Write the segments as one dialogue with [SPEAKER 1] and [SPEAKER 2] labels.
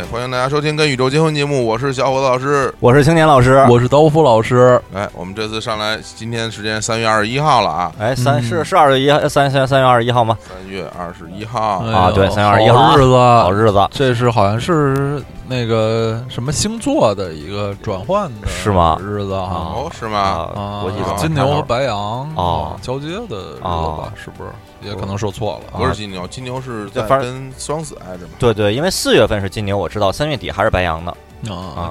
[SPEAKER 1] 哎家收听《跟宇宙结婚》节目，我是小伙子老师。
[SPEAKER 2] 我是青年老师，
[SPEAKER 3] 我是刀夫老师，
[SPEAKER 1] 哎，我们这次上来，今天时间三月二十一号了啊，
[SPEAKER 2] 哎，三
[SPEAKER 3] 嗯
[SPEAKER 2] 是是二月一号，呃三三三月二十一号吗？
[SPEAKER 1] 三月二十一号，
[SPEAKER 3] 哎
[SPEAKER 2] 啊
[SPEAKER 3] 呦
[SPEAKER 2] 对3月21
[SPEAKER 3] 好日子，
[SPEAKER 2] 好日子
[SPEAKER 3] 这是好像是那个什么星座的一个转换的，
[SPEAKER 2] 是吗
[SPEAKER 3] 日子哈，
[SPEAKER 1] 哦，是吗？
[SPEAKER 2] 啊
[SPEAKER 3] 啊，
[SPEAKER 2] 国际早上
[SPEAKER 3] 金
[SPEAKER 2] 看
[SPEAKER 3] 牛和
[SPEAKER 2] 到
[SPEAKER 3] 白羊
[SPEAKER 2] 哦
[SPEAKER 3] 啊交接的日子
[SPEAKER 2] 哦
[SPEAKER 3] 吧，是不是？也可能说错了啊
[SPEAKER 1] 不是金牛，金牛是在
[SPEAKER 2] 就啊反
[SPEAKER 1] 跟双子挨着嘛，
[SPEAKER 2] 对对，因为四月份是金牛，我知道三月底还是白羊呢，
[SPEAKER 3] 啊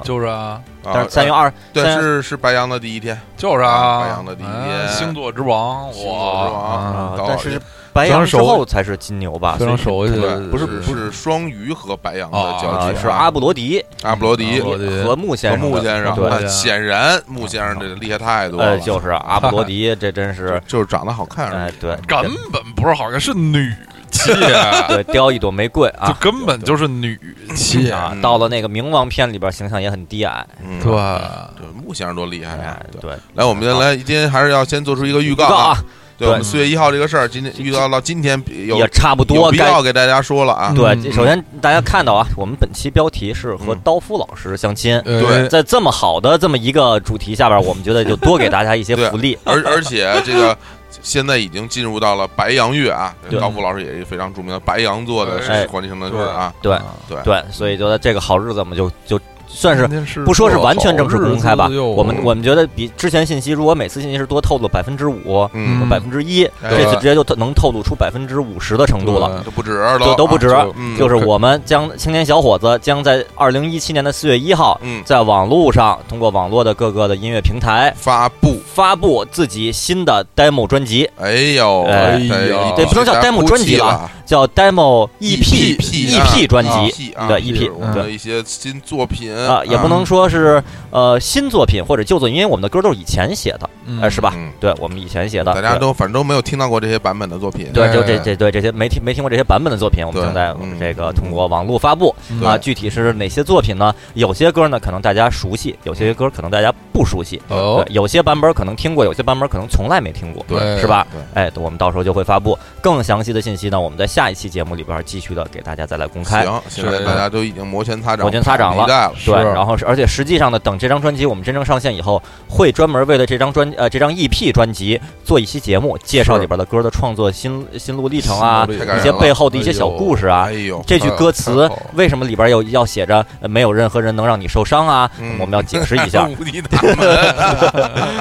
[SPEAKER 2] 啊，
[SPEAKER 3] 就是啊，
[SPEAKER 2] 但
[SPEAKER 1] 啊
[SPEAKER 2] 是，三月
[SPEAKER 1] 呃
[SPEAKER 2] 二
[SPEAKER 1] 对
[SPEAKER 2] 三
[SPEAKER 1] 是是白羊的第一天，
[SPEAKER 3] 就是
[SPEAKER 1] 啊
[SPEAKER 3] 啊，
[SPEAKER 1] 白羊的第一
[SPEAKER 3] 哎
[SPEAKER 1] 天
[SPEAKER 3] 星座之王，
[SPEAKER 1] 星座之王
[SPEAKER 3] 我
[SPEAKER 2] 啊
[SPEAKER 1] 到，
[SPEAKER 2] 但
[SPEAKER 1] 了
[SPEAKER 2] 是白羊之
[SPEAKER 3] 非常熟
[SPEAKER 2] 后才是金牛吧？
[SPEAKER 3] 非常
[SPEAKER 2] 所以
[SPEAKER 3] 熟悉，
[SPEAKER 1] 对，
[SPEAKER 2] 呃不是
[SPEAKER 1] 是
[SPEAKER 2] 不
[SPEAKER 1] 是双鱼和白羊的
[SPEAKER 3] 啊
[SPEAKER 1] 交
[SPEAKER 2] 啊，
[SPEAKER 1] 接，
[SPEAKER 2] 是阿布罗迪啊
[SPEAKER 1] 阿布罗迪
[SPEAKER 3] 阿布罗迪
[SPEAKER 2] 和穆
[SPEAKER 1] 和
[SPEAKER 2] 先生
[SPEAKER 1] 穆
[SPEAKER 2] 的，
[SPEAKER 1] 先生，
[SPEAKER 2] 对
[SPEAKER 1] 啊显然穆先生这厉害太多
[SPEAKER 2] 呃，
[SPEAKER 1] 了，
[SPEAKER 2] 就是阿布罗迪，这真是，
[SPEAKER 1] 就是长得好看而
[SPEAKER 2] 哎
[SPEAKER 1] 已，，
[SPEAKER 2] 对，
[SPEAKER 3] 根本不是好看，是女气，啊
[SPEAKER 2] 对，叼一朵玫瑰
[SPEAKER 3] 就
[SPEAKER 2] 啊
[SPEAKER 3] 根本就是女气，
[SPEAKER 2] 啊
[SPEAKER 1] 嗯！
[SPEAKER 2] 到了那个冥王篇里边，形象也很低矮，
[SPEAKER 1] 嗯
[SPEAKER 3] 对，
[SPEAKER 1] 对，穆先生多厉害呀
[SPEAKER 2] 哎，，对，
[SPEAKER 1] 来，我们先来，今天还是要先做出一个预告
[SPEAKER 2] 告
[SPEAKER 1] 啊。
[SPEAKER 2] 啊，
[SPEAKER 1] 对，
[SPEAKER 2] 对
[SPEAKER 1] 我们四月一号这个事儿，今天预告到今天有
[SPEAKER 2] 也差不
[SPEAKER 1] 有
[SPEAKER 2] 多
[SPEAKER 1] 必
[SPEAKER 2] 该
[SPEAKER 1] 要给大家说了啊。
[SPEAKER 3] 嗯
[SPEAKER 2] 对，
[SPEAKER 3] 嗯
[SPEAKER 2] 首先大家看到啊，我们本期标题是和
[SPEAKER 1] 嗯呃
[SPEAKER 2] 刀夫老师相亲，
[SPEAKER 1] 对
[SPEAKER 3] 哎
[SPEAKER 2] 在这么好的这么一个主题下边，我们觉得就多给大家一些
[SPEAKER 1] 对
[SPEAKER 2] 福利。
[SPEAKER 1] 而而且这个现在已经进入到了白羊月啊，
[SPEAKER 2] 对
[SPEAKER 1] 高福老师也是非常著名的白羊座的
[SPEAKER 3] 哎
[SPEAKER 1] 环境的事儿啊。
[SPEAKER 2] 对
[SPEAKER 3] 啊
[SPEAKER 1] 对嗯
[SPEAKER 2] 对，所以就在这个好日子，我们就就算是
[SPEAKER 3] 今天是
[SPEAKER 2] 不说是完全正式
[SPEAKER 3] 好日
[SPEAKER 2] 公开吧，
[SPEAKER 3] 子哟
[SPEAKER 2] 我们我们觉得比之前信息，如果每次信息是多透露百分之五、
[SPEAKER 1] 嗯，
[SPEAKER 3] 嗯
[SPEAKER 2] 百分之一，
[SPEAKER 1] 哎
[SPEAKER 2] 这次直接就能透露出百分之五十的程度了，
[SPEAKER 1] 都不止了，
[SPEAKER 2] 嗯都都不止
[SPEAKER 1] 啊就嗯，
[SPEAKER 2] 就是我们将青年小伙子将在二零一七年的四月一号，
[SPEAKER 1] 嗯
[SPEAKER 2] 在网络上通过网络的各个的音乐平台
[SPEAKER 1] 发布。
[SPEAKER 2] 发布自己新的 demo 专辑，
[SPEAKER 1] 哎呦，
[SPEAKER 2] 哎
[SPEAKER 3] 呀
[SPEAKER 1] 这
[SPEAKER 2] 这不能叫 demo 专辑
[SPEAKER 1] 了
[SPEAKER 2] 了，E 叫 demo EP
[SPEAKER 1] ，EP
[SPEAKER 2] EP ，E 专
[SPEAKER 1] E 啊
[SPEAKER 2] 辑
[SPEAKER 1] 啊
[SPEAKER 2] 对
[SPEAKER 1] 是
[SPEAKER 2] EP
[SPEAKER 1] 我们
[SPEAKER 2] 对
[SPEAKER 1] 的一些新作品
[SPEAKER 2] 啊，也不
[SPEAKER 1] 嗯
[SPEAKER 2] 能说是呃新作品或者旧作品，因为我们的歌都是以前写的，
[SPEAKER 3] 嗯
[SPEAKER 2] 呃是吧
[SPEAKER 1] 嗯？
[SPEAKER 2] 对，我们以前写的，
[SPEAKER 1] 大家
[SPEAKER 2] 对
[SPEAKER 1] 都反正都没有听到过这些版本的作品。
[SPEAKER 2] 对，
[SPEAKER 3] 哎
[SPEAKER 2] 就这这对这些没听没听过这些版本的作品，我们
[SPEAKER 1] 对
[SPEAKER 2] 正在
[SPEAKER 1] 嗯
[SPEAKER 2] 这个通过网络发布
[SPEAKER 3] 嗯
[SPEAKER 2] 啊。具体是哪些作品呢？有些歌呢可能大家熟悉，有些歌可能大家不熟悉，
[SPEAKER 3] 哦
[SPEAKER 2] 对，，有些版本可能听过，有些版本可能从来没听过，
[SPEAKER 3] 对
[SPEAKER 2] 是吧？
[SPEAKER 1] 对
[SPEAKER 2] 哎，我们到时候就会发布更详细的信息呢。我们在下一期节目里边继续的给大家再来公开。
[SPEAKER 1] 行，现在
[SPEAKER 3] 是
[SPEAKER 1] 大家都已经摩拳擦掌，
[SPEAKER 2] 摩拳擦掌了
[SPEAKER 1] 期待了。
[SPEAKER 3] 是
[SPEAKER 2] 对，然后是而且实际上呢，等这张专辑我们真正上线以后，会专门为了这张专呃这张 EP 专辑做一期节目，介绍
[SPEAKER 3] 是
[SPEAKER 2] 里边的歌的创作心心路历程啊，
[SPEAKER 1] 太感人
[SPEAKER 2] 一些
[SPEAKER 1] 了
[SPEAKER 2] 背后的一些小故事啊
[SPEAKER 1] 哎。呦，
[SPEAKER 2] 这句歌词
[SPEAKER 3] 太好了
[SPEAKER 2] 为什么里边有要写着呃没有任何人能让你受伤啊？
[SPEAKER 1] 嗯
[SPEAKER 2] 我们要解释一 下。
[SPEAKER 1] 无敌大门，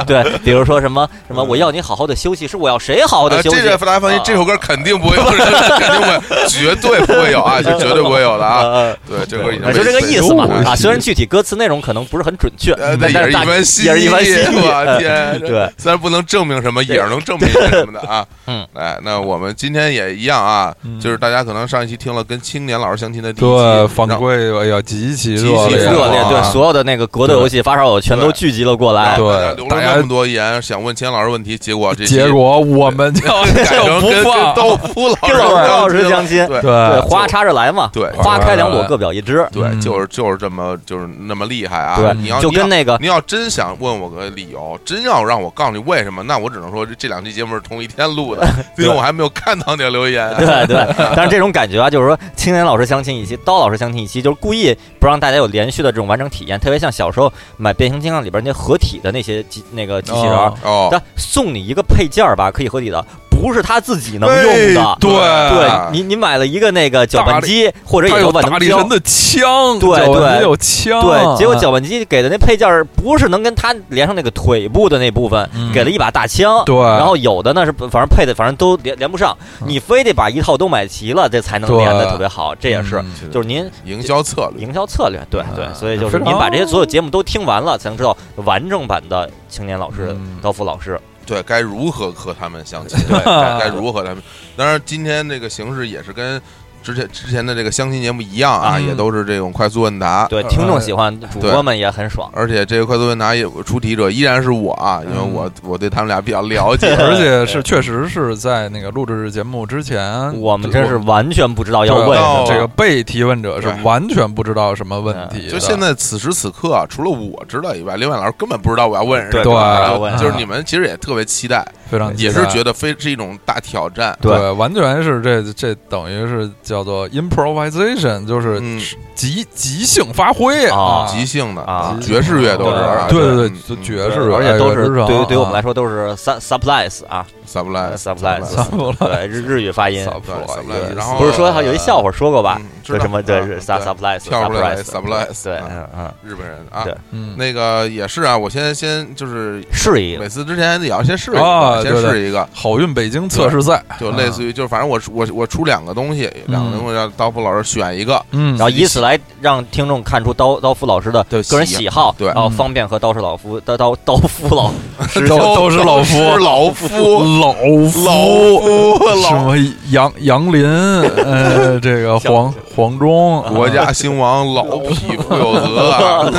[SPEAKER 2] 对，比如说什么什么，我要你好好的休息，是我要谁好好的
[SPEAKER 1] 呃
[SPEAKER 2] 休息？
[SPEAKER 1] 这个大家放心
[SPEAKER 2] 啊，
[SPEAKER 1] 这首歌肯定不会有 人，肯定不会，绝对不会有啊，就绝对不会有的 啊。
[SPEAKER 2] 呃，
[SPEAKER 1] 对，这歌已经
[SPEAKER 2] 呃就这个意思嘛
[SPEAKER 3] 哎呦
[SPEAKER 2] 啊。虽然具体歌词内容可能不是很准确，嗯
[SPEAKER 1] 呃，
[SPEAKER 2] 但
[SPEAKER 1] 也
[SPEAKER 2] 是
[SPEAKER 1] 是一
[SPEAKER 2] 大
[SPEAKER 1] 番心意，
[SPEAKER 2] 也是一番心意
[SPEAKER 1] 我
[SPEAKER 2] 呃
[SPEAKER 1] 天，这
[SPEAKER 2] 对，
[SPEAKER 1] 虽然不能证明什么，也是能证明什么的啊。
[SPEAKER 2] 嗯，
[SPEAKER 1] 哎，那我们今天也一样啊，
[SPEAKER 3] 嗯
[SPEAKER 1] 就是大家可能上一期听了跟青年老师相亲的第一期，
[SPEAKER 3] 对，反
[SPEAKER 1] 然后
[SPEAKER 3] 馈哎呀极其
[SPEAKER 1] 极其
[SPEAKER 3] 热烈啊，
[SPEAKER 2] 热烈，对
[SPEAKER 1] 啊
[SPEAKER 2] 所有的那个格斗游戏、发烧友全都聚集了过来。
[SPEAKER 3] 对
[SPEAKER 1] 大家留了
[SPEAKER 3] 大家
[SPEAKER 1] 那么多言，想问钱老师问题，结果这期
[SPEAKER 3] 结果我们就
[SPEAKER 1] 改成跟
[SPEAKER 3] 就不
[SPEAKER 1] 跟
[SPEAKER 3] 放，
[SPEAKER 1] 豆腐老师
[SPEAKER 2] 跟老师
[SPEAKER 1] 相
[SPEAKER 2] 相亲
[SPEAKER 1] 对
[SPEAKER 2] 对，
[SPEAKER 3] 对
[SPEAKER 2] 花插着来嘛，
[SPEAKER 1] 对
[SPEAKER 2] 花开两朵，各表一枝。
[SPEAKER 1] 对，
[SPEAKER 3] 嗯
[SPEAKER 1] 就是就是这么就是那么厉害啊！
[SPEAKER 2] 对
[SPEAKER 1] 你要
[SPEAKER 2] 就跟
[SPEAKER 1] 你要
[SPEAKER 2] 那个
[SPEAKER 1] 你要真想问我个理由，真要让我告诉你为什么，那我只能说这这两期节目是同一天录 的，因为我还没有看到你的留言。
[SPEAKER 2] 对 对，但是这种感觉啊，就是说青年老师相亲一期，刀老师相亲一期，就是故意不让大家有连续的这种完整体验，特别像小时候买变形金刚里边那合体的那些机那个机器人儿
[SPEAKER 3] 哦，
[SPEAKER 1] 哦，
[SPEAKER 2] 他送你一个配件儿吧，可以合体的，不是他自己能用的。
[SPEAKER 3] 对
[SPEAKER 2] 对你，你买了一个那个搅拌机或者
[SPEAKER 3] 他
[SPEAKER 2] 也
[SPEAKER 3] 有
[SPEAKER 2] 叫万
[SPEAKER 3] 啊大
[SPEAKER 2] 能
[SPEAKER 3] 力
[SPEAKER 2] 胶
[SPEAKER 3] 神，的枪，
[SPEAKER 2] 对
[SPEAKER 3] 脚
[SPEAKER 2] 对
[SPEAKER 3] 也有枪，
[SPEAKER 2] 对，结果搅拌机给的那配件儿不是能跟他连上那个腿部的那部分，
[SPEAKER 3] 嗯
[SPEAKER 2] 给了一把大枪。
[SPEAKER 3] 对，
[SPEAKER 2] 然后有的呢是反正配的，反正都连连不上，
[SPEAKER 3] 嗯
[SPEAKER 2] 你非得把一套都买齐了，这才能连的
[SPEAKER 3] 对
[SPEAKER 2] 特别好。这也是，
[SPEAKER 3] 嗯
[SPEAKER 2] 就是您
[SPEAKER 1] 营销策略，
[SPEAKER 2] 营销策略，对对，
[SPEAKER 3] 嗯
[SPEAKER 2] 所以就是
[SPEAKER 3] 非常
[SPEAKER 2] 您把这些所有节目都听完了，才能知道完整版的青年老师
[SPEAKER 3] 嗯
[SPEAKER 2] 高夫老师。
[SPEAKER 1] 对该如何和他们相亲，
[SPEAKER 2] 对
[SPEAKER 1] 该 该如何他们。当然，今天这个形式也是跟之前之前的这个相亲节目一样啊，
[SPEAKER 3] 嗯
[SPEAKER 1] 也都是这种快速问答。
[SPEAKER 2] 对，听众喜欢，主播们也很爽。
[SPEAKER 1] 而且这个快速问答也出题者依然是我啊，因为
[SPEAKER 3] 嗯
[SPEAKER 1] 我我对他们俩比较了 解，
[SPEAKER 3] 而且是确实是在那个录制节目之前，
[SPEAKER 2] 我们真是完全不知道
[SPEAKER 3] 对
[SPEAKER 2] 要问嗯
[SPEAKER 3] 对哦
[SPEAKER 2] 什
[SPEAKER 1] 到
[SPEAKER 2] 么。
[SPEAKER 3] 这个被提问者是
[SPEAKER 1] 对
[SPEAKER 3] 完全不知道什么问题的，
[SPEAKER 1] 就现在此时此刻啊，除了我知道以外，另外老师根本不知道我要问什么。
[SPEAKER 2] 对
[SPEAKER 3] 对
[SPEAKER 2] 不知道要问啊
[SPEAKER 1] 就就
[SPEAKER 2] 什么
[SPEAKER 1] 是你们其实也特别期待，
[SPEAKER 3] 非常
[SPEAKER 1] 也是觉
[SPEAKER 3] 得
[SPEAKER 1] 得非是一种大挑战。
[SPEAKER 2] 对
[SPEAKER 3] 对，完全是这这等于是叫做 improvisation，就是
[SPEAKER 1] 嗯，
[SPEAKER 3] 即即兴发挥
[SPEAKER 2] 啊
[SPEAKER 1] 即兴的
[SPEAKER 2] 啊
[SPEAKER 1] 爵士乐都是啊，
[SPEAKER 3] 对对对，
[SPEAKER 1] 嗯
[SPEAKER 3] 爵士
[SPEAKER 2] 对
[SPEAKER 3] 乐，
[SPEAKER 2] 而且都是
[SPEAKER 3] 哎
[SPEAKER 1] 啊
[SPEAKER 2] 对于对于我们来说都是 su- surprise 啊
[SPEAKER 1] 嗯 Sublight，
[SPEAKER 2] surprise，
[SPEAKER 3] 萨普拉，
[SPEAKER 2] 对日日语发音，
[SPEAKER 3] 萨普
[SPEAKER 1] 萨普
[SPEAKER 3] 拉
[SPEAKER 1] 拉
[SPEAKER 2] 对
[SPEAKER 1] 然后
[SPEAKER 2] 不是说有一笑话说过吧？
[SPEAKER 1] 嗯知
[SPEAKER 2] 说
[SPEAKER 1] 道
[SPEAKER 2] 什么对是 su-
[SPEAKER 1] 对
[SPEAKER 2] surprise
[SPEAKER 1] 跳出来
[SPEAKER 2] surprise
[SPEAKER 1] surprise，
[SPEAKER 2] 对，嗯
[SPEAKER 1] 啊
[SPEAKER 2] 嗯，
[SPEAKER 1] 日本人啊
[SPEAKER 2] 对，嗯
[SPEAKER 3] 嗯，
[SPEAKER 1] 那个也是啊，我先先就是
[SPEAKER 2] 是一个
[SPEAKER 1] 每次之前也要先试一
[SPEAKER 3] 啊
[SPEAKER 2] 哦
[SPEAKER 1] 个，先
[SPEAKER 3] 对对
[SPEAKER 1] 试一个，
[SPEAKER 3] 好运北京测试赛，
[SPEAKER 1] 就类似于就是反正我我我出两个东西，两个东西让刀锋老师选一个，
[SPEAKER 3] 嗯，
[SPEAKER 2] 然 后以此来让听众看出刀刀夫老师的
[SPEAKER 1] 对
[SPEAKER 2] 个人
[SPEAKER 1] 喜
[SPEAKER 2] 喜好，
[SPEAKER 1] 对
[SPEAKER 2] 然后
[SPEAKER 3] 嗯
[SPEAKER 2] 方便和刀是老夫刀刀刀夫老师
[SPEAKER 3] 都都是老夫
[SPEAKER 1] 是老夫，
[SPEAKER 3] 老
[SPEAKER 1] 老
[SPEAKER 3] 夫。
[SPEAKER 1] 夫，
[SPEAKER 3] 什
[SPEAKER 1] 老
[SPEAKER 3] 么杨杨林，呃，这个黄黄忠，
[SPEAKER 1] 国家兴亡，老匹夫有责 啊，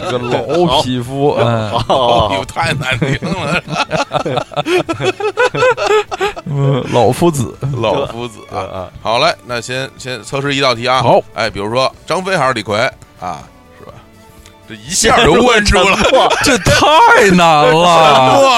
[SPEAKER 3] 这个老匹夫，嗯
[SPEAKER 1] 老匹
[SPEAKER 2] 哦
[SPEAKER 1] 夫太难听了，
[SPEAKER 3] 嗯，老夫子，
[SPEAKER 1] 老夫子啊。
[SPEAKER 2] 啊
[SPEAKER 1] 好嘞，那先先测试一道题啊。
[SPEAKER 3] 好，
[SPEAKER 1] 哎，比如说张飞还是李逵啊，是吧？这一下就问出了，
[SPEAKER 3] 这太 难了。
[SPEAKER 1] 过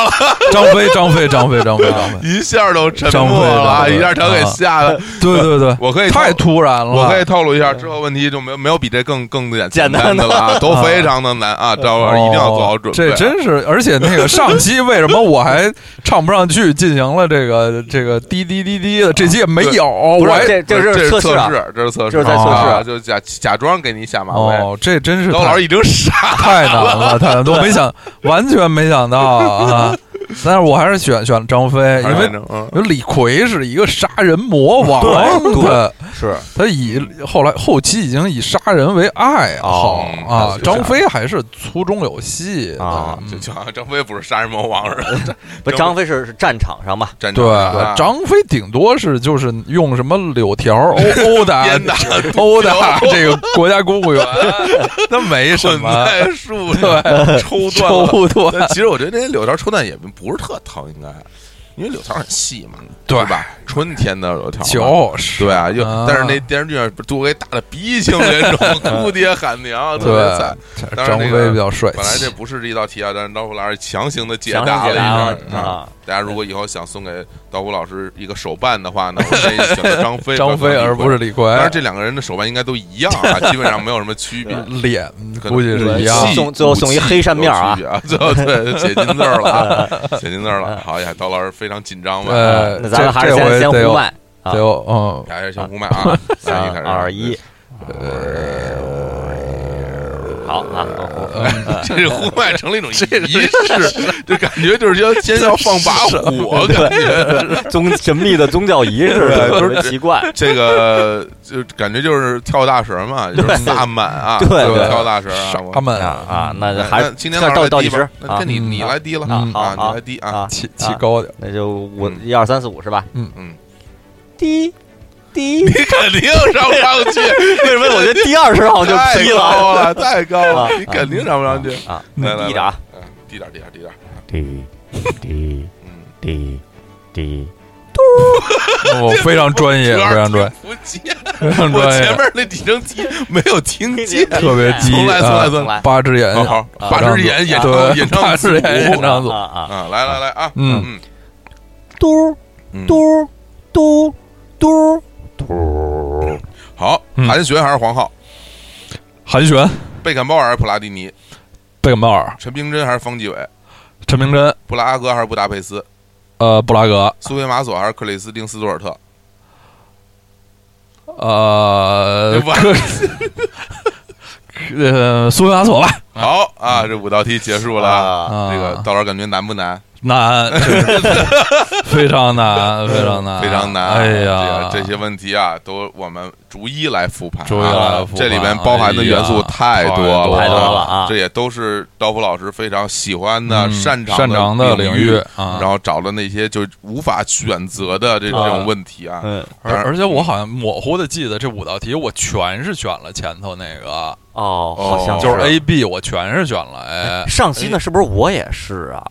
[SPEAKER 1] 了，
[SPEAKER 3] 张飞，张飞，张飞，张飞，张 飞，
[SPEAKER 1] 一下都沉默了啊，
[SPEAKER 3] 张飞
[SPEAKER 1] 一下全给吓的。
[SPEAKER 3] 对对对，
[SPEAKER 1] 我可以透
[SPEAKER 3] 太突然了，
[SPEAKER 1] 我可以透露一下，之后问题就没有没有比这更更简
[SPEAKER 2] 简单
[SPEAKER 1] 单的了啊，都非常的难啊，赵老师一定要做好准备。
[SPEAKER 3] 哦
[SPEAKER 1] 啊
[SPEAKER 3] 这真是，而且那个上期为什么我还唱不上去，进行了这个这个滴滴滴滴的，这期也没有，我
[SPEAKER 2] 不
[SPEAKER 3] 还
[SPEAKER 2] 是这这
[SPEAKER 1] 这
[SPEAKER 2] 是测
[SPEAKER 1] 测
[SPEAKER 2] 试啊，
[SPEAKER 1] 这是测试，
[SPEAKER 2] 这是在
[SPEAKER 3] 测试
[SPEAKER 1] 啊就假假装给你下马威。
[SPEAKER 3] 哦，这真是
[SPEAKER 1] 高老
[SPEAKER 3] 太
[SPEAKER 1] 师已经傻，
[SPEAKER 3] 太难了，太难了，我没想，完全没想到啊！但是我还是选选张飞，因为
[SPEAKER 1] 嗯
[SPEAKER 3] 因为李逵是一个杀人魔王，啊
[SPEAKER 2] 对
[SPEAKER 3] 对，
[SPEAKER 2] 是
[SPEAKER 3] 他以后来后期已经以杀人为爱好
[SPEAKER 2] 哦
[SPEAKER 3] 啊
[SPEAKER 1] 那。就
[SPEAKER 3] 张飞还是粗中有细的
[SPEAKER 2] 啊
[SPEAKER 3] 嗯
[SPEAKER 1] 就就好像张飞不是杀人魔王似的，
[SPEAKER 2] 不张飞是是战场上嘛？
[SPEAKER 1] 战
[SPEAKER 3] 对
[SPEAKER 1] 场上啊，
[SPEAKER 3] 张飞顶多是就是用什么柳条 殴殴打
[SPEAKER 1] 鞭 打
[SPEAKER 3] 殴打这个国家公 务员，那没什
[SPEAKER 1] 捆
[SPEAKER 3] 么。
[SPEAKER 1] 在树上抽断了。
[SPEAKER 3] 抽断，
[SPEAKER 1] 但其实我觉得那些柳条抽断也不是特疼，应该，因为柳条很细嘛，
[SPEAKER 3] 对
[SPEAKER 1] 对吧？春天的柳条嘛，
[SPEAKER 3] 就是
[SPEAKER 1] 对啊，就
[SPEAKER 3] 啊
[SPEAKER 1] 但是那电视剧上不多给打的鼻青脸肿，哭爹喊娘，特别惨。
[SPEAKER 3] 对，
[SPEAKER 1] 当然
[SPEAKER 3] 张
[SPEAKER 1] 那个
[SPEAKER 3] 飞比较帅
[SPEAKER 1] 本来 这
[SPEAKER 3] 气。
[SPEAKER 1] 不是这一道题啊，但是刀夫老师强行的解
[SPEAKER 2] 强行
[SPEAKER 1] 答
[SPEAKER 2] 解
[SPEAKER 1] 了
[SPEAKER 2] 答
[SPEAKER 1] 一
[SPEAKER 2] 啊
[SPEAKER 1] 下啊。
[SPEAKER 2] 啊，
[SPEAKER 1] 大家如果以后想送给刀夫老师一个手办的话呢， 我建议选择张飞，
[SPEAKER 3] 张飞而不是。哎李逵
[SPEAKER 1] 当，然，这两个人的手办应该都一样 啊，基本上没有什么区别。
[SPEAKER 3] 脸
[SPEAKER 1] 可能
[SPEAKER 3] 嗯估计是一样
[SPEAKER 1] 武器。
[SPEAKER 2] 送最后送一黑扇面啊
[SPEAKER 1] 武器有区
[SPEAKER 2] 嗯
[SPEAKER 1] 别啊，最后 对写金字儿了啊，写金字儿了。好呀，刀老师非常紧张吧？
[SPEAKER 3] 呃，
[SPEAKER 2] 那咱们
[SPEAKER 3] 这
[SPEAKER 2] 还是
[SPEAKER 3] 这
[SPEAKER 2] 先
[SPEAKER 3] 回
[SPEAKER 2] 先
[SPEAKER 3] 得有
[SPEAKER 2] 胡麦啊
[SPEAKER 3] 得有，嗯，
[SPEAKER 1] 大家先五麦啊，三一开
[SPEAKER 2] 三
[SPEAKER 1] 始，
[SPEAKER 2] 二一，好啊，
[SPEAKER 1] 这是呼麦成了一种仪式，就感觉就是要先要放把火，感觉
[SPEAKER 2] 宗神秘的宗教仪式，
[SPEAKER 1] 对
[SPEAKER 2] 特
[SPEAKER 1] 都
[SPEAKER 2] 别
[SPEAKER 1] 是
[SPEAKER 2] 奇怪。
[SPEAKER 1] 这个就感觉就是跳大神嘛，就是萨满啊，
[SPEAKER 2] 对对
[SPEAKER 1] 就是跳大神啊，我
[SPEAKER 3] 他们
[SPEAKER 2] 啊啊，那
[SPEAKER 1] 那
[SPEAKER 2] 还是
[SPEAKER 1] 那今天老师
[SPEAKER 2] 到
[SPEAKER 1] 来
[SPEAKER 2] 到
[SPEAKER 1] 低
[SPEAKER 2] 底
[SPEAKER 1] 吧
[SPEAKER 2] 是，
[SPEAKER 1] 那
[SPEAKER 2] 啊
[SPEAKER 1] 跟你
[SPEAKER 3] 嗯
[SPEAKER 1] 你来低了
[SPEAKER 2] 啊好
[SPEAKER 1] 啊，
[SPEAKER 2] 好
[SPEAKER 1] 你来低啊，
[SPEAKER 2] 啊，
[SPEAKER 3] 起起
[SPEAKER 2] 啊，
[SPEAKER 3] 高点，
[SPEAKER 2] 那就五
[SPEAKER 1] 嗯
[SPEAKER 2] 一二三四五是吧？
[SPEAKER 1] 嗯，
[SPEAKER 2] 滴 滴，
[SPEAKER 1] 你肯定上不上去， 为什
[SPEAKER 2] 因为我觉得第二声好像就
[SPEAKER 1] 太
[SPEAKER 2] 劈了。
[SPEAKER 1] 高了， 太高
[SPEAKER 2] 啊
[SPEAKER 1] 了，你肯定上不上去，
[SPEAKER 2] 啊，
[SPEAKER 1] 来来
[SPEAKER 2] 低着啊，
[SPEAKER 1] 来嗯低点儿低点儿低点儿，
[SPEAKER 4] 滴滴
[SPEAKER 1] 嗯，
[SPEAKER 4] 滴滴，
[SPEAKER 3] 我非常 专业，非常专，
[SPEAKER 1] 不见，
[SPEAKER 3] 非常
[SPEAKER 1] 我
[SPEAKER 3] 专
[SPEAKER 1] 前
[SPEAKER 3] 业，
[SPEAKER 1] 面那几声低没有听见。哎
[SPEAKER 3] 特别激，
[SPEAKER 1] 重来重来
[SPEAKER 3] 啊哎
[SPEAKER 1] 重
[SPEAKER 2] 来
[SPEAKER 3] 八只眼，
[SPEAKER 1] 哦
[SPEAKER 2] 哦
[SPEAKER 1] 好好，八只眼演唱
[SPEAKER 3] 对
[SPEAKER 1] 演唱
[SPEAKER 3] 八
[SPEAKER 1] 组
[SPEAKER 3] 只眼演唱组
[SPEAKER 2] 啊啊，
[SPEAKER 1] 啊，来来来啊，
[SPEAKER 3] 嗯
[SPEAKER 2] 嘟
[SPEAKER 1] 嗯嗯，
[SPEAKER 2] 嘟嘟嘟，
[SPEAKER 4] 嘟
[SPEAKER 1] 好，
[SPEAKER 3] 嗯
[SPEAKER 1] 韩玄还是黄浩，
[SPEAKER 3] 韩玄、
[SPEAKER 1] 贝肯鲍尔还是普拉蒂尼，
[SPEAKER 3] 贝肯鲍尔、
[SPEAKER 1] 陈冰真还是方继伟，
[SPEAKER 3] 陈明真、
[SPEAKER 1] 布拉格还是布达佩斯，
[SPEAKER 3] 呃，布拉格、
[SPEAKER 1] 苏菲玛索还是克里斯汀斯图尔特，
[SPEAKER 3] 呃，
[SPEAKER 1] 完
[SPEAKER 3] 科呃，苏格拉索吧，
[SPEAKER 1] 好啊，这五道题结束了啊。
[SPEAKER 2] 啊
[SPEAKER 1] 这个
[SPEAKER 3] 啊
[SPEAKER 1] 到时候感觉难不难？
[SPEAKER 3] 难，这个非常难，非常
[SPEAKER 1] 嗯
[SPEAKER 3] 难，
[SPEAKER 1] 非常难。
[SPEAKER 3] 哎
[SPEAKER 1] 这个
[SPEAKER 3] 呀，
[SPEAKER 1] 这些问题啊，都我们逐一来复盘啊。
[SPEAKER 3] 逐一来复盘
[SPEAKER 1] 这里边包含的元素太多了，
[SPEAKER 3] 哎呀
[SPEAKER 2] 太
[SPEAKER 3] 太多
[SPEAKER 2] 多了啊
[SPEAKER 1] 这！也都是刀夫老师非常喜欢的、
[SPEAKER 3] 嗯
[SPEAKER 1] 擅长
[SPEAKER 3] 擅长
[SPEAKER 1] 的
[SPEAKER 3] 的领
[SPEAKER 1] 域
[SPEAKER 3] 域啊
[SPEAKER 1] 然后找了那些就无法选择的这
[SPEAKER 2] 啊
[SPEAKER 1] 种问题啊。
[SPEAKER 2] 嗯
[SPEAKER 3] 而而且我好像模糊的记得这五道题，我全是选了前头那个，
[SPEAKER 2] 哦，好像
[SPEAKER 1] 哦
[SPEAKER 3] 就是是 A、B，我全是选了哎
[SPEAKER 1] 哎
[SPEAKER 3] A。
[SPEAKER 2] 上期那是不是我也是啊？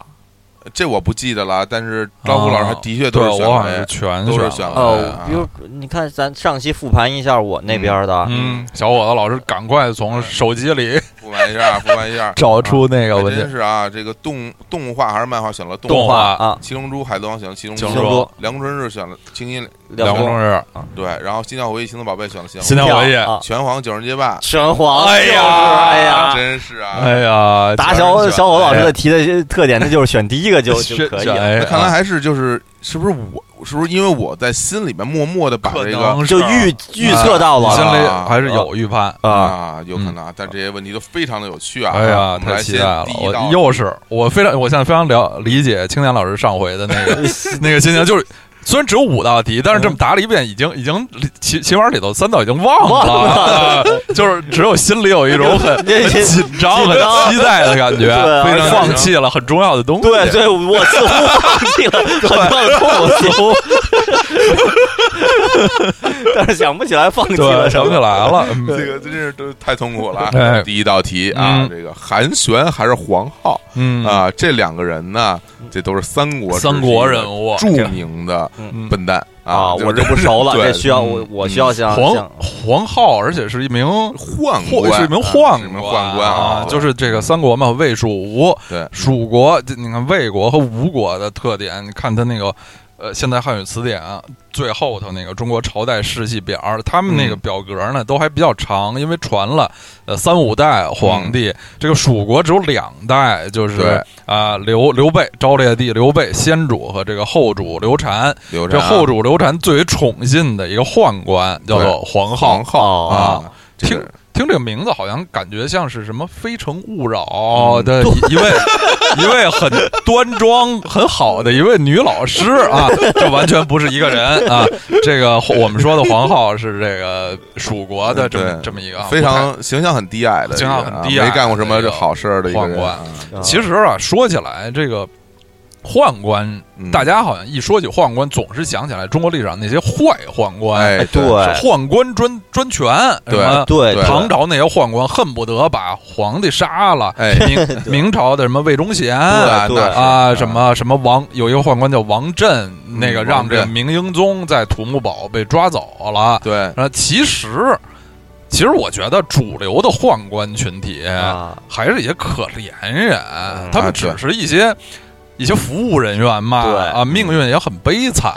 [SPEAKER 1] 这我不记得了，但是招呼老师的确都
[SPEAKER 3] 对
[SPEAKER 1] 是选
[SPEAKER 3] 我好像
[SPEAKER 1] 了哎
[SPEAKER 3] 是全
[SPEAKER 1] 都是选
[SPEAKER 3] 选
[SPEAKER 1] 了
[SPEAKER 3] 了
[SPEAKER 2] 哦，
[SPEAKER 1] 哎
[SPEAKER 2] 比如你看，
[SPEAKER 3] 嗯
[SPEAKER 2] 咱上期复盘一下我那边的，
[SPEAKER 3] 嗯，小伙子老师赶快从手机里
[SPEAKER 1] 复盘一下，复盘一 下，
[SPEAKER 3] 找出那个
[SPEAKER 1] 还
[SPEAKER 3] 文
[SPEAKER 1] 真
[SPEAKER 3] 件。
[SPEAKER 1] 是啊，这个动动画还是漫画选了
[SPEAKER 3] 动
[SPEAKER 1] 画，
[SPEAKER 3] 画
[SPEAKER 2] 啊，
[SPEAKER 1] 七龙珠、海贼王选了七龙
[SPEAKER 3] 七
[SPEAKER 1] 珠，
[SPEAKER 3] 龙珠
[SPEAKER 1] 梁春日选了青音，
[SPEAKER 3] 两
[SPEAKER 2] 两
[SPEAKER 3] 公
[SPEAKER 2] 公
[SPEAKER 3] 是
[SPEAKER 1] 对，然后《心跳回忆》《行动宝贝》选了《行
[SPEAKER 3] 心跳回忆，
[SPEAKER 2] 啊，
[SPEAKER 1] 拳皇九人街霸，
[SPEAKER 2] 拳皇，
[SPEAKER 3] 哎呀
[SPEAKER 2] 哎呀，
[SPEAKER 1] 真是啊！
[SPEAKER 3] 哎呀，
[SPEAKER 2] 打
[SPEAKER 1] 全
[SPEAKER 2] 小
[SPEAKER 1] 是
[SPEAKER 2] 小伙老师
[SPEAKER 3] 哎
[SPEAKER 2] 的提的特点，那就是选第一个就就
[SPEAKER 3] 选
[SPEAKER 2] 可以
[SPEAKER 3] 选
[SPEAKER 2] 了，
[SPEAKER 3] 哎
[SPEAKER 1] 那看来还是就是是不是我是不是因为我在心里面默默的把
[SPEAKER 3] 可
[SPEAKER 1] 这个
[SPEAKER 3] 能
[SPEAKER 2] 就是预预测到
[SPEAKER 3] 心
[SPEAKER 2] 了
[SPEAKER 3] 里还是有预判。
[SPEAKER 2] 啊，
[SPEAKER 1] 啊有可能啊，但这些问题都非常的有趣啊！
[SPEAKER 3] 嗯哎呀
[SPEAKER 1] 我，们
[SPEAKER 3] 太
[SPEAKER 1] 来
[SPEAKER 3] 期
[SPEAKER 1] 先
[SPEAKER 3] 待了
[SPEAKER 1] 第！一
[SPEAKER 3] 我
[SPEAKER 1] 道
[SPEAKER 3] 又是我非常，我现在非常了理解青年老师上回的那个那个心情，就是虽然只有五道题，但是这么答了一遍，已经已经起起码里头三道已经忘了，啊就是只有心里有一种很
[SPEAKER 2] 这
[SPEAKER 3] 很紧张、很
[SPEAKER 2] 紧张
[SPEAKER 3] 期待的感觉
[SPEAKER 2] 对，啊
[SPEAKER 3] 非
[SPEAKER 1] 而
[SPEAKER 3] 常
[SPEAKER 1] 且
[SPEAKER 3] 放弃了很重要的东西。
[SPEAKER 2] 对对，我似乎放 弃了很多的痛，我似乎，但是想不起来放弃了
[SPEAKER 3] 对，
[SPEAKER 2] 什
[SPEAKER 3] 想不起
[SPEAKER 2] 么。
[SPEAKER 3] 来了。嗯
[SPEAKER 1] 这个真是都太痛苦了
[SPEAKER 3] 哎
[SPEAKER 1] 啊。第一道题啊
[SPEAKER 3] 嗯，
[SPEAKER 1] 这个韩玄还是黄浩
[SPEAKER 3] 嗯，
[SPEAKER 1] 啊，这两个人呢，这都是三国啊
[SPEAKER 3] 三国人
[SPEAKER 1] 物
[SPEAKER 3] 物，
[SPEAKER 1] 著名的
[SPEAKER 3] 哦嗯
[SPEAKER 1] 笨蛋
[SPEAKER 2] 啊，
[SPEAKER 1] 就是
[SPEAKER 2] 我就不熟了，
[SPEAKER 1] 对
[SPEAKER 2] 这需要我，我需要像
[SPEAKER 3] 黄
[SPEAKER 2] 像
[SPEAKER 3] 黄浩，而且是一名
[SPEAKER 1] 宦
[SPEAKER 3] 或
[SPEAKER 1] 官
[SPEAKER 3] 是一名
[SPEAKER 1] 啊
[SPEAKER 3] 宦
[SPEAKER 1] 是一名宦官
[SPEAKER 3] 啊，就
[SPEAKER 1] 对
[SPEAKER 3] 是这个三国嘛，魏、蜀、吴。
[SPEAKER 1] 对
[SPEAKER 3] 蜀国，这你看魏国和吴国的特点，你看它那个呃现代汉语词典啊最后头那个中国朝代世系表，他们
[SPEAKER 1] 嗯
[SPEAKER 3] 那个表格呢都还比较长，因为传了呃三五代皇帝，这个蜀国只有两代，就
[SPEAKER 1] 嗯
[SPEAKER 3] 是
[SPEAKER 1] 对
[SPEAKER 3] 啊、刘刘备昭烈帝刘备先主和这个后主刘禅，
[SPEAKER 1] 刘
[SPEAKER 3] 这
[SPEAKER 1] 禅啊
[SPEAKER 3] 后主刘禅最为宠信的一个宦官叫做黄浩
[SPEAKER 1] 黄。浩
[SPEAKER 2] 哦
[SPEAKER 1] 啊，这
[SPEAKER 3] 听
[SPEAKER 1] 个
[SPEAKER 3] 听这个名字，好像感觉像是什么《非诚勿扰》
[SPEAKER 1] 嗯
[SPEAKER 3] 的一一 位一位很端庄、很好的一位女老师啊，这完全不是一个人啊。这个我们说的黄浩是这个蜀国的这么
[SPEAKER 1] 对
[SPEAKER 3] 这么一个啊
[SPEAKER 1] 非常形象很低矮的一个
[SPEAKER 3] 形
[SPEAKER 1] 人啊，
[SPEAKER 3] 象很低矮
[SPEAKER 1] 没干过什么
[SPEAKER 3] 的一个
[SPEAKER 1] 好事儿的一个人啊
[SPEAKER 3] 宦其实啊，说起来这个。宦官，
[SPEAKER 1] 嗯
[SPEAKER 3] 大家好像一说起宦官，总是想起来中国历史上那些坏宦官，
[SPEAKER 1] 哎
[SPEAKER 2] 对
[SPEAKER 3] 是宦官专专权，
[SPEAKER 1] 对
[SPEAKER 3] 什么
[SPEAKER 2] 对
[SPEAKER 1] 对
[SPEAKER 3] 唐朝那些宦官恨不得把皇帝杀了，
[SPEAKER 1] 哎
[SPEAKER 3] 明明朝的什么魏忠贤
[SPEAKER 1] 啊
[SPEAKER 2] 对
[SPEAKER 1] 那是嗯
[SPEAKER 3] 啊，什么什么王，有一个宦官叫王振，那个
[SPEAKER 1] 王
[SPEAKER 3] 让这个
[SPEAKER 1] 振
[SPEAKER 3] 明英宗在土木堡被抓走了。
[SPEAKER 1] 对
[SPEAKER 3] 然后其实，其实我觉得主流的宦官群体
[SPEAKER 2] 啊，
[SPEAKER 3] 还是一些可怜人，他
[SPEAKER 1] 嗯啊
[SPEAKER 3] 们只
[SPEAKER 1] 对
[SPEAKER 3] 是一些。一些服务人员嘛，
[SPEAKER 2] 对
[SPEAKER 3] 啊，命运也很悲惨，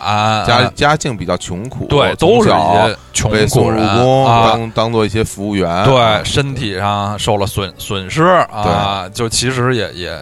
[SPEAKER 1] 家家境比较穷苦，
[SPEAKER 3] 啊对，
[SPEAKER 1] 从
[SPEAKER 3] 都是一
[SPEAKER 1] 小
[SPEAKER 3] 些穷
[SPEAKER 1] 被
[SPEAKER 3] 苦
[SPEAKER 1] 送入
[SPEAKER 3] 人
[SPEAKER 1] 宫
[SPEAKER 3] 啊，
[SPEAKER 1] 当当做一些服务
[SPEAKER 2] 哎
[SPEAKER 1] 员，啊
[SPEAKER 2] 啊
[SPEAKER 3] 对，身体上受了损损失啊，就其实也也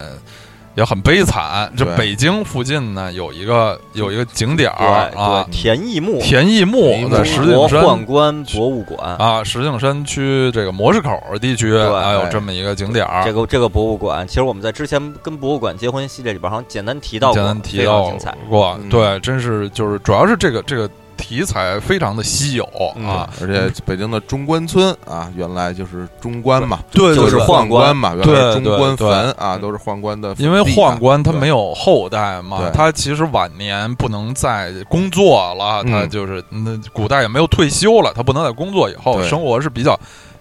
[SPEAKER 3] 也很悲惨。这
[SPEAKER 1] 对
[SPEAKER 3] 北京附近呢有一个有一个景点儿
[SPEAKER 2] 对
[SPEAKER 3] 啊
[SPEAKER 2] 对，，田义木，
[SPEAKER 3] 田义
[SPEAKER 1] 田义
[SPEAKER 3] 木
[SPEAKER 1] 木
[SPEAKER 3] 在石景
[SPEAKER 2] 国
[SPEAKER 3] 山
[SPEAKER 2] 宦官博物馆，
[SPEAKER 3] 啊，石景山区这个模式口地区
[SPEAKER 2] 对
[SPEAKER 3] 啊有
[SPEAKER 1] 哎
[SPEAKER 3] 这么一个景点
[SPEAKER 2] 这
[SPEAKER 3] 儿。
[SPEAKER 2] 个这个博物馆，其实我们在之前跟博物馆结婚系列里边好像简单提到过，
[SPEAKER 3] 简单提
[SPEAKER 2] 非
[SPEAKER 3] 到
[SPEAKER 2] 常精彩。
[SPEAKER 3] 过
[SPEAKER 1] 嗯，
[SPEAKER 3] 对，真是就是主要是这个这个题材非常的稀有
[SPEAKER 2] 嗯
[SPEAKER 3] 啊，
[SPEAKER 1] 而且北京的中关村啊，原来就是中关嘛，
[SPEAKER 3] 对
[SPEAKER 2] 就
[SPEAKER 3] 对
[SPEAKER 2] 是
[SPEAKER 1] 宦
[SPEAKER 2] 宦
[SPEAKER 3] 对
[SPEAKER 1] 官
[SPEAKER 2] 官
[SPEAKER 1] 嘛，原
[SPEAKER 3] 对
[SPEAKER 1] 来是中关
[SPEAKER 3] 对嗯
[SPEAKER 1] 坟啊，都是宦官的
[SPEAKER 3] 因为
[SPEAKER 1] 坟地啊
[SPEAKER 3] 宦官他
[SPEAKER 1] 对
[SPEAKER 3] 没有后代嘛
[SPEAKER 1] 对，
[SPEAKER 3] 他其实晚年不能再工作了，
[SPEAKER 1] 嗯
[SPEAKER 3] 他就是那古代也没有退休了，他不能再工作以后
[SPEAKER 1] 对
[SPEAKER 3] 生活是比较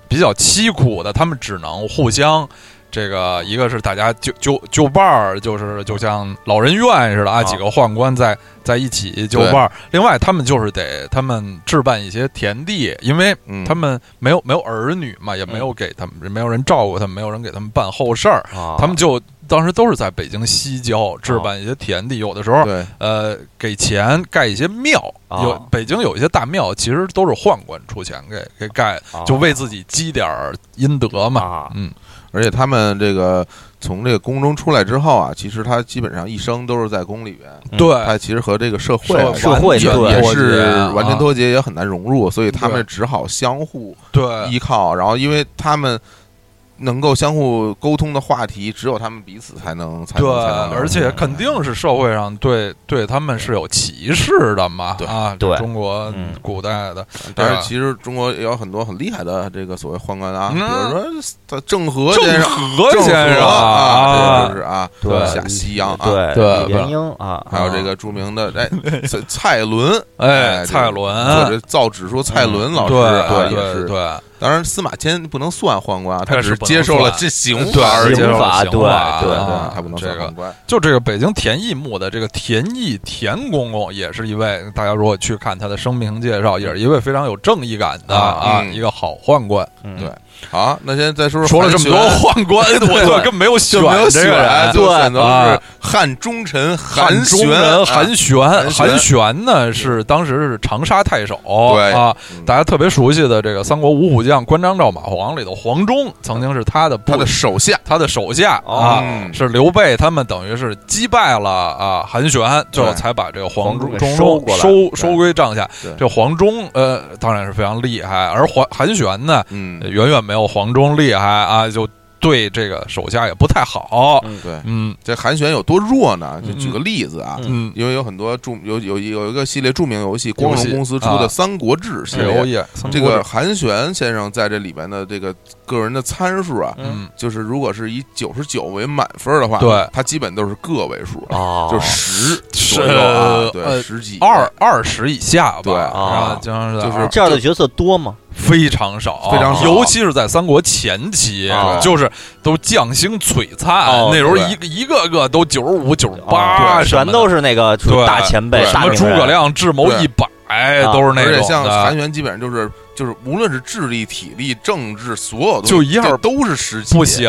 [SPEAKER 3] 比较凄苦的，他们只能互相。这个一个是大家就就就伴儿，就是就像老人院似的啊，
[SPEAKER 2] 啊
[SPEAKER 3] 几个宦官在在一起就伴儿。另外，他们就是得他们置办一些田地，因为
[SPEAKER 1] 嗯
[SPEAKER 3] 他们没有没有儿女嘛，也没有给他们，没有人照顾他们，没有人给他们办后事儿，
[SPEAKER 2] 啊
[SPEAKER 3] 他们就当时都是在北京西郊置办一些田地，有的时候
[SPEAKER 1] 对
[SPEAKER 3] 呃给钱盖一些庙，
[SPEAKER 2] 啊
[SPEAKER 3] 有北京有一些大庙其实都是宦官出钱给给盖，
[SPEAKER 2] 啊
[SPEAKER 3] 就为自己积点儿阴德嘛。
[SPEAKER 2] 啊
[SPEAKER 3] 嗯，
[SPEAKER 1] 而且他们这个从这个宫中出来之后啊，其实他基本上一生都是在宫里边，
[SPEAKER 2] 嗯
[SPEAKER 1] 他
[SPEAKER 3] 对，
[SPEAKER 1] 其实和这个社会
[SPEAKER 3] 完
[SPEAKER 1] 啊
[SPEAKER 3] 全
[SPEAKER 2] 社会对
[SPEAKER 1] 也
[SPEAKER 3] 脱节
[SPEAKER 1] 是完全
[SPEAKER 3] 啊
[SPEAKER 1] 脱节，也很难融入，所以他
[SPEAKER 3] 对
[SPEAKER 1] 们只好相互
[SPEAKER 3] 对
[SPEAKER 1] 依靠，然后因为他们。能够相互沟通的话题，只有他们彼此才能才
[SPEAKER 3] 对
[SPEAKER 1] 能才能，聊
[SPEAKER 3] 而
[SPEAKER 1] 出
[SPEAKER 3] 且
[SPEAKER 1] 来
[SPEAKER 3] 肯定是社会上对对他们是有歧视的嘛
[SPEAKER 1] 对
[SPEAKER 3] 啊，
[SPEAKER 2] 对
[SPEAKER 3] 中国
[SPEAKER 2] 嗯
[SPEAKER 3] 古代的，
[SPEAKER 1] 但
[SPEAKER 3] 对
[SPEAKER 1] 是其实中国也有很多很厉害的这个所谓宦官啊，比如
[SPEAKER 3] 嗯
[SPEAKER 1] 说他郑和
[SPEAKER 3] 郑
[SPEAKER 1] 先生，
[SPEAKER 3] 和
[SPEAKER 1] 郑
[SPEAKER 3] 先生
[SPEAKER 1] 和啊啊，这
[SPEAKER 3] 啊
[SPEAKER 1] 就是啊，
[SPEAKER 2] 对
[SPEAKER 1] 下西洋啊，
[SPEAKER 2] 对
[SPEAKER 3] 对
[SPEAKER 2] 李莲英啊，
[SPEAKER 1] 还有这个著名的哎蔡蔡伦，
[SPEAKER 3] 哎，
[SPEAKER 1] 这个
[SPEAKER 3] 蔡伦嗯
[SPEAKER 1] 或者造纸术蔡伦老师
[SPEAKER 3] 对
[SPEAKER 1] 啊，
[SPEAKER 3] 对
[SPEAKER 1] 也
[SPEAKER 3] 对
[SPEAKER 1] 是
[SPEAKER 3] 对
[SPEAKER 1] 当然司马迁不能算宦官啊，他
[SPEAKER 3] 他
[SPEAKER 1] 只
[SPEAKER 3] 是不能
[SPEAKER 1] 接受了
[SPEAKER 3] 算
[SPEAKER 1] 这刑
[SPEAKER 3] 对
[SPEAKER 1] 罚而
[SPEAKER 3] 而
[SPEAKER 1] 已，
[SPEAKER 3] 且
[SPEAKER 2] 刑法
[SPEAKER 3] 是
[SPEAKER 2] 对
[SPEAKER 3] 法
[SPEAKER 2] 对
[SPEAKER 1] 啊
[SPEAKER 3] 啊，
[SPEAKER 1] 他不能
[SPEAKER 3] 这
[SPEAKER 1] 算
[SPEAKER 3] 个
[SPEAKER 1] 宦。官。
[SPEAKER 3] 就这个北京田义墓的这个田义田公公，也是一位大家如果去看他的生平介绍，也是一位非常有正义感的啊，
[SPEAKER 1] 嗯
[SPEAKER 3] 一个好宦官。
[SPEAKER 2] 嗯
[SPEAKER 1] 对好，那现在再说说
[SPEAKER 3] 说了这么多
[SPEAKER 1] 韩
[SPEAKER 3] 宦官， 我就根本没有选
[SPEAKER 1] 玄，就没有
[SPEAKER 3] 这
[SPEAKER 1] 选
[SPEAKER 3] 个人，，
[SPEAKER 1] 就
[SPEAKER 2] 对
[SPEAKER 1] 选择是
[SPEAKER 3] 啊
[SPEAKER 1] 汉忠臣韩
[SPEAKER 3] 韩中
[SPEAKER 1] 玄
[SPEAKER 3] 人
[SPEAKER 1] 啊
[SPEAKER 3] 韩玄，
[SPEAKER 1] 韩嗯
[SPEAKER 3] 韩玄呢是当时是长沙太守，
[SPEAKER 1] 对
[SPEAKER 3] 啊
[SPEAKER 1] 嗯，
[SPEAKER 3] 大家特别熟悉的这个三国五虎将关张赵马黄里头，黄忠曾经是他的部
[SPEAKER 1] 他的手下，
[SPEAKER 3] 他的手下
[SPEAKER 2] 哦
[SPEAKER 3] 啊，
[SPEAKER 1] 嗯
[SPEAKER 3] 是刘备他们等于是击败了啊韩玄，最后
[SPEAKER 1] 对
[SPEAKER 3] 才把这个黄
[SPEAKER 2] 黄忠给
[SPEAKER 3] 忠
[SPEAKER 2] 收过来
[SPEAKER 3] 收
[SPEAKER 1] 对
[SPEAKER 3] 收归帐下
[SPEAKER 1] 对。
[SPEAKER 3] 这黄忠呃当然是非常厉害，而黄韩玄呢呃
[SPEAKER 1] 嗯，
[SPEAKER 3] 远远没有黄忠厉害啊，就对这个手下也不太好。
[SPEAKER 2] 嗯
[SPEAKER 1] 对，
[SPEAKER 3] 嗯
[SPEAKER 1] 这韩玄有多弱呢？就
[SPEAKER 3] 嗯
[SPEAKER 1] 举个例子啊，
[SPEAKER 3] 嗯，
[SPEAKER 1] 因为有很多著有有有一个系列著名游戏，光
[SPEAKER 3] 游
[SPEAKER 1] 荣
[SPEAKER 3] 戏
[SPEAKER 1] 公司出的
[SPEAKER 3] 啊哎
[SPEAKER 1] 《三国志》系
[SPEAKER 3] 这欧
[SPEAKER 1] 列，
[SPEAKER 2] 嗯
[SPEAKER 3] 耶，
[SPEAKER 1] 这个韩玄先生在这里边的这个个人的参数啊，
[SPEAKER 3] 嗯
[SPEAKER 1] 就是如果是以九十九为满分的话，
[SPEAKER 3] 对
[SPEAKER 1] 他基本都是个位数了，
[SPEAKER 2] 哦，
[SPEAKER 1] 就十
[SPEAKER 3] 嗯是
[SPEAKER 1] 左右啊，对，
[SPEAKER 3] 呃
[SPEAKER 1] 十几
[SPEAKER 3] 二二十以下吧，
[SPEAKER 1] 对
[SPEAKER 3] 啊，经常
[SPEAKER 1] 就是
[SPEAKER 3] 二
[SPEAKER 2] 这样的角色多吗？
[SPEAKER 3] 非常少，啊
[SPEAKER 1] 非常少
[SPEAKER 3] 尤其是在三国前期，
[SPEAKER 2] 啊
[SPEAKER 3] 就是都将星璀璨，
[SPEAKER 2] 哦
[SPEAKER 3] 那时候
[SPEAKER 1] 对
[SPEAKER 3] 一个一个个都九十五、九十
[SPEAKER 2] 啊
[SPEAKER 3] 八，
[SPEAKER 2] 全都
[SPEAKER 3] 是
[SPEAKER 2] 是那个
[SPEAKER 3] 对
[SPEAKER 2] 大前辈
[SPEAKER 1] 对，
[SPEAKER 3] 什
[SPEAKER 2] 大
[SPEAKER 3] 么
[SPEAKER 2] 名
[SPEAKER 3] 诸
[SPEAKER 2] 人
[SPEAKER 3] 葛亮智谋
[SPEAKER 1] 对啊
[SPEAKER 3] 一百，都是那
[SPEAKER 1] 而且
[SPEAKER 3] 种
[SPEAKER 1] 像韩
[SPEAKER 3] 的，
[SPEAKER 1] 玄基本上就是就是无论是智力、体力、政治，所有东西
[SPEAKER 3] 就一样
[SPEAKER 1] 这都是十几，
[SPEAKER 3] 不行。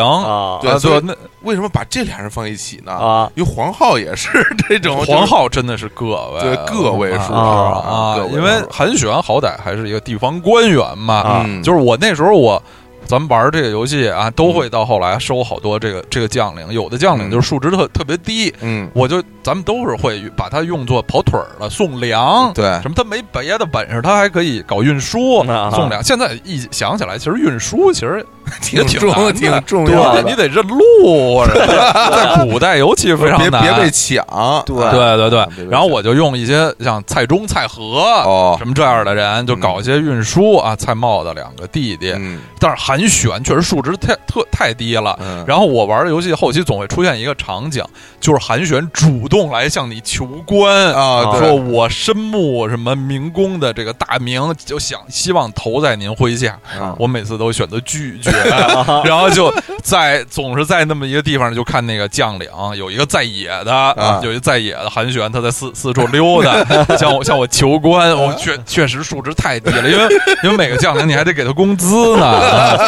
[SPEAKER 2] 啊
[SPEAKER 3] 啊，
[SPEAKER 1] 对所
[SPEAKER 3] 对
[SPEAKER 1] 以，
[SPEAKER 3] 那
[SPEAKER 1] 为什么把这俩人放一起呢？
[SPEAKER 2] 啊，
[SPEAKER 1] 因为黄浩也 是这种就是
[SPEAKER 3] 黄浩真的是个位，
[SPEAKER 1] 对个位数
[SPEAKER 2] 啊
[SPEAKER 1] 个
[SPEAKER 3] 啊
[SPEAKER 1] 位，数
[SPEAKER 3] 因为韩玄好歹还是一个地方官员嘛，
[SPEAKER 2] 啊
[SPEAKER 1] 嗯
[SPEAKER 3] 就是我那时候我。咱们玩这个游戏啊，都会到后来收好多这个这个将领，有的将领就是数值特特别低，
[SPEAKER 1] 嗯，
[SPEAKER 3] 我就咱们都是会把它用作跑腿儿了，送粮，
[SPEAKER 1] 嗯对
[SPEAKER 3] 什么他没别的本事，他还可以搞运输
[SPEAKER 2] 嗯啊、
[SPEAKER 3] 送粮。现在一想起来，其实运输其实也 挺难
[SPEAKER 1] 重
[SPEAKER 3] 的
[SPEAKER 1] 挺重
[SPEAKER 3] 你
[SPEAKER 1] 要
[SPEAKER 3] 得
[SPEAKER 1] 的，
[SPEAKER 3] 你得认路，啊是
[SPEAKER 2] 啊
[SPEAKER 3] 吧在古代尤其非常
[SPEAKER 1] 别
[SPEAKER 3] 难。
[SPEAKER 1] 别被抢，啊
[SPEAKER 2] 对
[SPEAKER 3] 对对
[SPEAKER 1] 别
[SPEAKER 3] 对
[SPEAKER 1] 被，
[SPEAKER 3] 然后我就用一些像蔡中、蔡和、
[SPEAKER 1] 哦，
[SPEAKER 3] 什么这样的人，就搞一些运输啊。蔡瑁的两个弟弟，
[SPEAKER 1] 嗯
[SPEAKER 3] 但是韩玄确实数值太特太低了。
[SPEAKER 1] 嗯，
[SPEAKER 3] 然后我玩的游戏后期总会出现一个场景，就是韩玄主动来向你求官
[SPEAKER 1] 啊对
[SPEAKER 3] 说我身慕什么明公的这个大名，就想希望投在您麾下。
[SPEAKER 1] 啊
[SPEAKER 3] 我每次都选择 拒绝， 然后就在总是在那么一个地方，就看那个将领有一个在野的，
[SPEAKER 1] 啊
[SPEAKER 3] 有一个在野的韩玄，他在四四处溜达， 向我向我求官，
[SPEAKER 1] 啊
[SPEAKER 3] 我确确实数值太低了，因为因为每个将领你还得给他工资 呢，啊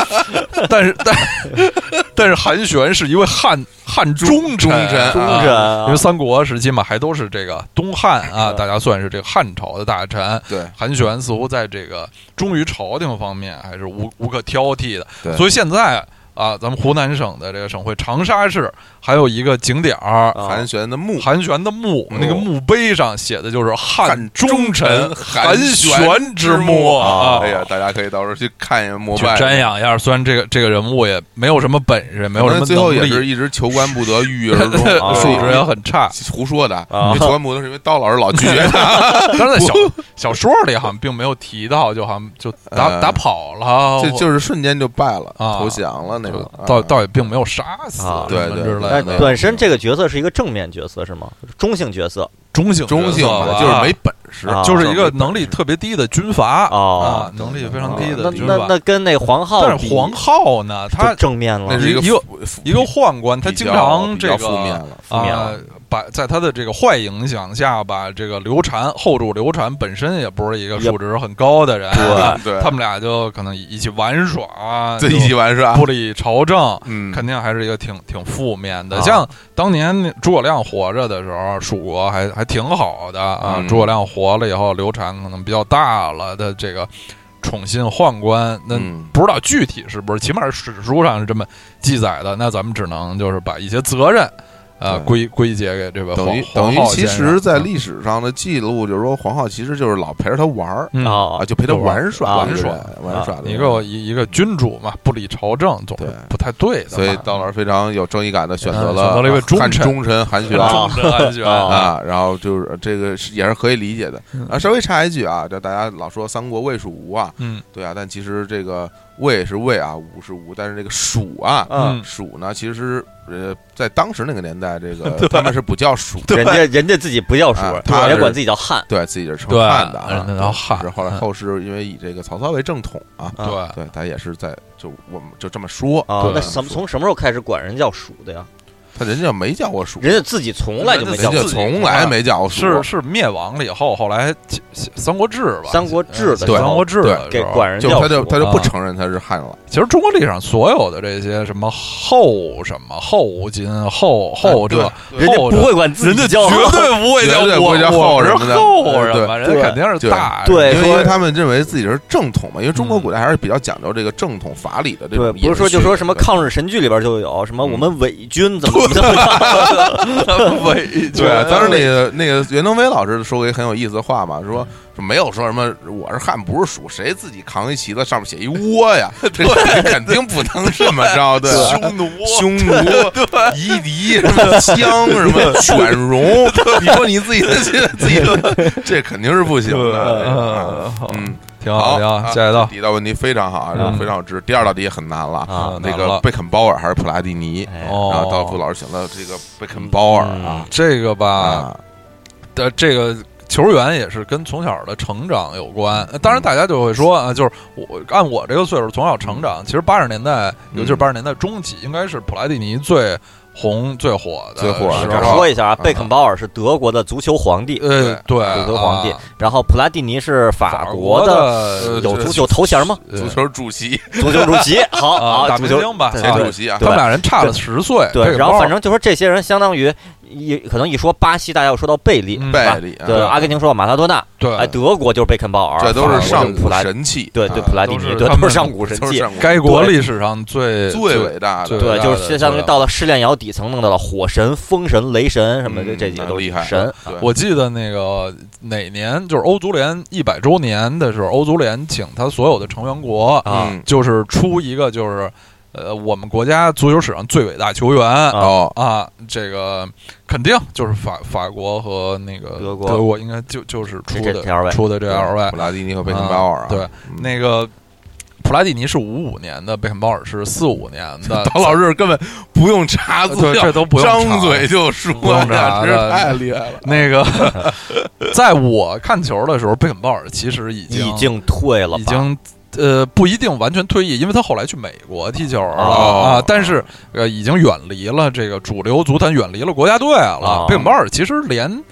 [SPEAKER 3] 但是但但是韩玄是一位汉汉忠
[SPEAKER 1] 忠臣
[SPEAKER 2] 忠
[SPEAKER 3] 啊
[SPEAKER 2] 臣啊
[SPEAKER 3] 因为三国时期嘛，还都是这个东汉啊，大家算是这个汉朝的大臣。
[SPEAKER 1] 对
[SPEAKER 3] 韩玄似乎在这个忠于朝廷方面还是无无可挑剔
[SPEAKER 1] 对
[SPEAKER 3] 的，所以现在啊，咱们湖南省的这个省会长沙市还有一个景点儿，
[SPEAKER 2] 啊
[SPEAKER 1] 韩玄的墓，
[SPEAKER 3] 韩玄的墓，
[SPEAKER 1] 哦
[SPEAKER 3] 那个墓碑上写的就是
[SPEAKER 1] 汉
[SPEAKER 3] 汉
[SPEAKER 1] 忠
[SPEAKER 3] 忠
[SPEAKER 1] 臣
[SPEAKER 3] 臣
[SPEAKER 1] 韩
[SPEAKER 3] 韩
[SPEAKER 1] 玄
[SPEAKER 3] 玄
[SPEAKER 1] 之
[SPEAKER 3] 之
[SPEAKER 1] 墓
[SPEAKER 3] 墓
[SPEAKER 1] 啊
[SPEAKER 3] 啊
[SPEAKER 1] 哎。呀，大家可以到时候去看一眼膜
[SPEAKER 3] 去
[SPEAKER 1] 拜，
[SPEAKER 3] 瞻仰一下，虽然这个这个人物也没有什么本事，也没有
[SPEAKER 1] 可能
[SPEAKER 3] 什么
[SPEAKER 1] 最后
[SPEAKER 3] 能
[SPEAKER 1] 也是
[SPEAKER 3] 力，
[SPEAKER 1] 一直求官不得，郁郁而 终
[SPEAKER 2] 啊，
[SPEAKER 1] 是
[SPEAKER 3] 数值也
[SPEAKER 1] 因为
[SPEAKER 3] 很差。
[SPEAKER 1] 胡说的，
[SPEAKER 2] 啊
[SPEAKER 1] 因为求官不得是因为刀老师老拒绝 他，
[SPEAKER 3] 但是在小小说里好像并没有提到，就好像就打
[SPEAKER 1] 呃
[SPEAKER 3] 打跑了，
[SPEAKER 1] 就
[SPEAKER 3] 或
[SPEAKER 1] 就是瞬间就败了，
[SPEAKER 3] 哦啊
[SPEAKER 1] 投降了那种，
[SPEAKER 3] 倒
[SPEAKER 1] 啊
[SPEAKER 3] 倒也并没有杀死
[SPEAKER 2] 啊
[SPEAKER 3] 什么
[SPEAKER 1] 对对
[SPEAKER 3] 之
[SPEAKER 1] 对
[SPEAKER 3] 类的
[SPEAKER 2] 但
[SPEAKER 1] 对
[SPEAKER 2] 本身这个角色是一个正面角色是吗？中性角色
[SPEAKER 3] 中性
[SPEAKER 1] 中性
[SPEAKER 3] 角色
[SPEAKER 1] 吧，
[SPEAKER 3] 吧
[SPEAKER 1] 就是没本事
[SPEAKER 2] 啊，
[SPEAKER 3] 就是一个能力特别低的军阀
[SPEAKER 2] 哦
[SPEAKER 3] 啊，能力非常低
[SPEAKER 2] 那
[SPEAKER 3] 的军
[SPEAKER 2] 那
[SPEAKER 3] 阀。
[SPEAKER 2] 那跟那黄浩
[SPEAKER 3] 但是
[SPEAKER 2] 比
[SPEAKER 3] 黄浩呢，
[SPEAKER 2] 就
[SPEAKER 3] 他
[SPEAKER 2] 正面
[SPEAKER 1] 那
[SPEAKER 2] 了
[SPEAKER 1] 是一个
[SPEAKER 3] 一个
[SPEAKER 1] 负负
[SPEAKER 3] 一个宦官，他
[SPEAKER 1] 比
[SPEAKER 3] 经
[SPEAKER 1] 较
[SPEAKER 3] 常
[SPEAKER 1] 比
[SPEAKER 3] 这
[SPEAKER 1] 较
[SPEAKER 3] 个
[SPEAKER 1] 负面了，
[SPEAKER 2] 负面
[SPEAKER 3] 啊
[SPEAKER 2] 了，
[SPEAKER 3] 把在他的这个坏影响下，把这个刘禅后主刘禅本身也不是一个
[SPEAKER 2] 也
[SPEAKER 3] 数值很高的人，啊
[SPEAKER 1] 对
[SPEAKER 3] 他们俩就可能一起玩耍啊，
[SPEAKER 1] 这一
[SPEAKER 3] 就
[SPEAKER 1] 起完是吧？
[SPEAKER 3] 不理朝政，
[SPEAKER 1] 嗯，
[SPEAKER 3] 肯定还是一个挺挺负面的。
[SPEAKER 2] 啊
[SPEAKER 3] 像当年那诸葛亮活着的时候，蜀国还还挺好的啊。
[SPEAKER 1] 嗯
[SPEAKER 3] 诸葛亮活了以后，刘禅可能比较大了的这个宠信宦官，那
[SPEAKER 1] 嗯
[SPEAKER 3] 不知道具体是不是，起码史书上是这么记载的。那咱们只能就是把一些责任。呃，
[SPEAKER 1] 对
[SPEAKER 3] 归归结给这个
[SPEAKER 1] 等于
[SPEAKER 3] 呃黄
[SPEAKER 1] 等于，
[SPEAKER 3] 黄浩
[SPEAKER 1] 其
[SPEAKER 3] 先生
[SPEAKER 1] 实，在
[SPEAKER 3] 嗯
[SPEAKER 1] 历史上的记录就是说，黄浩其实就是老陪着他玩儿
[SPEAKER 3] 嗯
[SPEAKER 2] 啊
[SPEAKER 1] 啊，就陪他玩耍
[SPEAKER 2] 啊
[SPEAKER 1] 玩耍
[SPEAKER 3] 啊
[SPEAKER 1] 玩耍的
[SPEAKER 3] 一个一一个君主嘛，不理朝政，总
[SPEAKER 1] 对
[SPEAKER 3] 是不太对的嘛。
[SPEAKER 1] 所以道老师非常有正义感的选择
[SPEAKER 3] 嗯选择了一位忠
[SPEAKER 1] 汉
[SPEAKER 3] 臣
[SPEAKER 1] 忠臣韩玄
[SPEAKER 2] 啊
[SPEAKER 3] 忠贞安全
[SPEAKER 2] 啊
[SPEAKER 1] 啊，然后就是这个是也是可以理解的
[SPEAKER 3] 嗯
[SPEAKER 1] 啊。稍微插一句啊，就大家老说三国魏蜀吴啊，
[SPEAKER 3] 嗯
[SPEAKER 1] 对啊，但其实这个魏是魏啊，吴是吴，但是这个蜀啊，
[SPEAKER 2] 嗯，
[SPEAKER 1] 蜀呢，其实呃，在当时那个年代，这 个他们是不叫蜀，
[SPEAKER 2] 人家人家自己不叫蜀
[SPEAKER 1] 啊，他
[SPEAKER 2] 人家
[SPEAKER 1] 是
[SPEAKER 2] 管自己叫汉，
[SPEAKER 1] 对自己是称
[SPEAKER 3] 对
[SPEAKER 1] 汉的啊
[SPEAKER 3] 人，家叫汉
[SPEAKER 1] 是后来
[SPEAKER 3] 嗯
[SPEAKER 1] 后世因为以这个曹操为正统啊，
[SPEAKER 2] 啊
[SPEAKER 3] 对，
[SPEAKER 1] 对他也是在就我们就这么说
[SPEAKER 2] 啊
[SPEAKER 3] 对，
[SPEAKER 2] 那什么从什么时候开始管人叫蜀的呀？
[SPEAKER 1] 他人家没叫过蜀，
[SPEAKER 2] 人家自己啊从来就没
[SPEAKER 1] 人家
[SPEAKER 2] 叫过
[SPEAKER 3] 自己
[SPEAKER 1] 从来没叫过蜀，
[SPEAKER 3] 是是灭亡了以后，后来起起三国志吧，
[SPEAKER 2] 三国志的时
[SPEAKER 3] 呃
[SPEAKER 2] 候
[SPEAKER 3] 三国志的
[SPEAKER 2] 给
[SPEAKER 3] 时候
[SPEAKER 2] 管人
[SPEAKER 1] 就
[SPEAKER 2] 叫
[SPEAKER 1] 他
[SPEAKER 2] 蜀，
[SPEAKER 1] 就他就不
[SPEAKER 3] 啊
[SPEAKER 1] 承认他是汉了，
[SPEAKER 3] 其实中国历史上所有的这些什么后什么后金后后这
[SPEAKER 1] 哎对，
[SPEAKER 2] 人家
[SPEAKER 3] 后
[SPEAKER 2] 不会管自
[SPEAKER 3] 啊人
[SPEAKER 2] 己
[SPEAKER 3] 家
[SPEAKER 2] 叫
[SPEAKER 3] 绝 对不会
[SPEAKER 1] 绝对
[SPEAKER 3] 叫
[SPEAKER 1] 不
[SPEAKER 3] 我
[SPEAKER 1] 会叫后
[SPEAKER 3] 我是
[SPEAKER 1] 什么的
[SPEAKER 3] 后什么，
[SPEAKER 1] 对
[SPEAKER 3] 人家肯定是
[SPEAKER 1] 对
[SPEAKER 3] 大
[SPEAKER 2] 对
[SPEAKER 1] 因为因
[SPEAKER 2] 说
[SPEAKER 1] 为他们认为自己是正统嘛，因为中国古代还是比较讲究这个正统法理的这种
[SPEAKER 2] 对，
[SPEAKER 1] 饮食学，
[SPEAKER 2] 不是说就说什么
[SPEAKER 1] 对
[SPEAKER 2] 抗日神剧里边就有什么
[SPEAKER 1] 嗯
[SPEAKER 2] 我们伪军 怎么怎么样，
[SPEAKER 3] 伪
[SPEAKER 1] 对，啊当时那个那个袁腾飞老师说过一个很有意思的话嘛，说说没有说什么我是汉不是蜀，谁自己扛一旗子上面写一窝 呀，这肯定不能这么着，对吧。
[SPEAKER 3] 匈奴
[SPEAKER 1] 匈奴、夷狄、什么羌、什么犬戎，你说你自己的自己的，这肯定是不行的。
[SPEAKER 3] 嗯，好
[SPEAKER 1] 嗯，
[SPEAKER 3] 挺
[SPEAKER 1] 好
[SPEAKER 3] 好，挺
[SPEAKER 1] 啊
[SPEAKER 3] 好，下一道
[SPEAKER 1] 第一道问题非常好啊，这个
[SPEAKER 3] 嗯
[SPEAKER 1] 非常有知识。第二道题也很难了
[SPEAKER 2] 啊
[SPEAKER 1] 那
[SPEAKER 3] 难
[SPEAKER 1] 个
[SPEAKER 3] 了
[SPEAKER 1] 贝肯鲍尔还是普拉蒂尼？
[SPEAKER 2] 哎
[SPEAKER 3] 哦，嗯
[SPEAKER 1] 然后道夫老师选了这个贝肯鲍尔啊
[SPEAKER 3] 这个吧，
[SPEAKER 1] 啊，
[SPEAKER 3] 的这个球员也是跟从小的成长有关。呃当然，大家就会说啊，就是我按我这个岁数从小成长，其实八十年代，尤其是八十年代中期，应该是普莱蒂尼最红、最火的
[SPEAKER 1] 最火的
[SPEAKER 3] 时
[SPEAKER 1] 时
[SPEAKER 3] 候。
[SPEAKER 1] 候
[SPEAKER 2] 说一下啊，贝肯鲍尔是德国的足球皇帝，
[SPEAKER 3] 呃，对，
[SPEAKER 2] 德国皇帝
[SPEAKER 3] 啊，
[SPEAKER 2] 然后普拉蒂尼是法
[SPEAKER 3] 国
[SPEAKER 2] 的
[SPEAKER 1] 呃
[SPEAKER 2] 有
[SPEAKER 1] 这
[SPEAKER 2] 足球头衔吗？
[SPEAKER 3] 呃
[SPEAKER 1] 足球主席，
[SPEAKER 2] 足球主席，好
[SPEAKER 3] 啊，
[SPEAKER 2] 好，
[SPEAKER 3] 大
[SPEAKER 2] 足
[SPEAKER 3] 明
[SPEAKER 2] 球
[SPEAKER 3] 星吧，
[SPEAKER 2] 对
[SPEAKER 1] 前
[SPEAKER 3] 啊
[SPEAKER 1] 主席啊
[SPEAKER 2] 啊对，
[SPEAKER 3] 他们俩人差了十岁，这
[SPEAKER 2] 对，
[SPEAKER 3] 个
[SPEAKER 2] 然后
[SPEAKER 3] 包
[SPEAKER 2] 反正就说这些人相当于一可能一说巴西，大家要说到贝利，
[SPEAKER 3] 嗯
[SPEAKER 2] 对吧
[SPEAKER 1] 贝利啊嗯
[SPEAKER 2] 对，阿根廷说马拉多纳，
[SPEAKER 3] 对
[SPEAKER 2] 哎，德国就是贝肯鲍尔，
[SPEAKER 1] 这都是
[SPEAKER 2] 法国
[SPEAKER 1] 上
[SPEAKER 2] 啊就是普
[SPEAKER 1] 古
[SPEAKER 2] 拉，
[SPEAKER 1] 神器，
[SPEAKER 2] 对对，
[SPEAKER 1] 啊
[SPEAKER 2] 普拉蒂
[SPEAKER 3] 都
[SPEAKER 2] 尼，
[SPEAKER 3] 是
[SPEAKER 2] 对，
[SPEAKER 3] 他们
[SPEAKER 2] 都是上古神
[SPEAKER 1] 都是
[SPEAKER 2] 器
[SPEAKER 1] 上，古
[SPEAKER 3] 该国
[SPEAKER 2] 对
[SPEAKER 3] 历史上最
[SPEAKER 1] 最伟大的
[SPEAKER 3] 最
[SPEAKER 2] 对，就是
[SPEAKER 3] 对
[SPEAKER 2] 相当于
[SPEAKER 3] 对
[SPEAKER 2] 到了试炼窑底层，弄到了火神、风神、雷神什么的，
[SPEAKER 1] 嗯
[SPEAKER 2] 这些
[SPEAKER 1] 那
[SPEAKER 2] 都
[SPEAKER 1] 厉
[SPEAKER 2] 是
[SPEAKER 1] 害
[SPEAKER 2] 神。啊
[SPEAKER 1] 对
[SPEAKER 3] 我记得那个哪年，就是欧足联一百周年的时候，欧足联请他所有的成员国，
[SPEAKER 2] 啊
[SPEAKER 1] 嗯
[SPEAKER 3] 就是出一个就是，呃，我们国家足球史上最伟大球员啊
[SPEAKER 1] 哦，
[SPEAKER 3] 这个肯定就是法法国和那个
[SPEAKER 2] 德国
[SPEAKER 3] 应该就就是
[SPEAKER 2] 是
[SPEAKER 3] 出
[SPEAKER 2] 这条呗
[SPEAKER 3] 的出的这二位
[SPEAKER 1] 普，拉蒂尼和嗯贝肯鲍尔啊，
[SPEAKER 3] 嗯对
[SPEAKER 1] 嗯，，
[SPEAKER 3] 那个普拉蒂尼是五五年的，贝肯鲍尔是四五年的
[SPEAKER 1] 唐老师根本不用查资
[SPEAKER 3] 啊对，
[SPEAKER 1] 料
[SPEAKER 3] 这，都不用查
[SPEAKER 1] 张嘴就说
[SPEAKER 3] 不用
[SPEAKER 1] 呀，
[SPEAKER 3] 查
[SPEAKER 1] 真是
[SPEAKER 3] 的
[SPEAKER 1] 太厉害了。
[SPEAKER 3] 那个，在我看球的时候，贝肯鲍尔其实已经
[SPEAKER 2] 已经退了吧，
[SPEAKER 3] 已经呃不一定完全退役，因为他后来去美国踢球了、
[SPEAKER 1] 哦
[SPEAKER 3] 啊，但是呃已经远离了这个主流足坛，远离了国家队
[SPEAKER 2] 哦
[SPEAKER 3] 了。贝肯鲍尔其实连。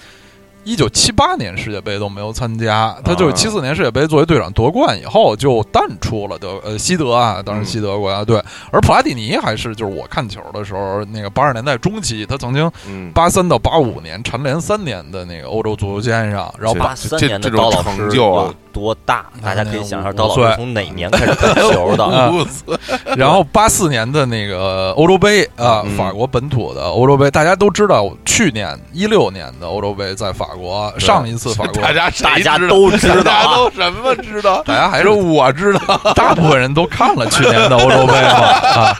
[SPEAKER 3] 一九七八年世界杯都没有参加，
[SPEAKER 2] 哦
[SPEAKER 3] 他就是七四年世界杯作为队长夺冠以后就淡出了德呃西德啊，当时
[SPEAKER 2] 嗯
[SPEAKER 3] 西德国家队。而普拉蒂尼还是就是我看球的时候，那个八十年代中期，他曾经
[SPEAKER 1] 嗯，
[SPEAKER 3] 八三到八五年蝉联三年的那个欧洲足球先上，然后
[SPEAKER 1] 这
[SPEAKER 3] 八
[SPEAKER 2] 八三
[SPEAKER 1] 这
[SPEAKER 2] 年的
[SPEAKER 1] 这种
[SPEAKER 2] 刀老
[SPEAKER 1] 成
[SPEAKER 2] 师
[SPEAKER 1] 就啊
[SPEAKER 2] 有多大？大家可以想一下，刀
[SPEAKER 3] 嗯五
[SPEAKER 2] 老
[SPEAKER 3] 岁嗯
[SPEAKER 2] 师从哪年开始看球的？
[SPEAKER 1] 五啊次
[SPEAKER 3] 然后八四年的那个欧洲杯啊、
[SPEAKER 1] 嗯
[SPEAKER 3] 法国本土的欧洲杯，大家都知道，去年一六年的欧洲杯在法国，上一次法 国，
[SPEAKER 1] 大家谁
[SPEAKER 2] 大家
[SPEAKER 1] 知道
[SPEAKER 2] 都知
[SPEAKER 1] 大
[SPEAKER 2] 道
[SPEAKER 1] 家
[SPEAKER 2] 啊，
[SPEAKER 1] 都什么知 道？
[SPEAKER 3] 大家还
[SPEAKER 1] 是
[SPEAKER 3] 是
[SPEAKER 1] 我知道，
[SPEAKER 3] 大部分人都看了去年的欧洲杯嘛啊，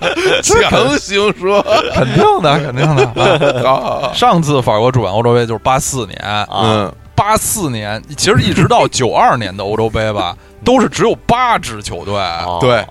[SPEAKER 1] 强行说，
[SPEAKER 3] 肯定的，肯定的。
[SPEAKER 1] 啊嗯
[SPEAKER 3] 啊、上次法国主办欧洲杯就是八四年，
[SPEAKER 2] 啊，
[SPEAKER 3] 八四年其实一直到九二年的欧洲杯吧，都是只有八支球队。
[SPEAKER 2] 哦
[SPEAKER 1] 对，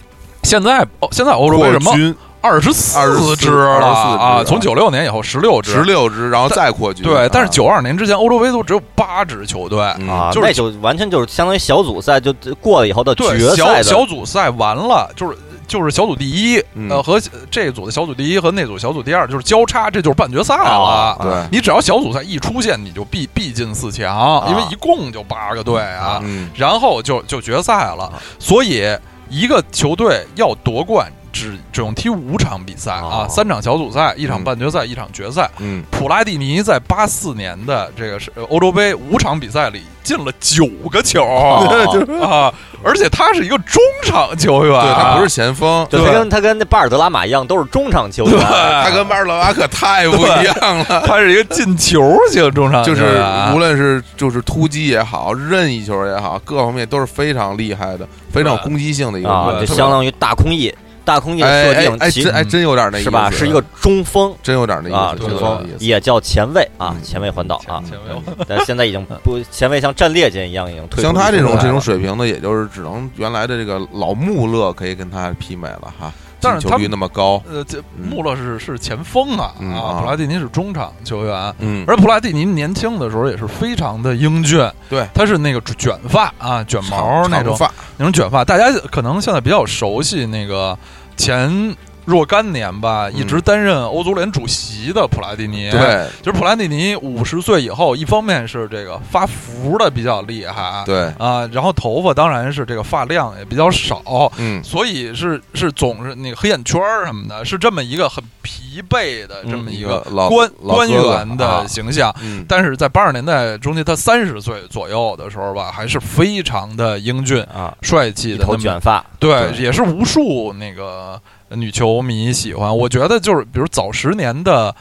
[SPEAKER 3] 现在哦现在欧洲杯什么
[SPEAKER 1] 扩军
[SPEAKER 3] 二十四
[SPEAKER 1] 24
[SPEAKER 3] 支了啊，
[SPEAKER 1] 支
[SPEAKER 3] 从九六年以后十六支
[SPEAKER 1] 十。六支，然后再扩军。
[SPEAKER 3] 对，但是
[SPEAKER 1] 啊
[SPEAKER 3] 九二年之前欧洲杯都只有八支球队，
[SPEAKER 1] 嗯
[SPEAKER 2] 啊，
[SPEAKER 3] 就是
[SPEAKER 2] 那就完全就是相当于小组赛就过了以后的
[SPEAKER 3] 对
[SPEAKER 2] 决
[SPEAKER 3] 小
[SPEAKER 2] 赛的
[SPEAKER 3] 小组赛完了就是。就是小组第一，
[SPEAKER 1] 嗯
[SPEAKER 3] 呃，和这组的小组第一和那组小组第二就是交叉，这就是半决赛
[SPEAKER 2] 啊
[SPEAKER 3] 了。
[SPEAKER 1] 对，
[SPEAKER 3] 你只要小组赛一出现，你就必必进四强，因为一共就八个队啊，
[SPEAKER 1] 嗯，
[SPEAKER 3] 然后就就决赛了。所以一个球队要夺冠，只只用踢五场比赛啊
[SPEAKER 2] 啊，
[SPEAKER 3] 三场小组赛，一场
[SPEAKER 1] 嗯
[SPEAKER 3] 半决赛，一场决赛。
[SPEAKER 1] 嗯，
[SPEAKER 3] 普拉蒂尼在八四年的这个是呃欧洲杯五场比赛里进了九 个球
[SPEAKER 2] 哦
[SPEAKER 3] 啊，而且他是一个中场球员，
[SPEAKER 1] 对
[SPEAKER 2] 啊
[SPEAKER 1] 他不 是前锋，
[SPEAKER 2] 就他
[SPEAKER 3] 对
[SPEAKER 2] 跟他跟那巴尔德拉马一样，都是中场球 员。
[SPEAKER 1] 他跟巴尔德拉可太不一样 了。
[SPEAKER 3] 他是一个进球型中场球
[SPEAKER 1] 就是
[SPEAKER 3] 员，
[SPEAKER 2] 啊
[SPEAKER 1] 无论是就是突击也好，任意球也好，各方面都是非常厉害的，非常有攻击性的一个
[SPEAKER 2] 啊，
[SPEAKER 1] 人
[SPEAKER 2] 就相当于大空翼。大空翼的
[SPEAKER 1] 哎
[SPEAKER 2] 设
[SPEAKER 1] 哎
[SPEAKER 2] 定
[SPEAKER 1] 哎，
[SPEAKER 2] 其
[SPEAKER 1] 真哎真有点那意思，啊
[SPEAKER 2] 是吧？是一个中锋
[SPEAKER 1] 真有点那
[SPEAKER 2] 啊，
[SPEAKER 1] 意思，
[SPEAKER 2] 中
[SPEAKER 1] 真有点那
[SPEAKER 2] 锋
[SPEAKER 1] 意思。
[SPEAKER 2] 也叫前卫啊
[SPEAKER 1] 嗯，
[SPEAKER 2] 前卫环岛啊，
[SPEAKER 3] 前前卫
[SPEAKER 2] 但现在已经不前卫像战列舰一样已经退出
[SPEAKER 1] 像他这种
[SPEAKER 2] 出来
[SPEAKER 1] 这种
[SPEAKER 2] 了
[SPEAKER 1] 水平的，也就是只能原来的这个老穆勒可以跟他媲美了哈。
[SPEAKER 3] 但是
[SPEAKER 1] 进
[SPEAKER 3] 他
[SPEAKER 1] 球率那么高，
[SPEAKER 3] 呃，这
[SPEAKER 1] 嗯
[SPEAKER 3] 穆勒是是前锋啊
[SPEAKER 1] 嗯
[SPEAKER 3] 啊，
[SPEAKER 1] 啊
[SPEAKER 3] 普拉蒂尼是中场球员。
[SPEAKER 1] 嗯，
[SPEAKER 3] 而普拉蒂尼年轻的时候也是非常的英俊，
[SPEAKER 1] 对，
[SPEAKER 3] 他是那个卷发啊，卷毛
[SPEAKER 1] 嗯长
[SPEAKER 3] 那种
[SPEAKER 1] 长发
[SPEAKER 3] 那种卷发，大家可能现在比较熟悉那个前若干年吧，一直担任欧足联主席的普拉蒂尼。，
[SPEAKER 1] 对
[SPEAKER 3] 就是普拉蒂尼五十岁以后，一方面是这个发福的比较厉害，
[SPEAKER 1] 对，
[SPEAKER 3] 啊，然后头发当然是这个发量也比较少，
[SPEAKER 1] 嗯，
[SPEAKER 3] 所以是是总是那个黑眼圈儿什么的，是这么一个很疲惫的这么一个
[SPEAKER 1] 老
[SPEAKER 3] 官、
[SPEAKER 1] 老
[SPEAKER 3] 官
[SPEAKER 1] 哥哥
[SPEAKER 3] 员的
[SPEAKER 1] 啊
[SPEAKER 3] 形象。
[SPEAKER 1] 嗯，
[SPEAKER 3] 但是在八十年代中期，他三十岁左右的时候吧，还是非常的英俊、
[SPEAKER 2] 啊，
[SPEAKER 3] 帅气
[SPEAKER 2] 一
[SPEAKER 3] 的那
[SPEAKER 2] 头
[SPEAKER 3] 么，
[SPEAKER 2] 卷发，
[SPEAKER 3] 对，
[SPEAKER 1] 对
[SPEAKER 3] 也是无数那个女球迷喜欢。我觉得就是，比如早十年的。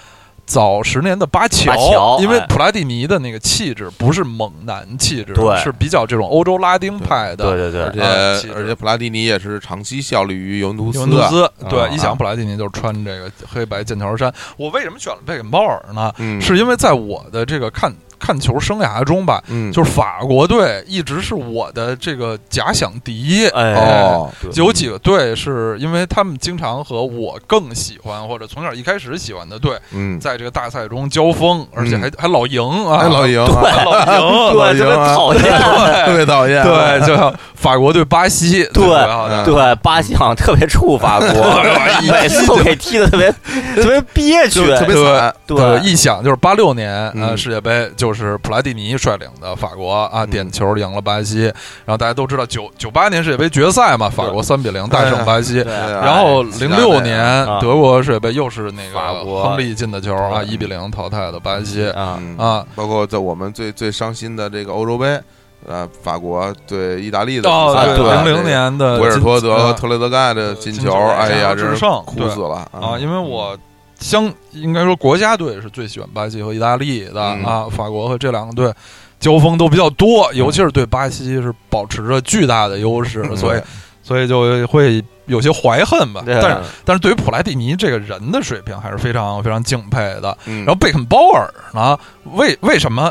[SPEAKER 3] 早十年的巴乔，
[SPEAKER 2] 巴乔
[SPEAKER 3] 因为
[SPEAKER 2] 哎
[SPEAKER 3] 普拉蒂尼的那个气质不是猛男气质，
[SPEAKER 2] 对
[SPEAKER 3] 是比较这种欧洲拉丁派的
[SPEAKER 2] 对对对
[SPEAKER 1] 而，且
[SPEAKER 3] 啊气质
[SPEAKER 1] 而且普拉蒂尼也是长期效力于尤文图
[SPEAKER 3] 尤
[SPEAKER 1] 斯
[SPEAKER 3] 文图
[SPEAKER 1] 啊，
[SPEAKER 3] 斯，对，
[SPEAKER 2] 啊
[SPEAKER 3] 一想普拉蒂尼就穿这个黑白剑条衫。我为什么选了贝肯鲍尔呢？
[SPEAKER 1] 嗯，
[SPEAKER 3] 是因为在我的这个看看球生涯中吧，
[SPEAKER 1] 嗯，
[SPEAKER 3] 就是法国队一直是我的这个假想敌。
[SPEAKER 2] 哎
[SPEAKER 1] 哦，
[SPEAKER 2] 对
[SPEAKER 3] 有几个队是因为他们经常和我更喜欢或者从小一开始喜欢的队，
[SPEAKER 1] 嗯，
[SPEAKER 3] 在这个大赛中交锋，而且还还老赢啊，
[SPEAKER 1] 哎，老赢啊，
[SPEAKER 3] 还老赢，
[SPEAKER 1] 老
[SPEAKER 2] 对，
[SPEAKER 1] 赢
[SPEAKER 2] 特别
[SPEAKER 1] 啊
[SPEAKER 2] 讨 厌。
[SPEAKER 1] 特别讨厌，啊
[SPEAKER 3] 对，就像法国对巴西，
[SPEAKER 2] 对
[SPEAKER 3] 特别好
[SPEAKER 1] 嗯
[SPEAKER 3] 的
[SPEAKER 2] 对，巴西好像特别 怵法
[SPEAKER 1] 哎
[SPEAKER 2] 国，每次都给踢的特别特别憋屈
[SPEAKER 1] 就，特别惨，
[SPEAKER 3] 呃，
[SPEAKER 2] 对，
[SPEAKER 3] 一想就是八六年呃
[SPEAKER 1] 嗯
[SPEAKER 3] 世界杯，就是普拉蒂尼率领的法国啊
[SPEAKER 1] 嗯
[SPEAKER 3] 点球赢了巴西，然后大家都知道九九八年世界杯决赛嘛，法国三比零大胜巴西。
[SPEAKER 2] 对
[SPEAKER 1] 对啊
[SPEAKER 3] 然后零六年
[SPEAKER 2] 啊
[SPEAKER 3] 德国世界杯又是那
[SPEAKER 2] 法
[SPEAKER 3] 个
[SPEAKER 2] 国
[SPEAKER 3] 亨利进的球啊，
[SPEAKER 2] 嗯
[SPEAKER 3] 一比零淘汰了巴西
[SPEAKER 2] 啊，
[SPEAKER 1] 嗯
[SPEAKER 3] 啊。
[SPEAKER 1] 包括在我们最最伤心的这个欧洲杯，呃，法国对意大利的
[SPEAKER 3] 到
[SPEAKER 1] 比赛
[SPEAKER 2] 对
[SPEAKER 1] 吧
[SPEAKER 3] 哦零零年的
[SPEAKER 1] 维尔
[SPEAKER 3] 金
[SPEAKER 1] 托德和
[SPEAKER 3] 啊
[SPEAKER 1] 特雷泽盖的进
[SPEAKER 3] 金球
[SPEAKER 1] 球，哎呀，
[SPEAKER 3] 制
[SPEAKER 1] 真是
[SPEAKER 3] 胜
[SPEAKER 1] 哭
[SPEAKER 3] 对
[SPEAKER 1] 死了嗯
[SPEAKER 3] 啊，因为我相应该说国家队是最喜欢巴西和意大利的、
[SPEAKER 1] 嗯
[SPEAKER 3] 啊，法国和这两个队交锋都比较多，尤其是对巴西是保持着巨大的优势，
[SPEAKER 1] 嗯
[SPEAKER 3] 所以所以就会有些怀恨吧。
[SPEAKER 2] 对
[SPEAKER 3] 但
[SPEAKER 1] 啊
[SPEAKER 3] 是但是对于普莱蒂尼这个人的水平还是非常非常敬佩的。
[SPEAKER 1] 嗯
[SPEAKER 3] 然后贝肯鲍尔呢，为为什么？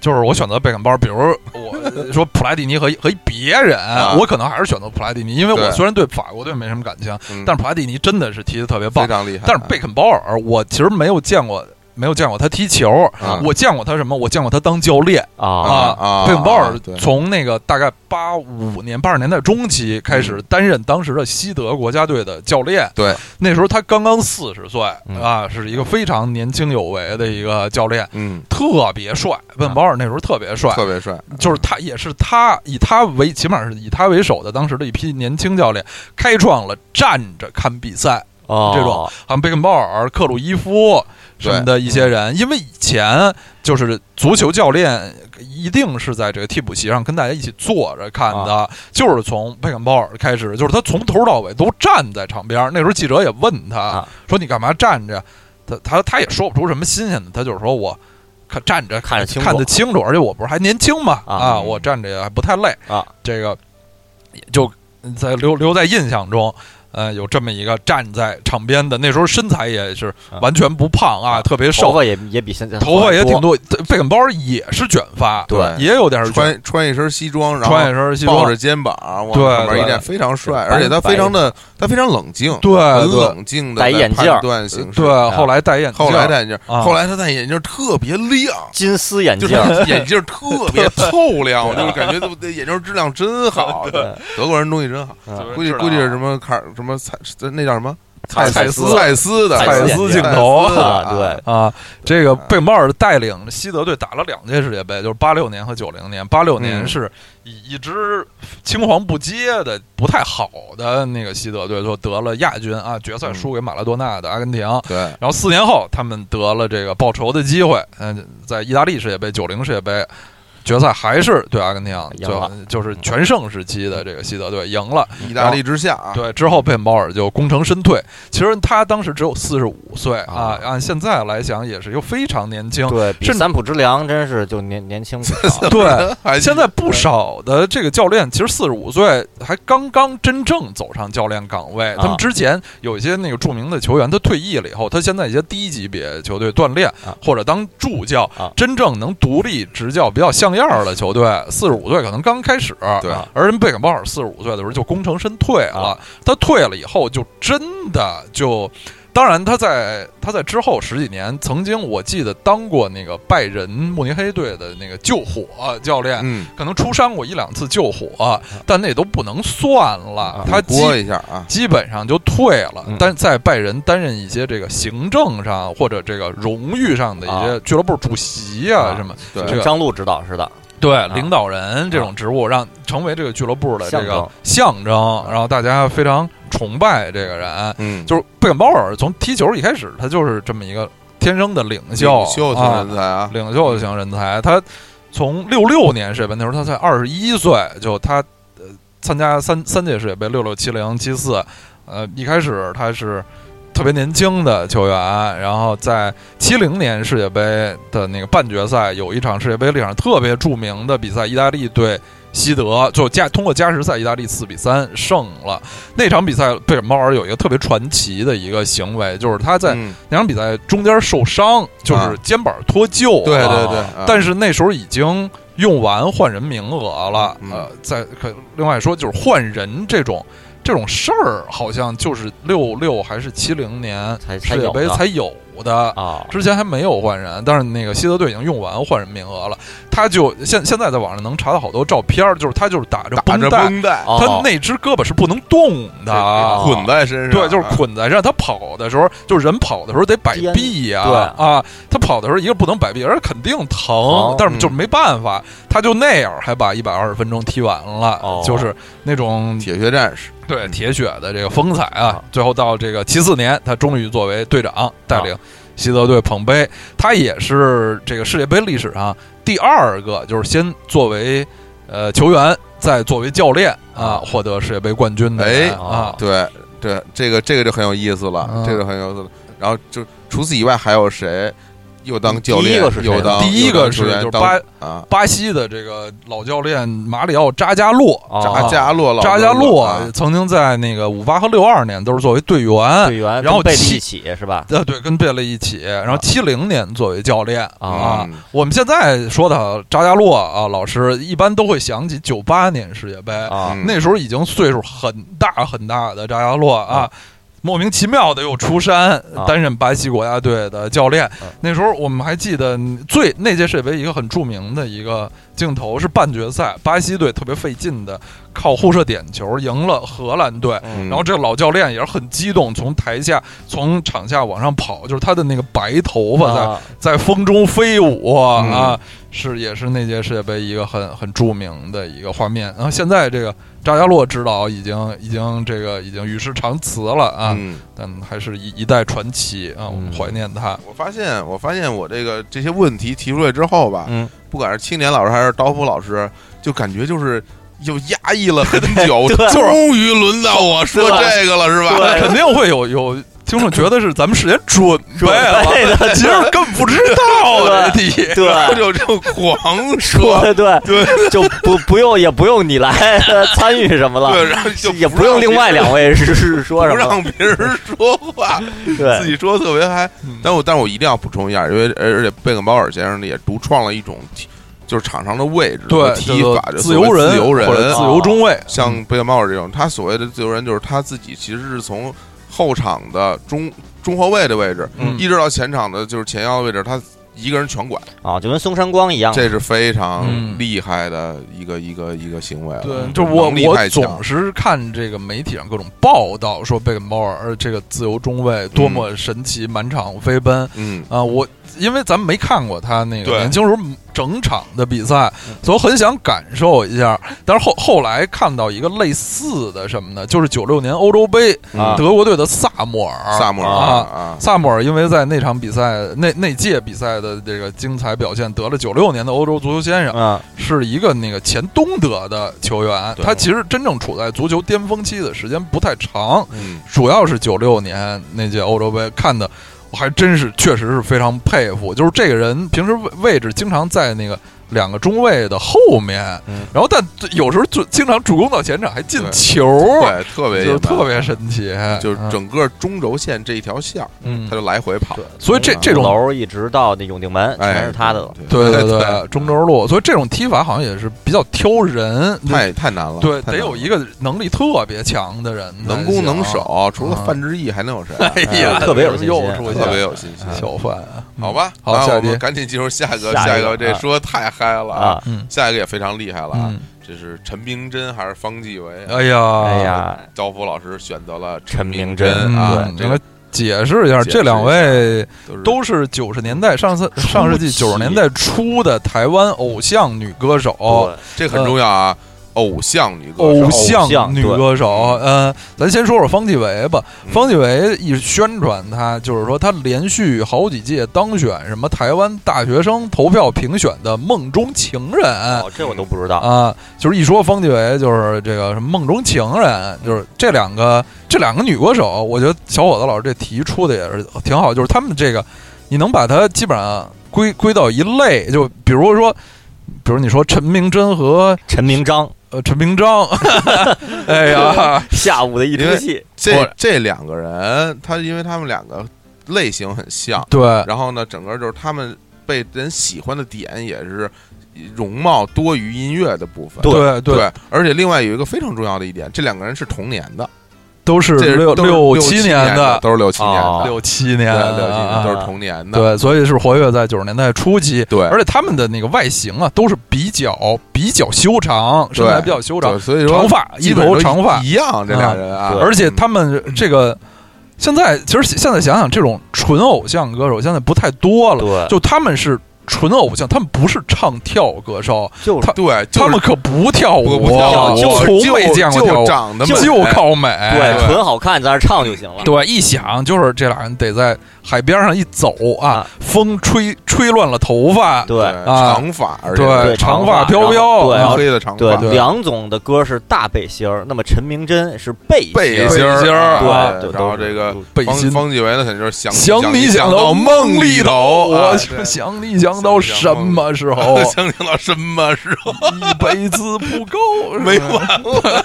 [SPEAKER 3] 就是我选择贝肯鲍尔，比如我说普莱蒂尼和一和一别人，
[SPEAKER 1] 啊
[SPEAKER 3] 我可能还是选择普莱蒂尼，因为我
[SPEAKER 1] 对
[SPEAKER 3] 虽然对法国队没什么感情，
[SPEAKER 1] 嗯
[SPEAKER 3] 但是普莱蒂尼真的是踢得特别棒
[SPEAKER 1] 非，常厉害，
[SPEAKER 3] 但是贝肯鲍尔，我其实没有见过，没有见过他踢球，
[SPEAKER 1] 啊
[SPEAKER 3] 我见过他什么？我见过他当教练
[SPEAKER 2] 啊，
[SPEAKER 1] 啊啊
[SPEAKER 3] 贝肯鲍尔
[SPEAKER 1] 对
[SPEAKER 3] 从那个大概八五年、八十年代中期开始担任当时的西德国家队的教练。
[SPEAKER 1] 嗯对，
[SPEAKER 3] 那时候他刚刚四十岁
[SPEAKER 2] 嗯
[SPEAKER 3] 啊，是一个非常年轻有为的一个教练，
[SPEAKER 1] 嗯，
[SPEAKER 3] 特别帅。贝肯鲍尔那时候特别帅，
[SPEAKER 1] 特别帅，
[SPEAKER 3] 就是他也是他以他为，起码是以他为首的当时的一批年轻教练，开创了站着看比赛。
[SPEAKER 2] 哦
[SPEAKER 3] 这种像贝肯鲍尔、克鲁伊夫什么的一
[SPEAKER 2] 嗯
[SPEAKER 3] 些人，因为以前就是足球教练一定是在这个替补席上跟大家一起坐着看的，
[SPEAKER 2] 啊
[SPEAKER 3] 就是从贝肯鲍尔开始，就是他从头到尾都站在场边儿。那时候记者也问他、
[SPEAKER 2] 啊
[SPEAKER 3] 说：“你干嘛站着？”他他他也说不出什么新鲜的，他就是说我。看站着
[SPEAKER 2] 看着清楚
[SPEAKER 3] 看得清楚，而且我不是还年轻嘛
[SPEAKER 2] 啊
[SPEAKER 3] 啊，我站着也还不太累
[SPEAKER 2] 啊，
[SPEAKER 3] 这个也就在留留在印象中，呃，有这么一个站在场边的，那时候身材也是
[SPEAKER 1] 嗯
[SPEAKER 2] 啊
[SPEAKER 3] 完全不胖啊，
[SPEAKER 2] 啊
[SPEAKER 3] 特别
[SPEAKER 2] 头
[SPEAKER 3] 瘦，
[SPEAKER 2] 发也也比现在
[SPEAKER 3] 头发也挺
[SPEAKER 2] 多，
[SPEAKER 3] 多，贝肯鲍尔也是卷发，呃
[SPEAKER 1] 对
[SPEAKER 3] 也有点卷
[SPEAKER 1] 穿穿一身西装，然后
[SPEAKER 3] 穿一身西
[SPEAKER 1] 抱
[SPEAKER 3] 装
[SPEAKER 1] 着，肩膀往
[SPEAKER 3] 对
[SPEAKER 1] 上面一
[SPEAKER 2] 对
[SPEAKER 1] 站，非常帅，
[SPEAKER 2] 白
[SPEAKER 1] 而且他非常的他非常冷静，
[SPEAKER 3] 对
[SPEAKER 1] 很
[SPEAKER 3] 对
[SPEAKER 1] 冷静的
[SPEAKER 2] 戴眼镜儿
[SPEAKER 1] 判断形势。
[SPEAKER 3] 对，后来戴眼镜，
[SPEAKER 1] 后来戴眼镜
[SPEAKER 3] 啊
[SPEAKER 1] 儿，后来他戴眼镜儿特别亮，
[SPEAKER 2] 金丝眼
[SPEAKER 1] 就
[SPEAKER 2] 镜
[SPEAKER 1] 是，眼镜儿特别透亮，我就是感觉这眼镜儿质量真好，德国人东西真好，
[SPEAKER 2] 嗯
[SPEAKER 1] 估计估计是什么卡什么蔡那叫什么
[SPEAKER 2] 卡
[SPEAKER 1] 蔡
[SPEAKER 2] 蔡
[SPEAKER 1] 斯
[SPEAKER 2] 斯
[SPEAKER 1] 蔡斯的
[SPEAKER 2] 蔡
[SPEAKER 1] 蔡
[SPEAKER 2] 斯眼镜
[SPEAKER 1] 镜头
[SPEAKER 2] 啊，对，
[SPEAKER 3] 啊，这
[SPEAKER 1] 嗯
[SPEAKER 3] 个贝肯鲍尔带领西德队打了两届世界杯，就是八六年和九零年。八六年
[SPEAKER 1] 嗯
[SPEAKER 3] 是以一支青黄不接的、不太好的那个西德队就得了亚军啊，决赛
[SPEAKER 1] 嗯
[SPEAKER 3] 输给马拉多纳的阿根廷。
[SPEAKER 1] 对，
[SPEAKER 3] 然后呃四年后，他们得了这个报仇的机会，嗯、在意大利世界杯、九零世界杯，决赛还是对阿根廷，
[SPEAKER 2] 赢
[SPEAKER 3] 最后
[SPEAKER 2] 了嗯
[SPEAKER 3] 就是全盛时期的这个西德队赢了。
[SPEAKER 1] 意大利之下啊，
[SPEAKER 3] 对，之后贝肯鲍尔就功成身退。其实他当时只有四十五岁啊
[SPEAKER 2] 啊，
[SPEAKER 3] 按现在来讲也是又非常年轻。
[SPEAKER 2] 对，比
[SPEAKER 3] 甚至。
[SPEAKER 2] 三浦之良真是就年年轻不少
[SPEAKER 3] 对，
[SPEAKER 1] 还
[SPEAKER 3] 现在不少的这个教练，其实四十五岁还刚刚真正走上教练岗位。
[SPEAKER 2] 啊
[SPEAKER 3] 他们之前有一些那个著名的球员，他退役了以后，他先在一些低级别球队锻炼
[SPEAKER 2] 啊，
[SPEAKER 3] 或者当助教
[SPEAKER 2] 啊，
[SPEAKER 3] 真正能独立执教比较像样儿的球队，四十五岁可能刚开始。
[SPEAKER 1] 对
[SPEAKER 3] 啊而人贝肯鲍尔四十五岁的时候就功成身退了
[SPEAKER 2] 啊，
[SPEAKER 3] 他退了以后就真的就。当然，他在他在之后十几年，曾经我记得当过那个拜仁慕尼黑队的那个救火教练，
[SPEAKER 1] 嗯，
[SPEAKER 3] 可能出伤过一两次救火，但那都不能算了
[SPEAKER 2] 嗯啊。
[SPEAKER 3] 他基
[SPEAKER 1] 播一下啊，
[SPEAKER 3] 基本上就退了
[SPEAKER 2] 嗯，
[SPEAKER 3] 但在拜仁担任一些这个行政上或者这个荣誉上的一些
[SPEAKER 2] 啊
[SPEAKER 3] 俱乐部主席啊
[SPEAKER 2] 啊
[SPEAKER 3] 什么，
[SPEAKER 1] 对
[SPEAKER 3] 这
[SPEAKER 2] 跟
[SPEAKER 3] 个
[SPEAKER 2] 张璐指导似的，
[SPEAKER 3] 对领导人这种职务，让成为这个俱乐部的这个啊象征，啊然后大家非常崇拜这个人。
[SPEAKER 1] 嗯，
[SPEAKER 3] 就是贝肯鲍尔从踢球一开始，他就是这么一个天生的领袖，
[SPEAKER 1] 秀
[SPEAKER 3] 啊
[SPEAKER 1] 人才啊，
[SPEAKER 3] 领袖型人才。他从六六年世界杯那时候，他才二十一岁，就他呃参加三三届世界杯，六六、七零、七四。呃，一开始他是特别年轻的球员，然后在七零年世界杯的那个半决赛，有一场世界杯历史上特别著名的比赛，意大利对西德，就加通过加时赛，意大利四比三胜了。那场比赛，贝尔猫尔有一个特别传奇的一个行为，就是他在
[SPEAKER 1] 嗯
[SPEAKER 3] 那场比赛中间受伤，就是肩膀脱臼、
[SPEAKER 1] 啊对
[SPEAKER 3] 啊
[SPEAKER 1] 对对，啊
[SPEAKER 3] 但是那时候已经用完换人名额了。
[SPEAKER 1] 嗯
[SPEAKER 3] 呃，在可另外说，就是换人这种这种事儿，好像就是六六还是七零年
[SPEAKER 2] 才才
[SPEAKER 3] 世界
[SPEAKER 2] 有
[SPEAKER 3] 杯
[SPEAKER 2] 的
[SPEAKER 3] 才有的。
[SPEAKER 2] 啊，
[SPEAKER 3] 之前还没有换人，但是那个西德队已经用完换人名额了。他就现现在在网上能查到好多照片儿，就是他就是打着
[SPEAKER 1] 打着
[SPEAKER 3] 带，
[SPEAKER 1] 绷带
[SPEAKER 2] 哦
[SPEAKER 3] 他那只胳膊是不能动的，
[SPEAKER 2] 啊
[SPEAKER 1] 捆在身上，
[SPEAKER 3] 对，就是
[SPEAKER 1] 啊，
[SPEAKER 3] 捆在这儿。他跑的时候，就是人跑的时候得摆臂呀、
[SPEAKER 2] 颠
[SPEAKER 3] 啊，他跑的时候一个不能摆臂，而且肯定疼，
[SPEAKER 2] 疼
[SPEAKER 3] 但是就
[SPEAKER 1] 嗯
[SPEAKER 3] 没办法，他就那样还把一百二十分钟踢完了，
[SPEAKER 2] 哦
[SPEAKER 3] 就是那种
[SPEAKER 1] 铁血战士，
[SPEAKER 3] 对铁血的这个风采啊
[SPEAKER 2] 啊。
[SPEAKER 3] 最后到这个七四年，他终于作为队长带领西德队捧杯，他也是这个世界杯历史上第二个，就是先作为呃球员，再作为教练啊
[SPEAKER 2] 啊
[SPEAKER 3] 获得世界杯冠军的人
[SPEAKER 1] 哎
[SPEAKER 3] 啊。
[SPEAKER 1] 对对，这个这个就很有意思了
[SPEAKER 3] 嗯，
[SPEAKER 1] 这个很有意思了。然后就除此以外还有谁？又当教
[SPEAKER 2] 嗯第一
[SPEAKER 1] 练
[SPEAKER 2] 个是，谁哦
[SPEAKER 1] 又当
[SPEAKER 3] 第一
[SPEAKER 1] 又当
[SPEAKER 3] 个是
[SPEAKER 1] 球员
[SPEAKER 3] 就是
[SPEAKER 1] 当
[SPEAKER 3] 巴
[SPEAKER 1] 啊，
[SPEAKER 3] 巴西的这个老教练马里奥扎加洛，
[SPEAKER 2] 哦
[SPEAKER 1] 扎加洛老
[SPEAKER 3] 扎加洛
[SPEAKER 1] 啊
[SPEAKER 3] 曾经在那个五八和六二年都是作为队员，
[SPEAKER 2] 哦队员
[SPEAKER 3] 然后
[SPEAKER 2] 跟贝
[SPEAKER 3] 七
[SPEAKER 2] 利一起是吧？
[SPEAKER 3] 呃，对，跟贝勒一起，然后
[SPEAKER 2] 啊
[SPEAKER 3] 七零年作为教练啊。
[SPEAKER 1] 嗯
[SPEAKER 3] 我们现在说的扎加洛啊，老师一般都会想起九八年世界杯，
[SPEAKER 2] 啊
[SPEAKER 1] 嗯
[SPEAKER 3] 那时候已经岁数很大很大的扎加洛啊
[SPEAKER 2] 啊，
[SPEAKER 3] 莫名其妙的又出山
[SPEAKER 2] 啊
[SPEAKER 3] 担任巴西国家队的教练。那时候我们还记得最那届世界杯一个很著名的一个镜头是半决赛，巴西队特别费劲的靠互射点球赢了荷兰队。
[SPEAKER 1] 嗯
[SPEAKER 3] 然后这个老教练也是很激动，从台下从场下往上跑，就是他的那个白头发在、
[SPEAKER 2] 啊
[SPEAKER 3] 在风中飞舞啊，是也是那届世界杯一个很很著名的一个画面。然后现在这个扎加洛指导已经已经这个已经与世长辞了啊，
[SPEAKER 1] 嗯
[SPEAKER 3] 但还是一一代传奇啊，我们怀念 他。
[SPEAKER 1] 我发现，我发现我这个这些问题提出来之后吧，
[SPEAKER 2] 嗯，
[SPEAKER 1] 不管是青年老师还是刀锋老师，就感觉就是又压抑了很久，
[SPEAKER 2] 对
[SPEAKER 1] 终于轮到我说这个了，是吧？
[SPEAKER 3] 那肯定会有有听众觉得是咱们事先准备
[SPEAKER 2] 对
[SPEAKER 3] 了，
[SPEAKER 2] 的
[SPEAKER 3] 其实根本不知 道的
[SPEAKER 2] 对
[SPEAKER 3] 题。
[SPEAKER 1] 我
[SPEAKER 2] 对。
[SPEAKER 1] 就就狂说，
[SPEAKER 2] 对对对，就不不用也不用你来 参与什么
[SPEAKER 1] 对，
[SPEAKER 2] 了，
[SPEAKER 1] 然后就
[SPEAKER 2] 也
[SPEAKER 1] 不
[SPEAKER 2] 不
[SPEAKER 1] 让
[SPEAKER 2] 用另外两位是是
[SPEAKER 1] 别
[SPEAKER 2] 说什
[SPEAKER 1] 人不
[SPEAKER 2] 么，
[SPEAKER 1] 让别人说话，自
[SPEAKER 2] 对
[SPEAKER 1] 己说特别嗨
[SPEAKER 3] 嗯。
[SPEAKER 1] 但我但我一定要补充一下，因为而而且贝肯鲍尔先生呢也独创了一种踢就是场上的位置
[SPEAKER 3] 对，
[SPEAKER 1] 和踢
[SPEAKER 3] 这个
[SPEAKER 1] 法，就
[SPEAKER 3] 自
[SPEAKER 1] 所谓
[SPEAKER 3] 由人，
[SPEAKER 1] 自由人啊
[SPEAKER 3] 或者自由中啊卫，
[SPEAKER 1] 像贝克鲍尔这种，他所谓的自由人就是他自己其实是从后场的中中后卫的位置，
[SPEAKER 3] 嗯
[SPEAKER 1] 一直到前场的就是前腰的位置，他一个人全管，
[SPEAKER 2] 啊，就跟松山光一样，
[SPEAKER 1] 这是非常
[SPEAKER 3] 嗯
[SPEAKER 1] 厉害的一个一个一个行为了。嗯
[SPEAKER 3] 对，就是我
[SPEAKER 1] 能力
[SPEAKER 3] 我
[SPEAKER 1] 太强
[SPEAKER 3] 总是看这个媒体上各种报道，说贝肯鲍尔这个自由中卫多么神奇，满场飞奔
[SPEAKER 1] 嗯
[SPEAKER 3] 啊！我因为咱们没看过他那个
[SPEAKER 1] 对嗯
[SPEAKER 3] 年轻时候整场的比赛，所以我很想感受一下。但是后后来看到一个类似的什么呢？就是九六年欧洲杯，
[SPEAKER 2] 啊
[SPEAKER 3] 德国队的萨默尔，
[SPEAKER 1] 萨摩尔
[SPEAKER 3] 啊。
[SPEAKER 1] 啊，
[SPEAKER 3] 萨默尔因为在那场比赛那那届比赛的这个精彩表现，得了九六年的欧洲足球先生，
[SPEAKER 2] 嗯
[SPEAKER 3] 是一个那个前东德的球员。
[SPEAKER 1] 对
[SPEAKER 3] 他其实真正处在足球巅峰期的时间不太长，
[SPEAKER 1] 嗯，
[SPEAKER 3] 主要是九六年那届欧洲杯看的，我还真是确实是非常佩服。就是这个人平时位位置经常在那个两个中卫的后面，
[SPEAKER 2] 嗯
[SPEAKER 3] 然后但有时候就经常助攻到前场还进
[SPEAKER 1] 对
[SPEAKER 3] 球，
[SPEAKER 1] 对，特别
[SPEAKER 3] 就是
[SPEAKER 1] 野蛮
[SPEAKER 3] 特别神奇，
[SPEAKER 1] 就是整个中轴线这一条线，
[SPEAKER 3] 嗯
[SPEAKER 1] 他，就来回跑，
[SPEAKER 3] 所以这这种
[SPEAKER 2] 鼓嗯楼一直到那永定门
[SPEAKER 1] 哎
[SPEAKER 2] 全是他的了。
[SPEAKER 3] 对
[SPEAKER 1] 对
[SPEAKER 3] 对，中轴路，所以这种踢法好像也是比较挑人，
[SPEAKER 1] 太太难了，
[SPEAKER 3] 对，
[SPEAKER 1] 太
[SPEAKER 3] 得
[SPEAKER 1] 难
[SPEAKER 3] 有
[SPEAKER 1] 了
[SPEAKER 3] 一个能力特别强的人，
[SPEAKER 1] 能攻能。守，除了
[SPEAKER 3] 啊
[SPEAKER 1] 范志毅还能有谁啊？
[SPEAKER 3] 哎呀，
[SPEAKER 2] 特别有信心
[SPEAKER 3] 又出现
[SPEAKER 1] 特别有信心。
[SPEAKER 3] 小范，
[SPEAKER 1] 好，吧，
[SPEAKER 3] 啊嗯好
[SPEAKER 1] 那
[SPEAKER 3] 下一
[SPEAKER 1] 我
[SPEAKER 3] 题
[SPEAKER 1] 们赶紧进入下一个，
[SPEAKER 2] 下
[SPEAKER 1] 下
[SPEAKER 2] 一个
[SPEAKER 1] 这
[SPEAKER 2] 啊
[SPEAKER 1] 说太嗨了
[SPEAKER 2] 啊！
[SPEAKER 3] 嗯
[SPEAKER 1] 下一个也非常厉害了啊
[SPEAKER 3] 嗯！，
[SPEAKER 1] 这是陈明真还是方继伟？
[SPEAKER 3] 哎呀，嗯
[SPEAKER 2] 哎，呀，嗯
[SPEAKER 1] 刀夫老师选择了
[SPEAKER 2] 陈
[SPEAKER 1] 啊明
[SPEAKER 2] 明真
[SPEAKER 1] 啊，
[SPEAKER 3] 对，
[SPEAKER 1] 这
[SPEAKER 3] 咱们
[SPEAKER 1] 个
[SPEAKER 3] 解释
[SPEAKER 1] 解释
[SPEAKER 3] 一下，
[SPEAKER 1] 一下
[SPEAKER 3] 这两位
[SPEAKER 1] 都是
[SPEAKER 3] 都是九十年代上次上世纪九十年代初的台湾偶像女歌手，
[SPEAKER 1] 这很重要啊！偶像女歌手
[SPEAKER 3] 呃偶
[SPEAKER 2] 像
[SPEAKER 3] 像女歌手，
[SPEAKER 1] 对
[SPEAKER 3] 呃，咱先说说方季韦吧。
[SPEAKER 1] 嗯
[SPEAKER 3] 方季韦一宣传他，就是说他连续好几届当选什么台湾大学生投票评选的梦中情人
[SPEAKER 2] 哦，这我都不知道。
[SPEAKER 3] 啊，就是一说方季韦就是这个什么梦中情人，就是这两个这两个女歌手，我觉得小伙子老师这题出的也是挺好，就是他们这个你能把它基本上归归到一类，就比如说，比如你说陈明真和
[SPEAKER 2] 陈明章
[SPEAKER 3] 呃，陈明章， 哎呀，
[SPEAKER 2] 下午的一出戏，
[SPEAKER 1] 这这两个人，他因为他们两个类型很像，
[SPEAKER 3] 对
[SPEAKER 1] 然后呢，整个就是他们被人喜欢的点也是容貌多于音乐的部分。
[SPEAKER 3] 对
[SPEAKER 1] 对，而且另外有一个非常重要的一点，这两个人是同年的，
[SPEAKER 3] 都是
[SPEAKER 1] 这
[SPEAKER 3] 六
[SPEAKER 1] 都是六
[SPEAKER 3] 七
[SPEAKER 1] 年
[SPEAKER 3] 的，
[SPEAKER 1] 都是六七年
[SPEAKER 2] 哦
[SPEAKER 1] 的，
[SPEAKER 3] 六七年
[SPEAKER 1] 对，
[SPEAKER 3] 的，
[SPEAKER 1] 六七
[SPEAKER 3] 啊
[SPEAKER 1] 年都是同年的，
[SPEAKER 3] 对，所以是活跃在九十年代初期。
[SPEAKER 1] 对
[SPEAKER 3] 而且他们的那个外形啊，都是比较比较修长，身材比较修长
[SPEAKER 1] 对，，所以说
[SPEAKER 3] 长发一
[SPEAKER 1] 基本
[SPEAKER 3] 头
[SPEAKER 1] 都
[SPEAKER 3] 长发，
[SPEAKER 1] 一样，这俩人啊，
[SPEAKER 2] 对
[SPEAKER 1] 嗯
[SPEAKER 3] 而且他们这个现在其实现在想想，这种纯偶像歌手现在不太多了，
[SPEAKER 2] 对，
[SPEAKER 3] 就他们是纯偶像，他们不是唱跳歌手，
[SPEAKER 2] 就
[SPEAKER 3] 他
[SPEAKER 1] 嗯对，就是
[SPEAKER 3] 他们可不跳
[SPEAKER 1] 不
[SPEAKER 3] 舞，
[SPEAKER 1] 不跳舞，
[SPEAKER 3] 就从没见过跳
[SPEAKER 1] 就
[SPEAKER 3] 舞，
[SPEAKER 1] 长得
[SPEAKER 3] 就
[SPEAKER 1] 美
[SPEAKER 3] 靠美。
[SPEAKER 2] 对纯好看，在那儿唱就行了。
[SPEAKER 3] 哎对，一想就是这俩人得在海边上一走啊
[SPEAKER 2] 啊，
[SPEAKER 3] 风吹吹乱了头发，
[SPEAKER 1] 对
[SPEAKER 2] 对
[SPEAKER 3] 啊
[SPEAKER 1] 长发，而且
[SPEAKER 3] 对，
[SPEAKER 2] 对
[SPEAKER 3] 长
[SPEAKER 2] 长
[SPEAKER 3] 发
[SPEAKER 2] 发
[SPEAKER 3] 飘飘，
[SPEAKER 2] 然后
[SPEAKER 3] 啊
[SPEAKER 1] 黑的长
[SPEAKER 2] 对
[SPEAKER 1] 发，，
[SPEAKER 2] 梁总的歌是大背心儿，那么陈明真是
[SPEAKER 3] 啊
[SPEAKER 2] 背
[SPEAKER 1] 背
[SPEAKER 2] 心
[SPEAKER 1] 心
[SPEAKER 2] 儿
[SPEAKER 1] 儿，
[SPEAKER 3] 背心儿
[SPEAKER 1] 啊
[SPEAKER 2] 对，就
[SPEAKER 1] 然后
[SPEAKER 2] 都是
[SPEAKER 1] 这个
[SPEAKER 2] 都
[SPEAKER 3] 背
[SPEAKER 1] 方
[SPEAKER 3] 心。
[SPEAKER 1] 方季韦呢，肯定就是想
[SPEAKER 3] 想
[SPEAKER 1] 你
[SPEAKER 3] 你想
[SPEAKER 1] 到
[SPEAKER 3] 梦
[SPEAKER 1] 里
[SPEAKER 3] 头，
[SPEAKER 1] 啊
[SPEAKER 3] 我
[SPEAKER 1] 对
[SPEAKER 3] 想你想到什么时候？
[SPEAKER 1] 想你到什么时候？
[SPEAKER 3] 一辈子不够，
[SPEAKER 1] 没
[SPEAKER 3] 完。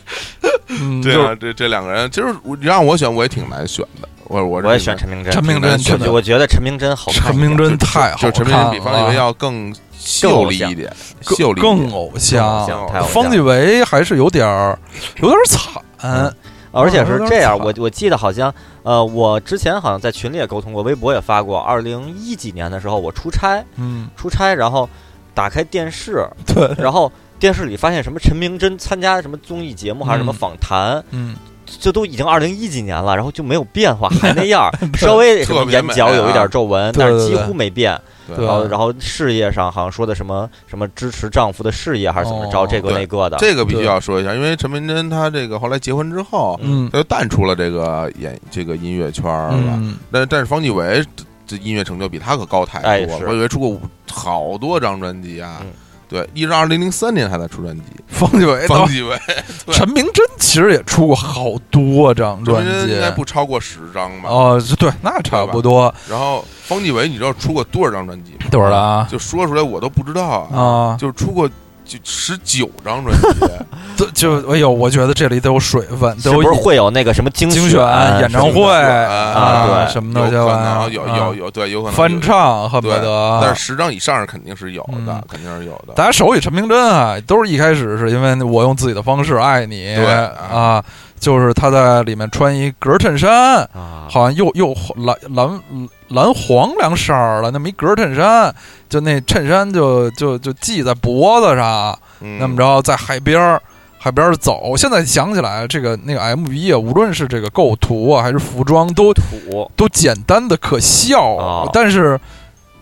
[SPEAKER 3] 嗯，
[SPEAKER 1] 对
[SPEAKER 3] 就是
[SPEAKER 1] 啊，这这两个人，其实我你让我选，我也挺难选的，我我
[SPEAKER 2] 我
[SPEAKER 1] 挺
[SPEAKER 2] 也选
[SPEAKER 1] 难
[SPEAKER 2] 陈明真，
[SPEAKER 3] 陈明真
[SPEAKER 2] 我
[SPEAKER 3] 真的
[SPEAKER 2] 我觉得陈明真好看
[SPEAKER 3] 陈
[SPEAKER 2] 一点。
[SPEAKER 3] 明真太好
[SPEAKER 1] 就
[SPEAKER 3] 看
[SPEAKER 1] 陈
[SPEAKER 3] 了，啊
[SPEAKER 1] 明真比方继伟要更秀丽一点，
[SPEAKER 3] 更
[SPEAKER 1] 秀丽一点
[SPEAKER 3] 更偶像
[SPEAKER 2] 更偶像太偶像。了
[SPEAKER 3] 哦方季韦还是有点儿，有点儿惨
[SPEAKER 2] 嗯，而且是这样，
[SPEAKER 3] 哦有
[SPEAKER 2] 我我记得好像，呃，我之前好像在群里也沟通过，微博也发过。二零一几年的时候，我出差，
[SPEAKER 3] 嗯，
[SPEAKER 2] 出差，然后打开电视，
[SPEAKER 3] 对，
[SPEAKER 2] 然后电视里发现什么陈明真参加什么综艺节目还是什么
[SPEAKER 3] 嗯
[SPEAKER 2] 访谈，
[SPEAKER 3] 嗯，
[SPEAKER 2] 这都已经二零一几年了，然后就没有变 化，还那样儿，稍微什
[SPEAKER 1] 特
[SPEAKER 2] 么
[SPEAKER 1] 别
[SPEAKER 2] 眼
[SPEAKER 1] 美
[SPEAKER 2] 角有一
[SPEAKER 1] 啊
[SPEAKER 2] 点皱纹，
[SPEAKER 3] 对
[SPEAKER 2] 但是
[SPEAKER 3] 对
[SPEAKER 2] 几
[SPEAKER 3] 对
[SPEAKER 2] 乎没变。
[SPEAKER 3] 对啊
[SPEAKER 2] 然后，
[SPEAKER 3] 吧？
[SPEAKER 2] 然后事业上好像说的什么什么支持丈夫的事业还是怎么
[SPEAKER 3] 哦
[SPEAKER 2] 着，这个
[SPEAKER 1] 对
[SPEAKER 2] 那个的。
[SPEAKER 1] 这个必须
[SPEAKER 3] 对
[SPEAKER 1] 要说一下，因为陈明真他这个后来结婚之后，
[SPEAKER 3] 嗯
[SPEAKER 1] 他就淡出了这个演这个音乐圈儿了。
[SPEAKER 3] 嗯，
[SPEAKER 1] 但但是方继伟这这音乐成就比他可高太
[SPEAKER 2] 哎
[SPEAKER 1] 多了，
[SPEAKER 2] 是
[SPEAKER 1] 方继伟出过五好多张专辑啊
[SPEAKER 2] 嗯。
[SPEAKER 1] 对，一直到二零零三年还在出专辑。哎
[SPEAKER 3] 方季韦
[SPEAKER 1] 方继伟，对
[SPEAKER 3] 陈明真其实也出过好多张
[SPEAKER 1] 陈
[SPEAKER 3] 专
[SPEAKER 1] 明真
[SPEAKER 3] 辑
[SPEAKER 1] 应，该不超过十张吧？
[SPEAKER 3] 哦，是对，那差不多，
[SPEAKER 1] 然后方继伟，你知道出过多少张专辑吗？
[SPEAKER 3] 多少了啊？
[SPEAKER 1] 就说出来我都不知道啊，
[SPEAKER 3] 啊，
[SPEAKER 1] 就是出过就十九张专辑。
[SPEAKER 3] 就就哎呦，我觉得这里都有水分，
[SPEAKER 2] 是
[SPEAKER 3] 都
[SPEAKER 2] 不是
[SPEAKER 3] 有
[SPEAKER 2] 会有那个什么精
[SPEAKER 3] 精
[SPEAKER 2] 选
[SPEAKER 3] 演
[SPEAKER 2] 什么
[SPEAKER 3] 唱会
[SPEAKER 1] 啊
[SPEAKER 2] 对
[SPEAKER 3] 什么
[SPEAKER 1] 有
[SPEAKER 3] 的，
[SPEAKER 1] 可
[SPEAKER 3] 就啊
[SPEAKER 1] 能有有有对，有可能
[SPEAKER 3] 翻唱，恨不
[SPEAKER 1] 对
[SPEAKER 3] 得。
[SPEAKER 1] 但是十张以上是肯定是有的
[SPEAKER 3] 嗯，
[SPEAKER 1] 肯定是有的。
[SPEAKER 3] 大家手语陈明真啊，都是一开始是因为我用自己的方式爱你，
[SPEAKER 1] 对
[SPEAKER 3] 啊，就是他在里面穿一格衬衫，
[SPEAKER 2] 啊？
[SPEAKER 3] 好像又又蓝蓝蓝黄两色儿了，那么一格衬衫，就那衬衫就就就系在脖子上，
[SPEAKER 1] 嗯
[SPEAKER 3] 那么，着在海边儿。海边儿走，现在想起来，这个那个 MV 啊，无论是这个构图啊，还是服装，都
[SPEAKER 2] 土
[SPEAKER 3] 都简单的可笑，啊
[SPEAKER 2] 哦
[SPEAKER 3] 但是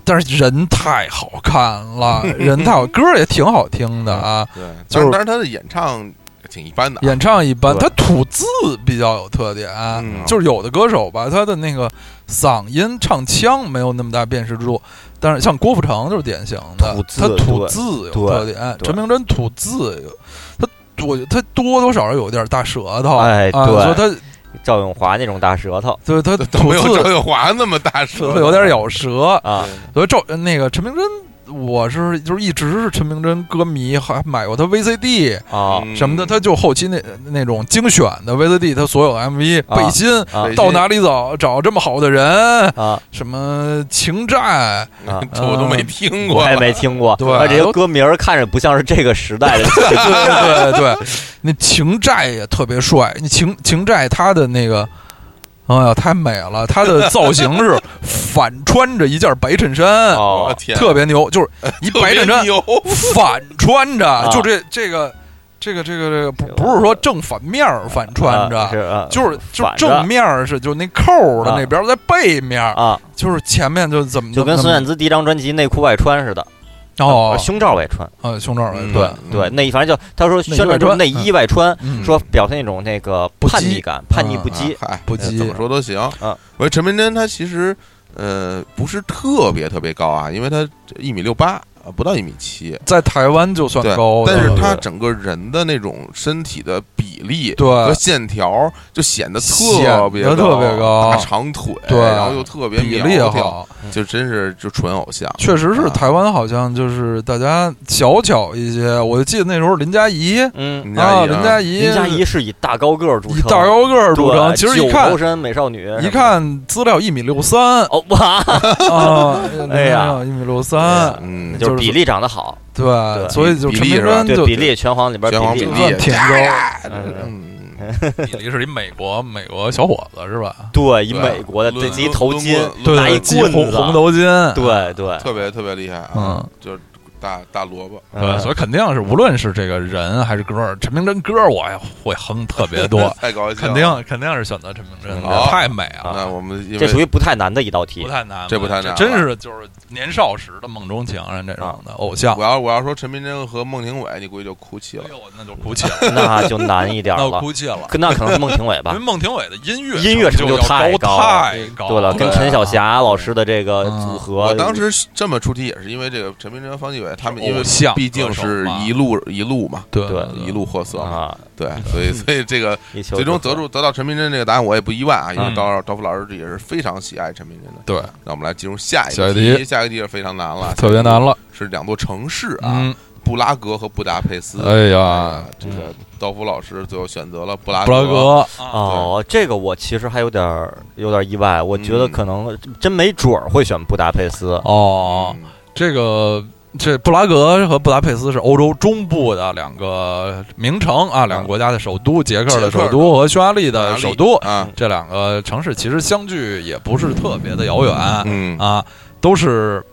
[SPEAKER 3] 但是人太好看了，人太好，歌儿也挺好听的啊。
[SPEAKER 1] 对，
[SPEAKER 3] 就
[SPEAKER 1] 但
[SPEAKER 3] 是
[SPEAKER 1] 但是他的演唱挺一般的啊，
[SPEAKER 3] 演唱一般，他
[SPEAKER 2] 对
[SPEAKER 3] 吐字比较有特点，
[SPEAKER 1] 嗯
[SPEAKER 3] 就是有的歌手吧，他的那个嗓音唱腔没有那么大辨识度，但是像郭富城就是典型的
[SPEAKER 2] 吐，字
[SPEAKER 3] 他吐字有特点，
[SPEAKER 2] 对
[SPEAKER 3] 陈明真吐字有，他我他多多少少有点大舌头，
[SPEAKER 2] 哎
[SPEAKER 3] 啊，
[SPEAKER 2] 对
[SPEAKER 3] 说他
[SPEAKER 2] 赵咏华那种大舌头
[SPEAKER 3] 对他
[SPEAKER 1] 都
[SPEAKER 3] 吐
[SPEAKER 1] 没有
[SPEAKER 3] 字
[SPEAKER 1] 周月华那么大
[SPEAKER 3] 舌
[SPEAKER 1] 舌
[SPEAKER 3] 头
[SPEAKER 1] 头，
[SPEAKER 3] 有点咬舌，
[SPEAKER 2] 啊，
[SPEAKER 3] 所以赵呃那个陈明真，我是就是一直是陈明真歌迷，还买过他 VCD，
[SPEAKER 2] 啊
[SPEAKER 1] 嗯
[SPEAKER 3] 什么的，他就后期那那种精选的 VCD，他所有 MV
[SPEAKER 2] 啊
[SPEAKER 3] 背心，
[SPEAKER 2] 啊
[SPEAKER 1] 北京
[SPEAKER 3] 到哪里找找这么好的人，
[SPEAKER 2] 啊！
[SPEAKER 3] 什么情债，
[SPEAKER 2] 啊
[SPEAKER 1] 这 我都没听过，
[SPEAKER 2] 我也没听过，
[SPEAKER 3] 对
[SPEAKER 2] 而这些歌名儿看着不像是这个时代的
[SPEAKER 3] 对对对对，那情债也特别帅，那情情债他的那个。哎呀，太美了！他的造型是反穿着一件白衬衫，
[SPEAKER 1] 我
[SPEAKER 2] 哦，
[SPEAKER 1] 天，
[SPEAKER 3] 特别牛，就是一
[SPEAKER 1] 特
[SPEAKER 3] 白
[SPEAKER 1] 别
[SPEAKER 3] 衬衫
[SPEAKER 1] 牛，
[SPEAKER 3] 反穿着，
[SPEAKER 2] 啊
[SPEAKER 3] 就这这个这个这个这个不不是说正反面儿反 穿着，
[SPEAKER 2] 啊 是啊
[SPEAKER 3] 就是就
[SPEAKER 2] 反着
[SPEAKER 3] 正面儿是就那扣儿的
[SPEAKER 2] 啊
[SPEAKER 3] 那边儿，在背面儿
[SPEAKER 2] 啊，
[SPEAKER 3] 就是前面就怎么
[SPEAKER 2] 就跟
[SPEAKER 3] 怎
[SPEAKER 2] 孙
[SPEAKER 3] 么
[SPEAKER 2] 燕姿第一张专辑内裤外穿似的，
[SPEAKER 3] 哦
[SPEAKER 2] 啊胸罩外穿，
[SPEAKER 3] 呃胸罩儿
[SPEAKER 1] 嗯
[SPEAKER 2] 对对，内反正就他说宣传就是内衣外穿，
[SPEAKER 3] 嗯
[SPEAKER 2] 说表现一种那个
[SPEAKER 3] 不
[SPEAKER 2] 叛
[SPEAKER 3] 羁嗯
[SPEAKER 2] 逆感，叛逆不羁
[SPEAKER 1] 啊嗨，
[SPEAKER 3] 不
[SPEAKER 1] 呃怎
[SPEAKER 3] 羁
[SPEAKER 1] 么说都行。
[SPEAKER 2] 嗯
[SPEAKER 3] 啊
[SPEAKER 1] 我觉得陈明真他其实呃不是特别特别高啊，因为他一米六八，呃不到一米七。
[SPEAKER 3] 在台湾就算
[SPEAKER 1] 对
[SPEAKER 3] 高，的，
[SPEAKER 1] 但是他
[SPEAKER 2] 对
[SPEAKER 1] 整个人的那种身体的比例和
[SPEAKER 3] 对
[SPEAKER 1] 线条就显得
[SPEAKER 3] 显
[SPEAKER 1] 特别
[SPEAKER 3] 得特别高
[SPEAKER 1] 大长腿，
[SPEAKER 3] 对
[SPEAKER 1] 然后又特别
[SPEAKER 3] 比例也
[SPEAKER 1] 苗条，
[SPEAKER 3] 好，
[SPEAKER 1] 就真是就纯偶像。
[SPEAKER 3] 确实是
[SPEAKER 1] 啊
[SPEAKER 3] 台湾好像就是大家小巧一些，我就记得那时候林佳怡
[SPEAKER 2] 嗯，
[SPEAKER 1] 林佳
[SPEAKER 3] 啊，
[SPEAKER 1] 怡啊
[SPEAKER 3] 林佳怡
[SPEAKER 2] 林佳怡是以大高个儿著
[SPEAKER 3] 以
[SPEAKER 2] 称，
[SPEAKER 3] 大高个儿著称，
[SPEAKER 2] 对
[SPEAKER 3] 其实一
[SPEAKER 2] 九
[SPEAKER 3] 看
[SPEAKER 2] 头身美少女，
[SPEAKER 3] 一看资料一米六 三
[SPEAKER 2] 哦哇，
[SPEAKER 3] 啊，
[SPEAKER 2] 哎呀
[SPEAKER 3] 一米六三，
[SPEAKER 1] 嗯，
[SPEAKER 2] 就是比例长得好，
[SPEAKER 3] 对，所以就
[SPEAKER 1] 比
[SPEAKER 3] 陈
[SPEAKER 1] 例
[SPEAKER 3] 明
[SPEAKER 1] 是吧
[SPEAKER 3] 真
[SPEAKER 2] 对
[SPEAKER 3] 就
[SPEAKER 2] 比例拳皇里边
[SPEAKER 1] 拳皇
[SPEAKER 2] 比
[SPEAKER 1] 比
[SPEAKER 2] 例
[SPEAKER 1] 例，
[SPEAKER 3] 算挺高，
[SPEAKER 2] 嗯
[SPEAKER 1] 嗯，
[SPEAKER 3] 比例是一美国美国小伙子是吧？
[SPEAKER 2] 对，一
[SPEAKER 1] 对
[SPEAKER 2] 美国的
[SPEAKER 1] 抡
[SPEAKER 2] 这一头巾
[SPEAKER 1] 抡棍，
[SPEAKER 3] 对，
[SPEAKER 2] 拿一
[SPEAKER 3] 系
[SPEAKER 2] 棍
[SPEAKER 3] 红
[SPEAKER 2] 子
[SPEAKER 3] 红头巾，
[SPEAKER 2] 对对，
[SPEAKER 1] 特别特别厉害啊
[SPEAKER 3] 嗯，
[SPEAKER 1] 就是大大萝卜。，
[SPEAKER 3] 对，呃所以肯定是无论是这个人还是歌儿，陈明真歌儿我也会哼特别多
[SPEAKER 1] 太高兴了，
[SPEAKER 3] 肯定肯定是选择陈明真啊的，
[SPEAKER 1] 好
[SPEAKER 3] 嗯太美了，
[SPEAKER 1] 那我们因为
[SPEAKER 2] 这属于不太难的一道题
[SPEAKER 3] 不太难，
[SPEAKER 1] 这不太难
[SPEAKER 3] 真是就是年少时的梦中情人这种的偶像
[SPEAKER 1] 我。要我要说陈明真和孟庭苇，你估计就哭泣了
[SPEAKER 3] 哎。呦，那就哭泣 了，
[SPEAKER 2] 那就难一点
[SPEAKER 3] 那我
[SPEAKER 2] 了。
[SPEAKER 3] 哭泣了。
[SPEAKER 2] 那可能是孟庭苇
[SPEAKER 3] 因
[SPEAKER 2] 吧
[SPEAKER 3] 为。孟庭苇的音乐
[SPEAKER 2] 音乐
[SPEAKER 3] 成
[SPEAKER 2] 成
[SPEAKER 3] 就
[SPEAKER 2] 就太
[SPEAKER 3] 高
[SPEAKER 2] 高
[SPEAKER 3] 了
[SPEAKER 2] 了
[SPEAKER 3] 太高
[SPEAKER 2] 对了，跟陈小霞老师的这个
[SPEAKER 3] 嗯
[SPEAKER 2] 组合，
[SPEAKER 1] 我当时这么出题也是因为这个陈明真、方继伟他们，因为
[SPEAKER 3] 偶像
[SPEAKER 1] 毕竟
[SPEAKER 3] 歌手
[SPEAKER 1] 是
[SPEAKER 3] 嘛
[SPEAKER 1] 一路一路嘛，
[SPEAKER 3] 对
[SPEAKER 2] 对
[SPEAKER 1] 一路货色嘛，
[SPEAKER 2] 啊，
[SPEAKER 1] 对，所以所以这个
[SPEAKER 2] 一丘
[SPEAKER 1] 最终
[SPEAKER 2] 之
[SPEAKER 1] 得
[SPEAKER 2] 貉
[SPEAKER 1] 出得到陈明真这个答案，我也不意外啊，因为
[SPEAKER 3] 嗯
[SPEAKER 1] 刀刀夫老师也是非常喜爱陈明真的。
[SPEAKER 3] 对，
[SPEAKER 1] 那我们来进入下一
[SPEAKER 3] 下
[SPEAKER 1] 个
[SPEAKER 3] 一题
[SPEAKER 1] 题，下一个题是非常难了，
[SPEAKER 3] 特别难了。
[SPEAKER 1] 是两座城市啊，
[SPEAKER 3] 嗯，
[SPEAKER 1] 布拉格和布达佩斯。
[SPEAKER 3] 哎呀
[SPEAKER 1] 啊，，这个刀夫老师最后选择了布拉
[SPEAKER 3] 布拉格
[SPEAKER 2] 哦，这个我其实还有点儿有点意外，我觉得
[SPEAKER 1] 嗯
[SPEAKER 2] 可能真没准儿会选布达佩斯。
[SPEAKER 3] 哦，
[SPEAKER 1] 嗯
[SPEAKER 3] 这个这布拉格和布达佩斯是欧洲中部的两个名城啊，两个国家的首都，捷克的首都和匈牙利的呃首都，
[SPEAKER 1] 啊，
[SPEAKER 3] 这两个城市其实相距也不是特别的遥远
[SPEAKER 1] 嗯
[SPEAKER 3] 啊，都是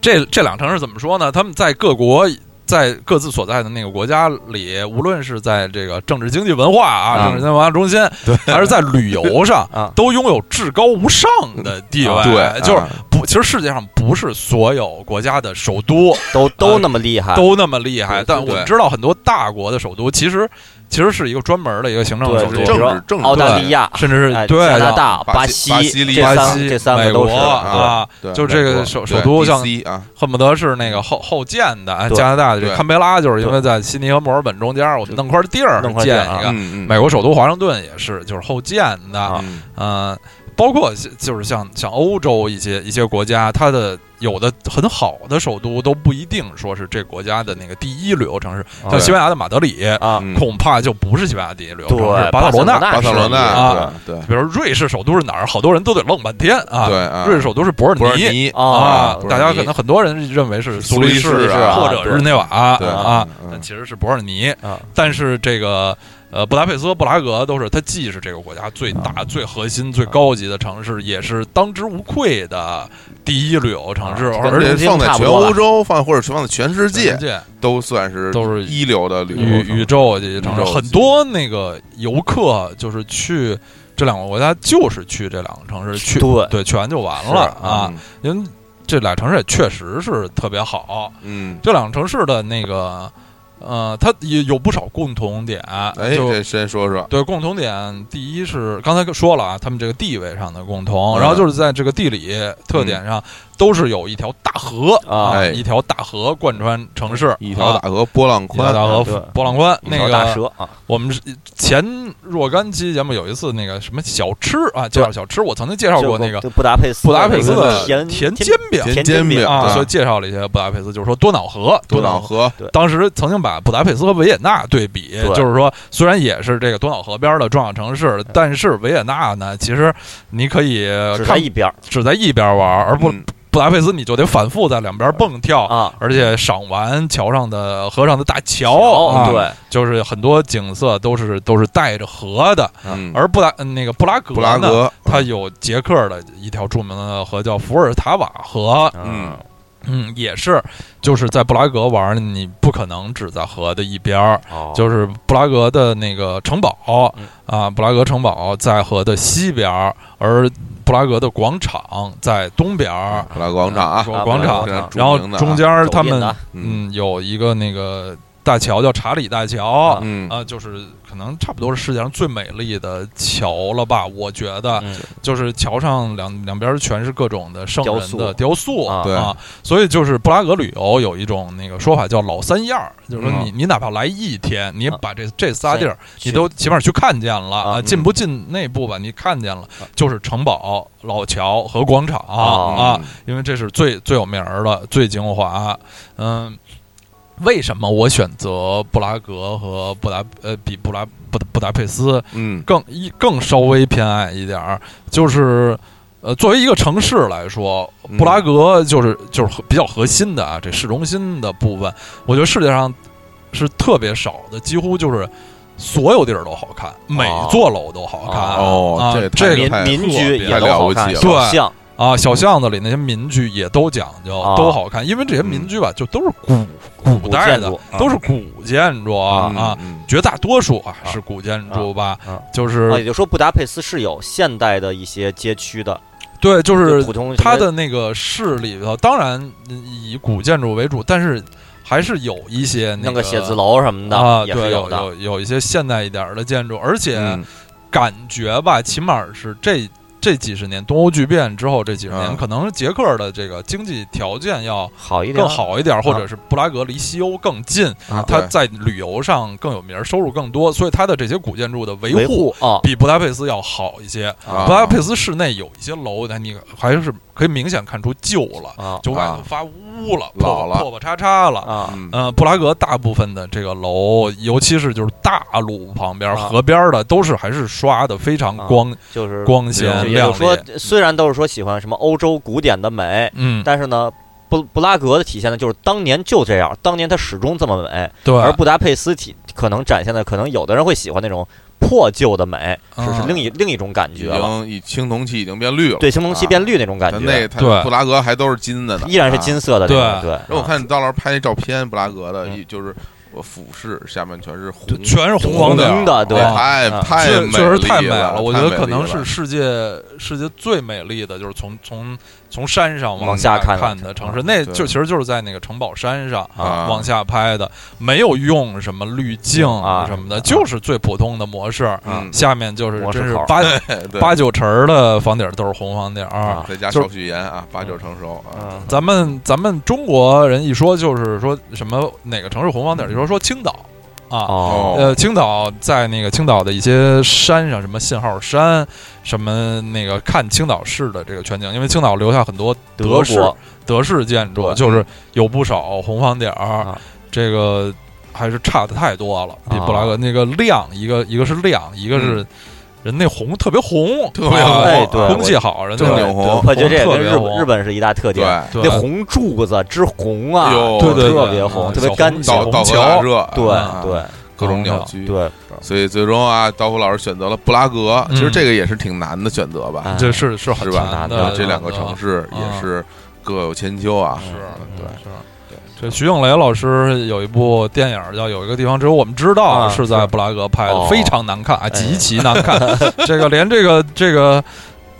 [SPEAKER 3] 这这两城市怎么说呢？他们在各国。在各自所在的那个国家里，无论是在这个政治经济文化啊，
[SPEAKER 2] 啊，
[SPEAKER 3] 政治经济文化中心，还是在旅游上
[SPEAKER 2] 啊
[SPEAKER 3] 都拥有至高无上的地
[SPEAKER 2] 嗯
[SPEAKER 3] 位。
[SPEAKER 1] 对，
[SPEAKER 3] 哎就是
[SPEAKER 1] 啊
[SPEAKER 3] 不，其实世界上不是所有国家的首都
[SPEAKER 2] 都都那么厉害，
[SPEAKER 3] 呃都那么厉害，
[SPEAKER 1] 对
[SPEAKER 3] 但
[SPEAKER 1] 对
[SPEAKER 3] 我
[SPEAKER 1] 对
[SPEAKER 3] 们知道很多大国的首都其实其实是一个专门的一个行政
[SPEAKER 2] 对，
[SPEAKER 3] 首
[SPEAKER 1] 就是
[SPEAKER 2] 比
[SPEAKER 1] 政
[SPEAKER 3] 都，
[SPEAKER 2] 如
[SPEAKER 1] 治政治
[SPEAKER 2] 澳大利亚、
[SPEAKER 3] 甚至
[SPEAKER 2] 哎
[SPEAKER 3] 是对
[SPEAKER 2] 加拿
[SPEAKER 3] 像
[SPEAKER 2] 大、
[SPEAKER 1] 巴西
[SPEAKER 2] 西
[SPEAKER 1] 巴西、利
[SPEAKER 2] 这
[SPEAKER 1] 亚
[SPEAKER 3] 巴
[SPEAKER 2] 三
[SPEAKER 3] 西、
[SPEAKER 2] 这三
[SPEAKER 3] 美
[SPEAKER 2] 个
[SPEAKER 3] 国
[SPEAKER 2] 都是
[SPEAKER 1] 啊
[SPEAKER 3] 啊，
[SPEAKER 1] 对
[SPEAKER 3] 就这个
[SPEAKER 1] 美国
[SPEAKER 3] 首
[SPEAKER 1] 对
[SPEAKER 3] 首都像
[SPEAKER 1] DC 啊，
[SPEAKER 3] 恨不得是那个后后建的哎
[SPEAKER 2] 对
[SPEAKER 3] 加拿大的这
[SPEAKER 1] 对
[SPEAKER 3] 堪培拉，就是因为在悉尼和墨尔本中间，我们弄块地儿
[SPEAKER 2] 弄块地
[SPEAKER 3] 建
[SPEAKER 2] 儿
[SPEAKER 3] 一个。
[SPEAKER 1] 嗯嗯，
[SPEAKER 3] 啊美国首都华盛顿也是，就是后建的
[SPEAKER 2] 啊
[SPEAKER 1] 嗯
[SPEAKER 3] 嗯，包括像就是像像欧洲一些一些国家，它的有的很好的首都都不一定说是这国家的那个第一旅游城市，
[SPEAKER 2] 啊
[SPEAKER 3] 像西班牙的马德里，
[SPEAKER 2] 啊，
[SPEAKER 1] 嗯
[SPEAKER 3] 恐怕就不是西班牙第一旅游城市，
[SPEAKER 2] 对，
[SPEAKER 3] 巴塞罗那。
[SPEAKER 1] 巴塞罗
[SPEAKER 2] 是
[SPEAKER 1] 那
[SPEAKER 3] 啊，
[SPEAKER 1] 对对
[SPEAKER 3] 比如瑞士首都是哪儿，好多人都得愣半天啊。
[SPEAKER 1] 对啊
[SPEAKER 3] 瑞士首都是博尔
[SPEAKER 1] 伯尔
[SPEAKER 3] 尼
[SPEAKER 1] 尼
[SPEAKER 2] 啊
[SPEAKER 1] 伯尔尼
[SPEAKER 3] 大家可能很多人认为是苏
[SPEAKER 1] 苏黎
[SPEAKER 3] 黎世
[SPEAKER 1] 世
[SPEAKER 2] 啊
[SPEAKER 3] 或者
[SPEAKER 2] 对
[SPEAKER 3] 日内瓦
[SPEAKER 1] 对
[SPEAKER 3] 啊，，但
[SPEAKER 1] 嗯
[SPEAKER 3] 其实是博尔尼。
[SPEAKER 2] 啊
[SPEAKER 3] 但是这个呃，布达佩斯和布拉格都是它既是这个国家最大、最核心、最高级的城市，也是当之无愧的第一旅游城市，
[SPEAKER 2] 啊
[SPEAKER 3] 而
[SPEAKER 1] 而
[SPEAKER 3] 且
[SPEAKER 1] 且
[SPEAKER 2] 东京
[SPEAKER 1] 放在
[SPEAKER 2] 差不
[SPEAKER 1] 全
[SPEAKER 2] 多了
[SPEAKER 1] 欧洲，放或者放在全世界
[SPEAKER 3] 全世界
[SPEAKER 1] 都算是
[SPEAKER 3] 都是
[SPEAKER 1] 一流的旅游
[SPEAKER 3] 宇宇宙级城市，
[SPEAKER 1] 宇宙级
[SPEAKER 3] 很多那个游客就是去。这两个国家就是去这两个城市去
[SPEAKER 2] 对
[SPEAKER 3] 对全就完
[SPEAKER 2] 是
[SPEAKER 3] 了啊！，因为这俩城市也确实是特别好。
[SPEAKER 1] 嗯，
[SPEAKER 3] 这两个城市的那个，呃，它也有不少共同点，
[SPEAKER 1] 哎，
[SPEAKER 3] 就
[SPEAKER 1] 这先说说，
[SPEAKER 3] 对，共同点第一是刚才说了啊，他们这个地位上的共同，
[SPEAKER 1] 嗯
[SPEAKER 3] 然后就是在这个地理特点上，都是有一条大河
[SPEAKER 2] 啊
[SPEAKER 1] 哎
[SPEAKER 3] 一条大河贯穿城市，
[SPEAKER 1] 一条
[SPEAKER 3] 啊
[SPEAKER 1] 大河波浪
[SPEAKER 3] 一条
[SPEAKER 1] 宽，
[SPEAKER 3] 大河
[SPEAKER 2] 对
[SPEAKER 3] 波浪宽。
[SPEAKER 2] 一
[SPEAKER 3] 那
[SPEAKER 2] 条大
[SPEAKER 3] 个
[SPEAKER 2] 蛇啊，
[SPEAKER 3] 我们是前若干期节目有一次那个什么小吃啊，介绍小吃，我曾经介绍
[SPEAKER 2] 就
[SPEAKER 3] 过那个
[SPEAKER 2] 就布达佩斯
[SPEAKER 3] 布达佩斯
[SPEAKER 2] 那个
[SPEAKER 3] 的
[SPEAKER 2] 甜
[SPEAKER 3] 甜
[SPEAKER 2] 甜
[SPEAKER 3] 煎饼
[SPEAKER 1] 甜
[SPEAKER 2] 甜
[SPEAKER 1] 煎
[SPEAKER 2] 煎饼
[SPEAKER 1] 饼
[SPEAKER 3] 啊，
[SPEAKER 1] 对
[SPEAKER 3] 所以介绍了一些布达佩斯，就是说多瑙河，
[SPEAKER 1] 多瑙。河，
[SPEAKER 3] 当时曾经把布达佩斯和维也纳对比，
[SPEAKER 2] 对
[SPEAKER 3] 就是说，虽然也是这个多瑙河边的重要城市，但是维也纳呢，其实你可以
[SPEAKER 2] 只在
[SPEAKER 3] 看
[SPEAKER 2] 一边儿
[SPEAKER 3] 只在一边玩，而不
[SPEAKER 1] 嗯
[SPEAKER 3] 布达佩斯你就得反复在两边蹦跳，
[SPEAKER 2] 啊，
[SPEAKER 3] 而且赏完桥上的河上的大桥，
[SPEAKER 2] 哦，
[SPEAKER 3] 啊，
[SPEAKER 2] 对，
[SPEAKER 3] 就是很多景色都是都是带着河的。
[SPEAKER 1] 嗯，
[SPEAKER 3] 而布达嗯那个布拉格
[SPEAKER 1] 布拉
[SPEAKER 3] 呢，
[SPEAKER 1] 格，嗯
[SPEAKER 3] 它有捷克的一条著名的河叫伏尔塔瓦河，
[SPEAKER 1] 嗯
[SPEAKER 2] 啊，
[SPEAKER 3] 嗯，也是，就是在布拉格玩儿，你不可能只在河的一边儿，
[SPEAKER 2] 哦
[SPEAKER 3] 嗯就是布拉格的那个城堡
[SPEAKER 2] 嗯
[SPEAKER 3] 啊，布拉格城堡在河的西边儿，而布拉格的广场在东边儿，
[SPEAKER 1] 布拉格广场啊，
[SPEAKER 3] 有广场
[SPEAKER 1] 非常著
[SPEAKER 3] 然后
[SPEAKER 1] 名的啊
[SPEAKER 3] 中间儿他
[SPEAKER 2] 走遍
[SPEAKER 3] 们
[SPEAKER 2] 的
[SPEAKER 1] 嗯
[SPEAKER 3] 嗯有一个那个大桥叫查理大桥。
[SPEAKER 1] 嗯
[SPEAKER 3] 啊，就是可能差不多是世界上最美丽的桥了吧？我觉得，
[SPEAKER 2] 嗯
[SPEAKER 3] 就是桥上两两边全是各种的圣
[SPEAKER 2] 雕
[SPEAKER 3] 人的
[SPEAKER 2] 塑
[SPEAKER 3] 雕塑
[SPEAKER 2] 啊
[SPEAKER 1] 对
[SPEAKER 3] 啊，所以就是布拉格旅游有一种那个说法叫“老三样儿”，就是说
[SPEAKER 1] 嗯
[SPEAKER 3] 你你哪怕来一天，你也
[SPEAKER 2] 啊
[SPEAKER 3] 把这这仨地儿
[SPEAKER 2] 去
[SPEAKER 3] 你都起码去看见了
[SPEAKER 2] 啊
[SPEAKER 3] 啊，
[SPEAKER 2] 嗯
[SPEAKER 3] 进不进内部吧，你看见了
[SPEAKER 2] 啊，
[SPEAKER 3] 就是城堡、老桥和广场啊
[SPEAKER 1] 嗯
[SPEAKER 2] 哦，
[SPEAKER 3] 因为这是最最有名儿的、最精华。嗯，为什么我选择布拉格和布达呃比布拉布布达佩斯？
[SPEAKER 1] 嗯
[SPEAKER 3] 更一更稍微偏爱一点儿，就是呃，作为一个城市来说，布拉格就是就是核比较核心的啊，这市中心的部分，我觉得世界上是特别少的，几乎就是所有地儿都好看，每座楼都好看。
[SPEAKER 1] 哦
[SPEAKER 3] 啊，
[SPEAKER 1] 这太
[SPEAKER 3] 这个
[SPEAKER 2] 民
[SPEAKER 1] 太
[SPEAKER 2] 民居
[SPEAKER 1] 特别
[SPEAKER 2] 也
[SPEAKER 1] 太
[SPEAKER 2] 都
[SPEAKER 1] 了
[SPEAKER 2] 好
[SPEAKER 1] 不
[SPEAKER 2] 看，
[SPEAKER 1] 起
[SPEAKER 3] 对
[SPEAKER 1] 了，
[SPEAKER 2] 小巷
[SPEAKER 3] 啊，小巷子里那些民居也都讲究，
[SPEAKER 2] 啊
[SPEAKER 3] 都好看，因为这些民居吧，就都是古古代
[SPEAKER 2] 建
[SPEAKER 3] 的
[SPEAKER 2] 筑，
[SPEAKER 3] 都是古建筑啊
[SPEAKER 1] 嗯
[SPEAKER 3] 啊，，
[SPEAKER 1] 嗯
[SPEAKER 3] 绝大多数啊
[SPEAKER 2] 啊
[SPEAKER 3] 是古建筑吧
[SPEAKER 2] 啊啊，
[SPEAKER 3] 就是
[SPEAKER 2] 啊，也就是说，布达佩斯是有现代的一些街区的，
[SPEAKER 3] 对，就
[SPEAKER 2] 就是普通
[SPEAKER 3] 它
[SPEAKER 2] 什么
[SPEAKER 3] 的那个市里头，当然以古建筑为主，但是还是有一些
[SPEAKER 2] 弄个
[SPEAKER 3] 个
[SPEAKER 2] 写字楼什么
[SPEAKER 3] 啊，
[SPEAKER 2] 的，也
[SPEAKER 3] 对，
[SPEAKER 2] 是
[SPEAKER 3] 有
[SPEAKER 2] 的。
[SPEAKER 3] 有有一些现代一点儿的建筑，而且
[SPEAKER 1] 嗯
[SPEAKER 3] 感觉吧，起码是这这几十年东欧剧变之后这几十年，
[SPEAKER 1] 嗯
[SPEAKER 3] 可能捷克的这个经济条件要
[SPEAKER 2] 好一点，
[SPEAKER 3] 更。好一点，或者是布拉格离西欧更近，
[SPEAKER 1] 啊
[SPEAKER 3] 它
[SPEAKER 1] 对
[SPEAKER 3] 在旅游上更有名儿，收入更多，所以它的这些古建筑的维
[SPEAKER 2] 维
[SPEAKER 3] 护
[SPEAKER 2] 护啊，
[SPEAKER 3] 比布达佩斯要好一些。
[SPEAKER 1] 啊
[SPEAKER 3] 布达佩斯市内有一些楼，那你还是可以明显看出旧了，
[SPEAKER 2] 啊
[SPEAKER 3] 就外
[SPEAKER 1] 啊
[SPEAKER 3] 头发乌了，
[SPEAKER 1] 老
[SPEAKER 3] 破
[SPEAKER 1] 了
[SPEAKER 3] 破破叉叉了。
[SPEAKER 2] 啊
[SPEAKER 1] 嗯
[SPEAKER 3] 呃，布拉格大部分的这个楼，尤其是就是大路旁边、
[SPEAKER 2] 啊
[SPEAKER 3] 河边的，都是还是刷的非
[SPEAKER 1] 啊
[SPEAKER 3] 常光、
[SPEAKER 2] 就是
[SPEAKER 3] 光
[SPEAKER 2] 就
[SPEAKER 3] 鲜
[SPEAKER 2] 也就
[SPEAKER 3] 亮
[SPEAKER 2] 是说
[SPEAKER 3] 丽。，
[SPEAKER 2] 虽然都是说喜欢什么欧洲古典的美，
[SPEAKER 3] 嗯，
[SPEAKER 2] 但是呢，布布拉格的体现呢，就是当年就这样，当年它始终这么美，
[SPEAKER 3] 对，
[SPEAKER 2] 而布达佩斯体可能展现的，可能有的人会喜欢那种破旧的美，是是
[SPEAKER 3] 嗯
[SPEAKER 2] 另一另一种感
[SPEAKER 1] 已
[SPEAKER 2] 觉了，
[SPEAKER 1] 经一青铜器已经变绿了，
[SPEAKER 2] 对，青铜器变绿那种感
[SPEAKER 1] 但
[SPEAKER 2] 觉
[SPEAKER 1] 那，它
[SPEAKER 3] 对
[SPEAKER 1] 布拉格还都是金的呢，
[SPEAKER 2] 依然是
[SPEAKER 1] 啊
[SPEAKER 2] 金色的那种，对，
[SPEAKER 1] 然后我看你到那儿拍那照片，布拉格的，
[SPEAKER 2] 嗯
[SPEAKER 1] 一就是我俯视下面全是
[SPEAKER 3] 就
[SPEAKER 1] 红，
[SPEAKER 3] 全是红
[SPEAKER 2] 黄
[SPEAKER 3] 黄
[SPEAKER 1] 的
[SPEAKER 3] 点
[SPEAKER 2] 红
[SPEAKER 3] 儿，
[SPEAKER 2] 的，对，
[SPEAKER 1] 太
[SPEAKER 2] 嗯
[SPEAKER 1] 太
[SPEAKER 3] 确
[SPEAKER 1] 美
[SPEAKER 3] 确实太
[SPEAKER 1] 丽
[SPEAKER 3] 美
[SPEAKER 1] 了，
[SPEAKER 3] 我觉
[SPEAKER 1] 太
[SPEAKER 3] 得
[SPEAKER 1] 美
[SPEAKER 3] 可
[SPEAKER 1] 丽
[SPEAKER 3] 能
[SPEAKER 1] 了
[SPEAKER 3] 是世界世界最美丽的，就是从从从山上
[SPEAKER 2] 往
[SPEAKER 3] 下
[SPEAKER 2] 下看
[SPEAKER 3] 看的城市，那
[SPEAKER 1] 对
[SPEAKER 3] 就其实就是在那个城堡山上
[SPEAKER 1] 啊
[SPEAKER 3] 往下拍的，没有用什么滤镜
[SPEAKER 2] 啊
[SPEAKER 3] 什么的，就是最普通的模式。
[SPEAKER 1] 嗯，
[SPEAKER 3] 下面就是
[SPEAKER 2] 模式
[SPEAKER 3] 真是
[SPEAKER 2] 口
[SPEAKER 3] 八
[SPEAKER 1] 对
[SPEAKER 3] 八九成儿的房顶儿都是红房顶儿
[SPEAKER 2] 啊。
[SPEAKER 1] 再加
[SPEAKER 3] 就是
[SPEAKER 1] 少许盐啊，八九成熟啊，
[SPEAKER 2] 嗯，
[SPEAKER 3] 咱们咱们中国人一说就是说什么哪个城市红房顶儿，就说说青岛啊。
[SPEAKER 2] 嗯哦，
[SPEAKER 3] 呃，青岛在那个青岛的一些山上，什么信号山，什么那个看青岛市的这个全景，因为青岛留下很多德
[SPEAKER 2] 德
[SPEAKER 3] 式
[SPEAKER 2] 国
[SPEAKER 3] 德式建筑，
[SPEAKER 2] 对
[SPEAKER 3] 就是有不少红房顶儿，
[SPEAKER 2] 啊
[SPEAKER 3] 这个还是差的太多了，比
[SPEAKER 2] 啊
[SPEAKER 3] 布拉格那个亮，一个一个是亮，一个是人那红特别红，
[SPEAKER 1] 特别
[SPEAKER 3] 啊
[SPEAKER 1] 红
[SPEAKER 2] 哎对
[SPEAKER 3] 空气好，人家
[SPEAKER 1] 正
[SPEAKER 2] 对
[SPEAKER 1] 经红
[SPEAKER 2] 我觉得这也
[SPEAKER 3] 红特
[SPEAKER 2] 跟
[SPEAKER 3] 别
[SPEAKER 2] 日
[SPEAKER 3] 红
[SPEAKER 2] 日本是一大特
[SPEAKER 1] 对
[SPEAKER 2] 点，，
[SPEAKER 3] 对
[SPEAKER 2] 那红柱子之红啊，
[SPEAKER 1] 哟
[SPEAKER 3] 对对对
[SPEAKER 2] 特别红，
[SPEAKER 3] 嗯
[SPEAKER 2] 特别
[SPEAKER 3] 小
[SPEAKER 2] 干
[SPEAKER 3] 红
[SPEAKER 2] 净
[SPEAKER 1] 到，
[SPEAKER 3] 红
[SPEAKER 1] 到
[SPEAKER 3] 桥
[SPEAKER 1] 大热，
[SPEAKER 2] 对
[SPEAKER 1] 啊
[SPEAKER 2] 对
[SPEAKER 1] 各种鸟居，
[SPEAKER 2] 对，
[SPEAKER 1] 所以最终啊，刀夫老师选择了布拉格，其实
[SPEAKER 3] 嗯
[SPEAKER 1] 这个也是挺难的选择吧，
[SPEAKER 2] 哎
[SPEAKER 3] 这啊是是很
[SPEAKER 1] 是吧？
[SPEAKER 3] 难
[SPEAKER 2] 挺
[SPEAKER 3] 的
[SPEAKER 2] 难的嗯
[SPEAKER 1] 这两个城市也
[SPEAKER 3] 啊
[SPEAKER 1] 是各有千秋啊，
[SPEAKER 3] 是
[SPEAKER 1] 对。
[SPEAKER 3] 是。这徐静蕾老师有一部电影叫《有一个地方只有我们知道》，
[SPEAKER 2] 啊
[SPEAKER 3] 是在布拉格拍的，
[SPEAKER 2] 哦
[SPEAKER 3] 非常难看啊，极其难看。这个连这个这个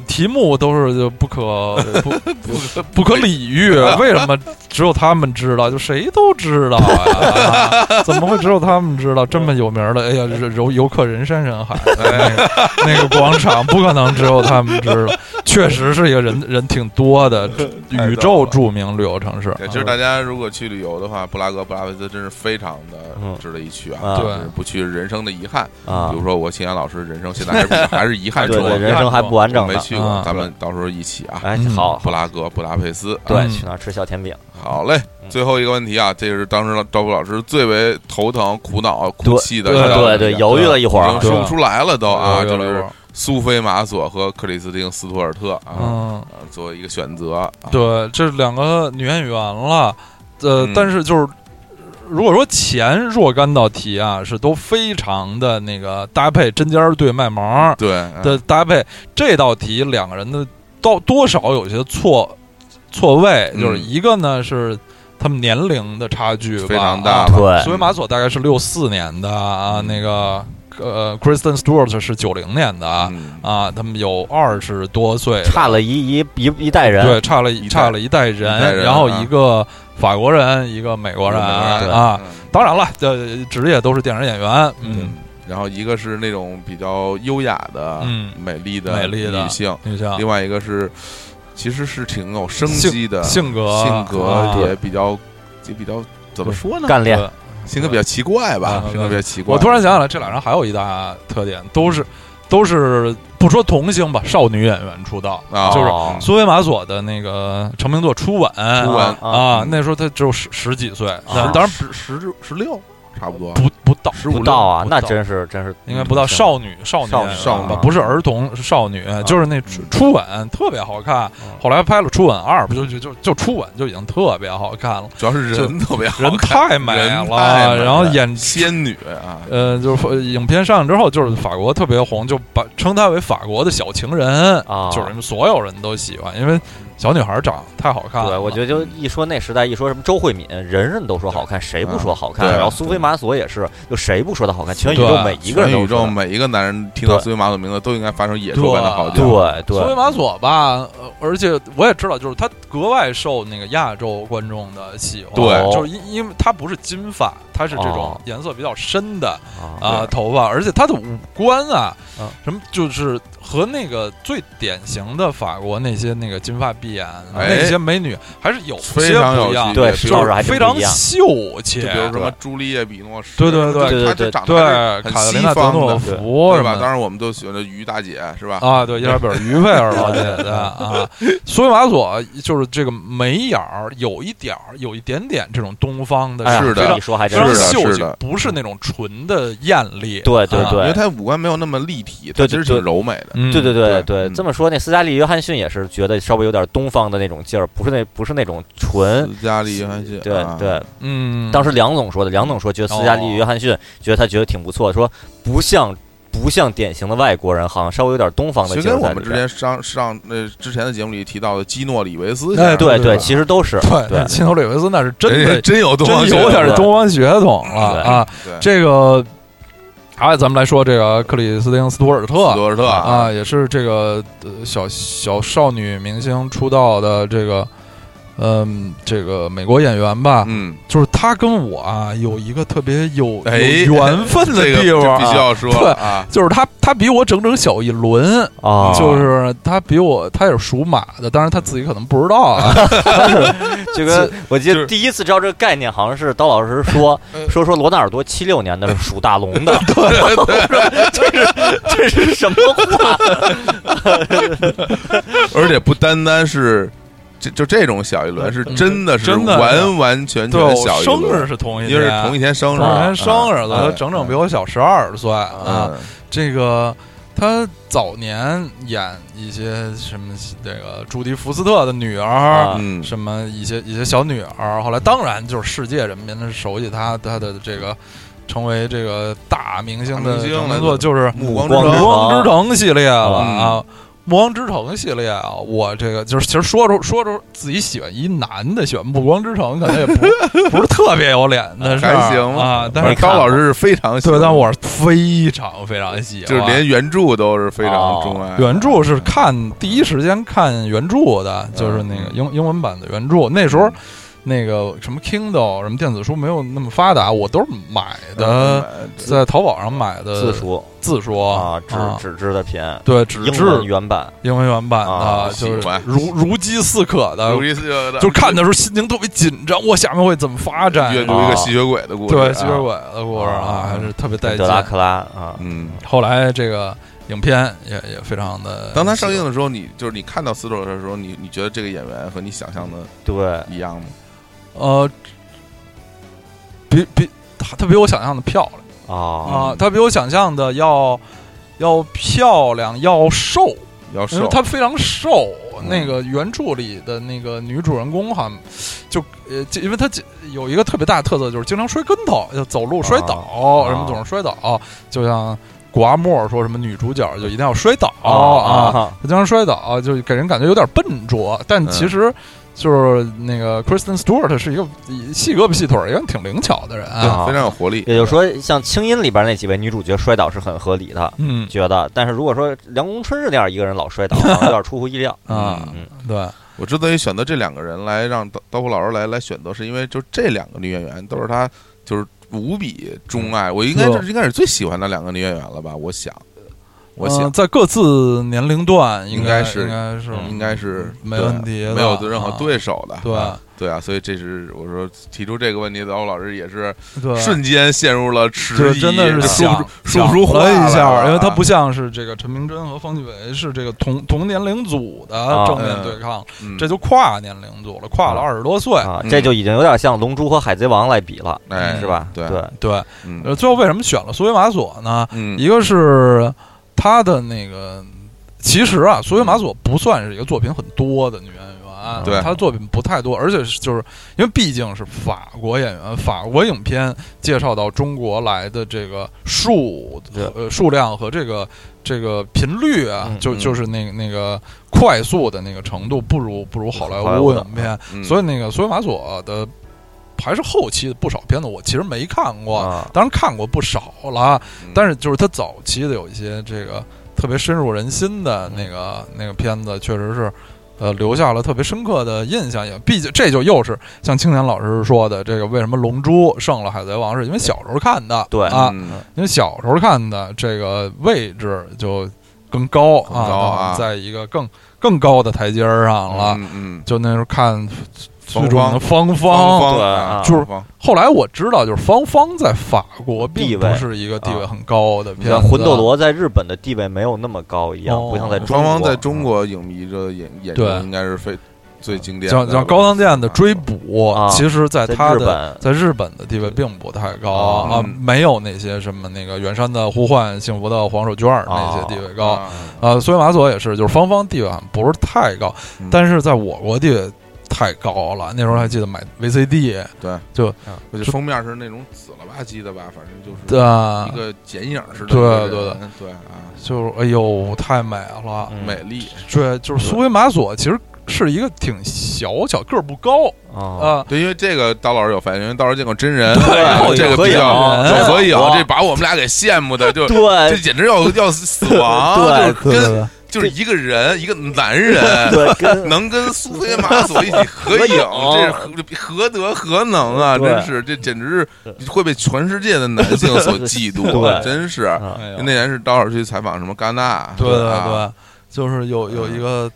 [SPEAKER 3] 题目都是就不可不不不可理 喻，为什么只有他们知道？就谁都知道呀、怎么会只有他们知道？这么有名的，哎呀，游游客人 山人海，哎那个那个广场不可能只有他们 知道，确实是一个人人挺多的
[SPEAKER 1] 太
[SPEAKER 3] 宇
[SPEAKER 1] 逗
[SPEAKER 3] 宙
[SPEAKER 1] 了
[SPEAKER 3] 著名旅游城市。
[SPEAKER 1] 对，
[SPEAKER 3] 嗯
[SPEAKER 1] 其实大家如果去旅游的话，布拉格、布拉维斯真是非常的
[SPEAKER 2] 嗯
[SPEAKER 1] 值得一去啊！
[SPEAKER 2] 啊
[SPEAKER 3] 对
[SPEAKER 1] 就是不去人生的遗憾。
[SPEAKER 2] 啊
[SPEAKER 1] 比如，说我秦岩老师人生现在还 是还是遗憾
[SPEAKER 2] 对
[SPEAKER 1] 中，
[SPEAKER 2] 对，
[SPEAKER 3] 我
[SPEAKER 2] 人生还不完整
[SPEAKER 1] 没
[SPEAKER 2] 呢。
[SPEAKER 1] 去过
[SPEAKER 3] 啊，
[SPEAKER 1] 咱们到时候一起啊。
[SPEAKER 2] 哎
[SPEAKER 3] 嗯，
[SPEAKER 2] 好，
[SPEAKER 1] 布拉格、布达佩斯，啊
[SPEAKER 2] 对，
[SPEAKER 3] 嗯
[SPEAKER 2] 去那儿吃小甜饼，
[SPEAKER 1] 好嘞。
[SPEAKER 2] 嗯
[SPEAKER 1] 最后一个问题啊，这是当时赵布老师最为头疼、苦恼、
[SPEAKER 2] 对
[SPEAKER 1] 哭泣的，
[SPEAKER 3] 对
[SPEAKER 1] 一道
[SPEAKER 2] 对
[SPEAKER 1] 问题
[SPEAKER 2] 对，犹豫了一会儿
[SPEAKER 1] 已经
[SPEAKER 2] 啊，
[SPEAKER 1] 说不出来了都啊，
[SPEAKER 3] 有
[SPEAKER 1] 就
[SPEAKER 3] 有有
[SPEAKER 1] 是苏菲玛索和克里斯汀斯图尔特啊，
[SPEAKER 3] 嗯。
[SPEAKER 1] 啊作为一个选择啊，
[SPEAKER 3] 对，这两个女演员了，呃，
[SPEAKER 1] 嗯
[SPEAKER 3] 但是就是。如果说前若干道题啊，是都非常的那个搭配针尖儿对麦芒儿
[SPEAKER 1] 对，
[SPEAKER 3] 的搭配，这道题两个人的到多少有些错错位，
[SPEAKER 1] 嗯
[SPEAKER 3] 就是一个呢是他们年龄的差距吧
[SPEAKER 1] 非常大
[SPEAKER 3] 啊
[SPEAKER 1] 了。
[SPEAKER 2] 对
[SPEAKER 3] 所以马索大概是六四年的啊，
[SPEAKER 1] 嗯
[SPEAKER 3] 那个呃，Kristen Stewart 是九零年的啊，
[SPEAKER 1] 嗯
[SPEAKER 3] 啊，他们有二十多岁的
[SPEAKER 2] 差了一一一一代人，
[SPEAKER 3] 对，差了
[SPEAKER 1] 一代
[SPEAKER 3] 差了一代人，
[SPEAKER 1] 一代人
[SPEAKER 3] 然后
[SPEAKER 1] 啊
[SPEAKER 3] 一个法国人，一个美国人
[SPEAKER 1] 嗯对
[SPEAKER 3] 啊。，当然了，这职业都是电影演员，嗯
[SPEAKER 1] 嗯，然后一个是那种比较优雅的、
[SPEAKER 3] 嗯
[SPEAKER 1] 美丽的
[SPEAKER 3] 美丽的啊
[SPEAKER 1] 女性，
[SPEAKER 3] 你像
[SPEAKER 1] 另外一个是其实是挺有生机的
[SPEAKER 3] 性格
[SPEAKER 1] 性格
[SPEAKER 3] 啊
[SPEAKER 1] 也比较也比较怎么说呢？
[SPEAKER 2] 干练，
[SPEAKER 3] 对
[SPEAKER 1] 性格比较奇怪吧
[SPEAKER 3] 啊，
[SPEAKER 1] 性格比较奇怪。
[SPEAKER 3] 我突然想起来，这俩人还有一大特点，都是都是不说童星吧，少女演员出道，
[SPEAKER 1] 啊，
[SPEAKER 3] 就是
[SPEAKER 2] 哦
[SPEAKER 3] 苏菲玛索的那个成名作《初吻》
[SPEAKER 1] 初吻
[SPEAKER 3] 啊，
[SPEAKER 1] 嗯
[SPEAKER 3] 那时候她只有十十几岁，但当然
[SPEAKER 1] 十
[SPEAKER 3] 嗯
[SPEAKER 1] 十十六差不多，
[SPEAKER 3] 不不到
[SPEAKER 1] 十五
[SPEAKER 2] 不
[SPEAKER 1] 六
[SPEAKER 2] 到啊，
[SPEAKER 3] 不
[SPEAKER 2] 那
[SPEAKER 3] 到
[SPEAKER 2] 真是真是
[SPEAKER 3] 应该不到
[SPEAKER 2] 行
[SPEAKER 3] 少女少女
[SPEAKER 2] 少女
[SPEAKER 1] 嗯少女
[SPEAKER 3] 吧不是儿童是少女，就是那初
[SPEAKER 1] 嗯
[SPEAKER 3] 初吻特别好看
[SPEAKER 2] 嗯。
[SPEAKER 3] 后来拍了《初吻二》，不就就就就初吻就已经特别好看了，
[SPEAKER 1] 主要是人特别好
[SPEAKER 3] 人太美
[SPEAKER 1] 人太
[SPEAKER 3] 了，
[SPEAKER 1] 美
[SPEAKER 3] 然后
[SPEAKER 1] 了
[SPEAKER 3] 演
[SPEAKER 1] 仙女啊，
[SPEAKER 3] 呃，就是影片上映之后，就是法国特别红，就把称她为法国的小情人
[SPEAKER 2] 啊
[SPEAKER 3] 就是所有人都喜欢，因为小女孩长得太好
[SPEAKER 1] 啊
[SPEAKER 3] 看了。
[SPEAKER 2] 对，我觉得
[SPEAKER 1] 嗯
[SPEAKER 2] 就一说那时代，一说什么周慧敏，人人都说好看，谁不说好看？
[SPEAKER 1] 对
[SPEAKER 2] 然后苏菲玛索也是，就谁不说她好看？全宇
[SPEAKER 3] 对
[SPEAKER 2] 宙每一个人
[SPEAKER 1] 全
[SPEAKER 2] 都
[SPEAKER 1] 宇
[SPEAKER 2] 说
[SPEAKER 1] 宙每一个男人听到
[SPEAKER 2] 对
[SPEAKER 1] 苏菲玛索名字都应该发生野兽般的嚎叫。
[SPEAKER 2] 对对
[SPEAKER 3] 苏菲玛索吧，呃而且我也知道，就是她格外受那个亚洲观众的喜欢，
[SPEAKER 1] 对
[SPEAKER 3] 就是因因为她不是金发，她是这种
[SPEAKER 2] 哦
[SPEAKER 3] 颜色比较深的
[SPEAKER 2] 啊，
[SPEAKER 3] 啊、
[SPEAKER 1] 对
[SPEAKER 3] 头发，而且她的五官啊
[SPEAKER 2] 啊，
[SPEAKER 3] 什么就是和那个最典型的法国那些那个金发碧眼
[SPEAKER 1] 哎
[SPEAKER 3] 那些美女还是有
[SPEAKER 1] 非
[SPEAKER 3] 些
[SPEAKER 1] 常
[SPEAKER 3] 不
[SPEAKER 1] 有
[SPEAKER 3] 一样，
[SPEAKER 1] 趣
[SPEAKER 2] 对
[SPEAKER 1] 就是
[SPEAKER 2] 倒是还真
[SPEAKER 3] 非
[SPEAKER 2] 不
[SPEAKER 3] 常
[SPEAKER 2] 一样
[SPEAKER 3] 秀气，
[SPEAKER 1] 就比如什么朱丽叶·比诺什，
[SPEAKER 3] 对对对
[SPEAKER 1] 就是她这
[SPEAKER 2] 对对
[SPEAKER 1] 长得
[SPEAKER 3] 对
[SPEAKER 1] 啊还是很
[SPEAKER 3] 卡德
[SPEAKER 1] 西
[SPEAKER 3] 琳娜·德
[SPEAKER 1] 方
[SPEAKER 3] 诺
[SPEAKER 1] 的，
[SPEAKER 3] 夫
[SPEAKER 1] 是吧？
[SPEAKER 3] 什么的
[SPEAKER 1] 当然我们都喜欢的于大姐，是吧？
[SPEAKER 3] 啊，对，伊莎贝尔·于菲尔老姐姐啊，苏菲玛索就是这个眉眼儿有一点儿，有一点点这种东方的，
[SPEAKER 2] 哎呀
[SPEAKER 1] 啊是的
[SPEAKER 3] 非常
[SPEAKER 2] 一说还
[SPEAKER 3] 非
[SPEAKER 2] 真
[SPEAKER 3] 常
[SPEAKER 1] 是的
[SPEAKER 3] 秀
[SPEAKER 1] 是
[SPEAKER 3] 气
[SPEAKER 1] 的，
[SPEAKER 3] 不是那种纯的艳丽。
[SPEAKER 2] 对对
[SPEAKER 3] 啊
[SPEAKER 1] 因为
[SPEAKER 2] 对。
[SPEAKER 1] 她五官没有那么立体，她
[SPEAKER 2] 对对
[SPEAKER 1] 其实挺
[SPEAKER 2] 对
[SPEAKER 1] 柔美的。
[SPEAKER 3] 嗯
[SPEAKER 2] 对对
[SPEAKER 1] 对
[SPEAKER 2] 对对，
[SPEAKER 1] 嗯
[SPEAKER 2] 这么说，那斯嘉丽·约翰逊也是觉得稍微有点东方的那种劲儿，不是那不是那种纯。
[SPEAKER 1] 斯嘉丽·约翰逊，
[SPEAKER 2] 对
[SPEAKER 1] 啊哦
[SPEAKER 2] 对，
[SPEAKER 3] 嗯，
[SPEAKER 2] 当时梁总说的，梁总说觉得斯嘉丽·约翰逊觉得他觉得挺不错，说不像不像典型的外国人，好像稍微有点东方的
[SPEAKER 1] 其实
[SPEAKER 2] 劲儿
[SPEAKER 1] 跟我
[SPEAKER 2] 在里
[SPEAKER 1] 们之
[SPEAKER 2] 边。
[SPEAKER 1] 前上上呃之前的节目里提到的基诺里维斯，
[SPEAKER 3] 哎
[SPEAKER 1] 先生
[SPEAKER 2] 对
[SPEAKER 3] 对
[SPEAKER 2] 对，其实都是
[SPEAKER 3] 对，
[SPEAKER 2] 对
[SPEAKER 3] 那切头里维斯那是真
[SPEAKER 1] 人家
[SPEAKER 3] 的，
[SPEAKER 1] 哎真有东
[SPEAKER 3] 真
[SPEAKER 1] 方血
[SPEAKER 3] 有
[SPEAKER 1] 统
[SPEAKER 3] 点
[SPEAKER 2] 对
[SPEAKER 3] 东方血统了
[SPEAKER 2] 对
[SPEAKER 3] 啊。
[SPEAKER 1] 对，
[SPEAKER 3] 这个，啊，咱们来说这个克里斯汀·斯图尔特
[SPEAKER 1] 斯图尔特
[SPEAKER 3] 啊，也是这个呃小小少女明星出道的这个，嗯，这个美国演员吧，
[SPEAKER 1] 嗯，
[SPEAKER 3] 就是他跟我啊有一个特别有,、
[SPEAKER 1] 哎，
[SPEAKER 3] 有缘分的
[SPEAKER 1] 这个
[SPEAKER 3] 地
[SPEAKER 1] 这
[SPEAKER 3] 方、啊，
[SPEAKER 1] 必须要说了 啊，
[SPEAKER 3] 就是他他比我整整小一轮，
[SPEAKER 2] 啊，
[SPEAKER 3] 就是他比我他也是属马的，当然他自己可能不知道 啊，
[SPEAKER 2] 这个我记
[SPEAKER 3] 就
[SPEAKER 2] 得第一次知道这个概念，好像是刀老师 说
[SPEAKER 3] 呃
[SPEAKER 1] 嗯
[SPEAKER 2] 说说罗纳尔多七六年的是属大龙的，这是什么话？
[SPEAKER 1] 而且不单单是这就这种小一轮，是真的是
[SPEAKER 3] 嗯真的
[SPEAKER 1] 完完全全
[SPEAKER 3] 对，
[SPEAKER 1] 的
[SPEAKER 3] 我
[SPEAKER 1] 小一
[SPEAKER 3] 生日
[SPEAKER 1] 轮，
[SPEAKER 3] 是同一
[SPEAKER 1] 因为是同一天生日，
[SPEAKER 3] 同一天生日，
[SPEAKER 1] 啊嗯
[SPEAKER 3] 他整整比我小十二岁啊。，这个他早年演一些什么这个朱迪福斯特的女儿，
[SPEAKER 2] 啊
[SPEAKER 1] 嗯，
[SPEAKER 3] 什么一些一些小女儿，后来当然就是世界人民的熟悉她，她的这个成为这个大明星
[SPEAKER 1] 大
[SPEAKER 3] 的
[SPEAKER 1] 明星
[SPEAKER 3] 成
[SPEAKER 1] 了
[SPEAKER 3] 名作就是《
[SPEAKER 1] 暮光之
[SPEAKER 2] 暮光
[SPEAKER 1] 城
[SPEAKER 3] 暮光之城》系列了
[SPEAKER 1] 嗯
[SPEAKER 3] 啊。暮光之城》系列啊，我这个就是其实说出说出自己喜欢一男的，喜欢《暮光之城》，可能 也不不是特别有脸的事儿
[SPEAKER 1] 还行
[SPEAKER 3] 啊。但
[SPEAKER 1] 反
[SPEAKER 3] 是
[SPEAKER 1] 正高老师是非常喜
[SPEAKER 3] 对，
[SPEAKER 1] 欢
[SPEAKER 3] 但我是非常非常喜欢，
[SPEAKER 1] 就是连原著都是非常钟爱。
[SPEAKER 3] 哦原著是看第一时间看原著的，就是那个英英文版的原著。那时候，那个什么 Kindle 什么电子书没有那么发达，我都是买的，
[SPEAKER 1] 嗯
[SPEAKER 3] 在淘宝上买的
[SPEAKER 2] 字 书
[SPEAKER 3] 字书
[SPEAKER 2] 啊，纸纸质的品，
[SPEAKER 3] 对哦纸
[SPEAKER 2] 英文
[SPEAKER 3] 质
[SPEAKER 2] 原版，
[SPEAKER 3] 英文原版的
[SPEAKER 2] 啊，
[SPEAKER 3] 就是
[SPEAKER 1] 喜欢
[SPEAKER 3] 如如饥似渴的
[SPEAKER 1] 路，易斯就
[SPEAKER 3] 呃就是看的时候心情特别紧张，我下面会怎么发展？啊
[SPEAKER 1] 阅读一个吸血鬼的故事，
[SPEAKER 3] 对
[SPEAKER 1] 啊
[SPEAKER 3] 吸血，鬼的故事啊，
[SPEAKER 2] 啊
[SPEAKER 3] 还是特别带劲
[SPEAKER 2] 德。拉克拉啊，
[SPEAKER 1] 嗯。
[SPEAKER 3] 后来这个影片也也非常的，
[SPEAKER 1] 当它上映的时候，你嗯就是你看到斯多尔的时候，你你觉得这个演员和你想象的
[SPEAKER 2] 对，
[SPEAKER 1] 一样吗？
[SPEAKER 3] 呃，比比她她比我想象的漂亮
[SPEAKER 2] 哦，
[SPEAKER 3] 啊、她比我想象的要要漂亮，要瘦，
[SPEAKER 1] 要
[SPEAKER 3] 因
[SPEAKER 1] 瘦
[SPEAKER 3] 为，她非常瘦。
[SPEAKER 1] 嗯
[SPEAKER 3] 那个原著里的那个女主人公好像就呃，就因为她有一个特别大的特色，就是经常摔跟头，就走路摔倒，
[SPEAKER 2] 啊
[SPEAKER 3] 什么总是摔倒，就像古阿莫说什么女主角就一定要摔倒啊
[SPEAKER 2] 啊
[SPEAKER 3] 他经常摔倒，就给人感觉有点笨拙，但
[SPEAKER 1] 嗯
[SPEAKER 3] 其实就是那个 Kristen Stewart 是一个细胳膊细腿儿，也挺灵巧的人啊。
[SPEAKER 1] 对，非常有活力。
[SPEAKER 2] 也就是说，像《清音》里边那几位女主角摔倒是很合理的，
[SPEAKER 3] 嗯
[SPEAKER 2] 觉得。但是如果说梁公春是那样一个人老摔 倒，好像有点出乎意料。
[SPEAKER 3] 啊，
[SPEAKER 2] 嗯，
[SPEAKER 3] 对，
[SPEAKER 1] 我之所以选择这两个人来让刀刀锋老师来来选择，是因为就这两个女演员都是他就是无比钟爱，我应该
[SPEAKER 3] 是
[SPEAKER 1] 这应该是最喜欢的两个女演员了吧？我想，我
[SPEAKER 3] 呃
[SPEAKER 1] 想
[SPEAKER 3] 在各自年龄段应
[SPEAKER 1] 应该是
[SPEAKER 3] 应该是
[SPEAKER 2] 嗯
[SPEAKER 1] 应该是
[SPEAKER 3] 没
[SPEAKER 1] 对
[SPEAKER 3] 问题的
[SPEAKER 1] 没有任何
[SPEAKER 3] 啊
[SPEAKER 1] 对手的。
[SPEAKER 3] 对
[SPEAKER 1] 啊对啊，所以这是我说提出这个问题，刀锋老师也是
[SPEAKER 3] 对，
[SPEAKER 1] 瞬间陷入了迟
[SPEAKER 3] 就
[SPEAKER 1] 疑，啊
[SPEAKER 3] 真的
[SPEAKER 1] 说
[SPEAKER 3] 是
[SPEAKER 1] 不
[SPEAKER 3] 想
[SPEAKER 1] 出说不出
[SPEAKER 3] 想
[SPEAKER 1] 话
[SPEAKER 3] 了一
[SPEAKER 1] 来啊
[SPEAKER 3] 下，
[SPEAKER 1] 了
[SPEAKER 3] 因为他不像是这个陈明真和方季韦是这个同同年龄组的
[SPEAKER 2] 啊
[SPEAKER 3] 正面
[SPEAKER 1] 嗯
[SPEAKER 3] 对抗，
[SPEAKER 1] 嗯
[SPEAKER 3] 这就跨年龄组了，跨了
[SPEAKER 2] 啊
[SPEAKER 3] 二十多岁。
[SPEAKER 2] 啊
[SPEAKER 1] 嗯，
[SPEAKER 2] 这就已经有点像《龙珠》和《海贼王》来比了，
[SPEAKER 1] 哎
[SPEAKER 2] 是吧？
[SPEAKER 1] 对
[SPEAKER 2] 对，
[SPEAKER 3] 嗯对，
[SPEAKER 1] 嗯
[SPEAKER 3] 呃，最后为什么选了苏维玛索呢？
[SPEAKER 1] 嗯
[SPEAKER 3] 一个是她的那个，其实啊，苏菲玛索不算是一个作品很多的女演
[SPEAKER 2] 嗯
[SPEAKER 3] 员，啊
[SPEAKER 1] 对
[SPEAKER 3] 她作品不太多，而且是就是因为毕竟是法国演员，法国影片介绍到中国来的这个数
[SPEAKER 2] 对
[SPEAKER 3] 呃数量和这个这个频率啊，
[SPEAKER 2] 嗯
[SPEAKER 3] 就
[SPEAKER 1] 嗯
[SPEAKER 3] 就是那个那个快速的那个程度，不如不如好
[SPEAKER 2] 好莱
[SPEAKER 3] 莱
[SPEAKER 2] 坞
[SPEAKER 3] 坞
[SPEAKER 2] 的
[SPEAKER 3] 影片，
[SPEAKER 1] 嗯
[SPEAKER 3] 所以那个苏菲玛索的还是后期的不少片子，我其实没看过。
[SPEAKER 2] 啊，
[SPEAKER 3] 当然看过不少了，
[SPEAKER 1] 嗯
[SPEAKER 3] 但是就是他早期的有一些这个特别深入人心的那个那个片子，确实是。呃，留下了特别深刻的印象，也毕竟这就又是像青年老师说的，这个为什么《龙珠》胜了《海贼王》，是因为小时候看的，
[SPEAKER 2] 对
[SPEAKER 3] 啊，
[SPEAKER 1] 嗯
[SPEAKER 3] 因为小时候看的这个位置就更高
[SPEAKER 1] 更高啊
[SPEAKER 3] 在一个更更高的台阶儿上了。
[SPEAKER 1] 嗯嗯，
[SPEAKER 3] 就那时候看最
[SPEAKER 1] 方
[SPEAKER 3] 著名的方方，
[SPEAKER 1] 方
[SPEAKER 2] 对
[SPEAKER 1] 啊
[SPEAKER 2] 啊
[SPEAKER 3] 就是
[SPEAKER 1] 方
[SPEAKER 3] 后来我知道，就是芳芳在法国
[SPEAKER 2] 地
[SPEAKER 3] 并
[SPEAKER 2] 位
[SPEAKER 3] 不是一个地位很高的片
[SPEAKER 2] 你
[SPEAKER 3] 子，
[SPEAKER 2] 像魂斗罗在日本的地位没有那么高一样，
[SPEAKER 3] 哦
[SPEAKER 2] 不像在
[SPEAKER 1] 方方在
[SPEAKER 2] 中嗯
[SPEAKER 1] 中国影迷的眼眼中
[SPEAKER 3] 对
[SPEAKER 1] 应该是非最经典的
[SPEAKER 3] 像
[SPEAKER 1] 了，
[SPEAKER 3] 像高仓健的追捕，
[SPEAKER 2] 啊
[SPEAKER 3] 其实在
[SPEAKER 2] 在
[SPEAKER 3] 他
[SPEAKER 2] 日
[SPEAKER 3] 的
[SPEAKER 2] 本
[SPEAKER 3] 在日本的地位并不太高
[SPEAKER 2] 啊
[SPEAKER 3] 啊
[SPEAKER 1] 嗯，
[SPEAKER 3] 没有那些什么那个远山的呼唤、幸福的黄手绢儿那些
[SPEAKER 2] 啊
[SPEAKER 3] 地位高
[SPEAKER 1] 啊，
[SPEAKER 3] 啊。所以马索也是，就是芳芳地位好像不是太高
[SPEAKER 1] 嗯，
[SPEAKER 3] 但是在我国地位太高了。那时候还记得买 VCD
[SPEAKER 1] 我觉得封面是那种紫了吧唧的吧，反正就是
[SPEAKER 3] 啊
[SPEAKER 1] 一，个剪影似的，
[SPEAKER 3] 对
[SPEAKER 1] 对
[SPEAKER 3] 对
[SPEAKER 1] 对啊，
[SPEAKER 3] 就是哎呦太美了，
[SPEAKER 2] 嗯
[SPEAKER 1] 美丽，
[SPEAKER 3] 对，就是苏维玛索其实是一个挺小巧，个儿不高
[SPEAKER 2] 啊，
[SPEAKER 3] 啊。
[SPEAKER 1] 对，因为这个刀老师有发现，因为刀老师见过真人，
[SPEAKER 2] 对
[SPEAKER 1] 这个
[SPEAKER 2] 合
[SPEAKER 1] 比
[SPEAKER 2] 影
[SPEAKER 1] 较
[SPEAKER 3] 对
[SPEAKER 1] 有合影，
[SPEAKER 2] 哇
[SPEAKER 1] 这把我们俩给羡慕的就。这
[SPEAKER 2] 对
[SPEAKER 1] 简直要要死亡！
[SPEAKER 2] 对
[SPEAKER 1] 就是跟就是一个人，一个男人，
[SPEAKER 2] 对，跟
[SPEAKER 1] 能跟苏菲玛索一起合影，这是何何德何能啊！
[SPEAKER 2] 对
[SPEAKER 1] 真是，这简直是会被全世界的男性所嫉妒啊，
[SPEAKER 2] 对
[SPEAKER 1] 真是。
[SPEAKER 2] 啊
[SPEAKER 3] 哎呦
[SPEAKER 1] 那年是刀老师去采访什么戛纳，
[SPEAKER 3] 对
[SPEAKER 1] 啊，
[SPEAKER 3] 对，就是有有一个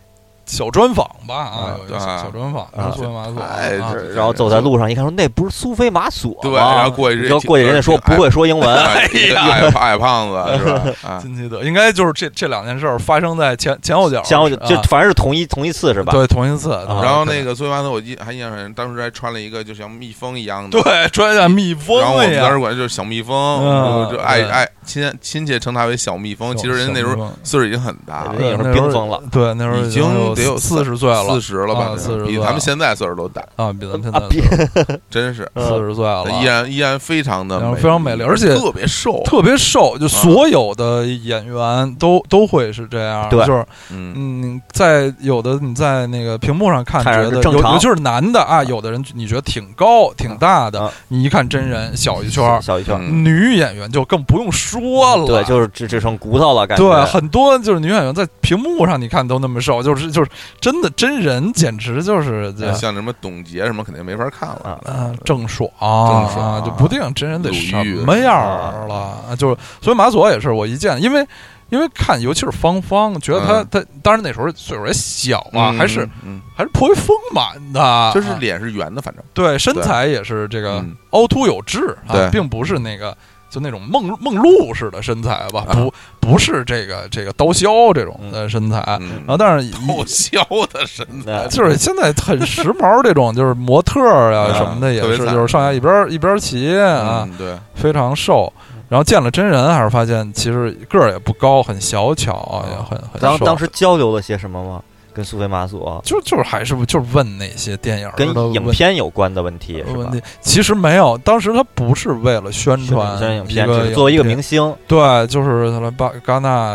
[SPEAKER 3] 小专访吧啊
[SPEAKER 1] 啊，
[SPEAKER 3] 有一个小
[SPEAKER 1] 啊
[SPEAKER 3] 小专访，
[SPEAKER 2] 啊
[SPEAKER 3] 苏维玛索
[SPEAKER 1] 太
[SPEAKER 3] 啊
[SPEAKER 1] 是
[SPEAKER 2] 然后走在路上一看，说那不是苏菲玛索吗？
[SPEAKER 1] 对，然后过去
[SPEAKER 2] 然后过去人家说不会说英文，
[SPEAKER 1] 哎呀，矮矮胖子是吧？啊，
[SPEAKER 3] 金基德应该就是这这两件事儿发生在前前后脚，
[SPEAKER 2] 前后就就
[SPEAKER 3] 啊
[SPEAKER 2] 反正是同一同一次是吧？
[SPEAKER 3] 对同一次，
[SPEAKER 2] 啊
[SPEAKER 1] 然后那个苏菲玛索，我印还印象很深，当时还穿了一个就像蜜蜂一样的，
[SPEAKER 3] 对穿像蜜蜂
[SPEAKER 1] 然后我
[SPEAKER 3] 一
[SPEAKER 1] 们当时
[SPEAKER 3] 样，
[SPEAKER 1] 管就是小蜜蜂，
[SPEAKER 3] 嗯
[SPEAKER 1] 就就爱
[SPEAKER 3] 对
[SPEAKER 1] 爱亲亲切称它为小蜜蜂。其实人家那时候岁数已经很大了
[SPEAKER 3] 哎
[SPEAKER 2] 哎人，家已经是
[SPEAKER 3] 对
[SPEAKER 2] 冰封了，
[SPEAKER 3] 对那时候
[SPEAKER 1] 已经
[SPEAKER 3] 有
[SPEAKER 1] 得有
[SPEAKER 3] 四十岁了
[SPEAKER 1] 四十了吧
[SPEAKER 3] 啊，40岁
[SPEAKER 1] 比
[SPEAKER 3] 了
[SPEAKER 1] 咱们现在岁数都大，
[SPEAKER 3] 啊，比咱们现在
[SPEAKER 2] 啊，嗯比
[SPEAKER 1] 真是
[SPEAKER 3] 四十岁了，
[SPEAKER 1] 依然依然非常的
[SPEAKER 3] 然后非常美丽而且
[SPEAKER 1] 特别瘦，
[SPEAKER 3] 特别瘦，
[SPEAKER 1] 嗯
[SPEAKER 3] 就所有的演员都、都会是这样，
[SPEAKER 2] 对
[SPEAKER 3] 就是
[SPEAKER 1] 嗯，
[SPEAKER 3] 嗯，在有的你在那个屏幕上看，
[SPEAKER 2] 看着
[SPEAKER 3] 觉得
[SPEAKER 2] 是正
[SPEAKER 3] 有
[SPEAKER 2] 常
[SPEAKER 3] 尤其是男的啊，有的人你觉得挺高挺大的，
[SPEAKER 2] 啊
[SPEAKER 3] 你一看真人小一圈儿，
[SPEAKER 2] 小一圈儿，
[SPEAKER 1] 嗯
[SPEAKER 3] 女演员就更不用说了，
[SPEAKER 2] 对，就是只只剩骨头了，感觉
[SPEAKER 3] 对，很多就是女演员在屏幕上你看都那么瘦，就是就是真的真人简直就是这。
[SPEAKER 1] 哎像什么董洁什么肯定没法看了
[SPEAKER 2] 啊，
[SPEAKER 3] 嗯，郑爽，
[SPEAKER 1] 郑爽
[SPEAKER 3] 啊就不定真人得什
[SPEAKER 1] 鲁豫
[SPEAKER 3] 么样儿了，啊就是所以马索也是我一见，因为因为看，尤其是芳芳，觉得她
[SPEAKER 1] 嗯
[SPEAKER 3] 她当然那时候岁数也小啊，
[SPEAKER 1] 嗯
[SPEAKER 3] 还是
[SPEAKER 1] 嗯
[SPEAKER 3] 还是颇为丰满的，
[SPEAKER 1] 就是
[SPEAKER 3] 啊
[SPEAKER 1] 脸是圆的，反正
[SPEAKER 3] 对身材也是这个
[SPEAKER 1] 嗯
[SPEAKER 3] 凹凸有致啊
[SPEAKER 1] 对，
[SPEAKER 3] 并不是那个就那种梦梦露式的身材吧，
[SPEAKER 1] 啊
[SPEAKER 3] 不不是这个这个刀削这种的身材，
[SPEAKER 1] 嗯
[SPEAKER 3] 然后但是
[SPEAKER 1] 好削的身材，
[SPEAKER 2] 那
[SPEAKER 3] 就是现在很时髦，这种就是模特儿啊
[SPEAKER 1] 啊
[SPEAKER 3] 什么的也
[SPEAKER 1] 特别
[SPEAKER 3] 是，
[SPEAKER 1] 惨
[SPEAKER 3] 就是上下一边儿一边儿骑啊，
[SPEAKER 1] 嗯，对，
[SPEAKER 3] 非常瘦。然后见了真人，还是发现其实个儿也不高，很小巧啊，也很很
[SPEAKER 2] 当
[SPEAKER 3] 瘦。
[SPEAKER 2] 当时交流了些什么吗？跟苏菲玛索，
[SPEAKER 3] 就就是还是就是问那些电影儿
[SPEAKER 2] 跟
[SPEAKER 3] 的
[SPEAKER 2] 影
[SPEAKER 3] 问
[SPEAKER 2] 片有关的问题是
[SPEAKER 3] 问
[SPEAKER 2] 吧
[SPEAKER 3] 题？，其实没有。当时他不是为了宣传
[SPEAKER 2] 像影
[SPEAKER 3] 一
[SPEAKER 2] 片，
[SPEAKER 3] 个
[SPEAKER 2] 只是作为一个
[SPEAKER 3] 影片
[SPEAKER 2] 明星
[SPEAKER 3] 对，就是他来巴戛纳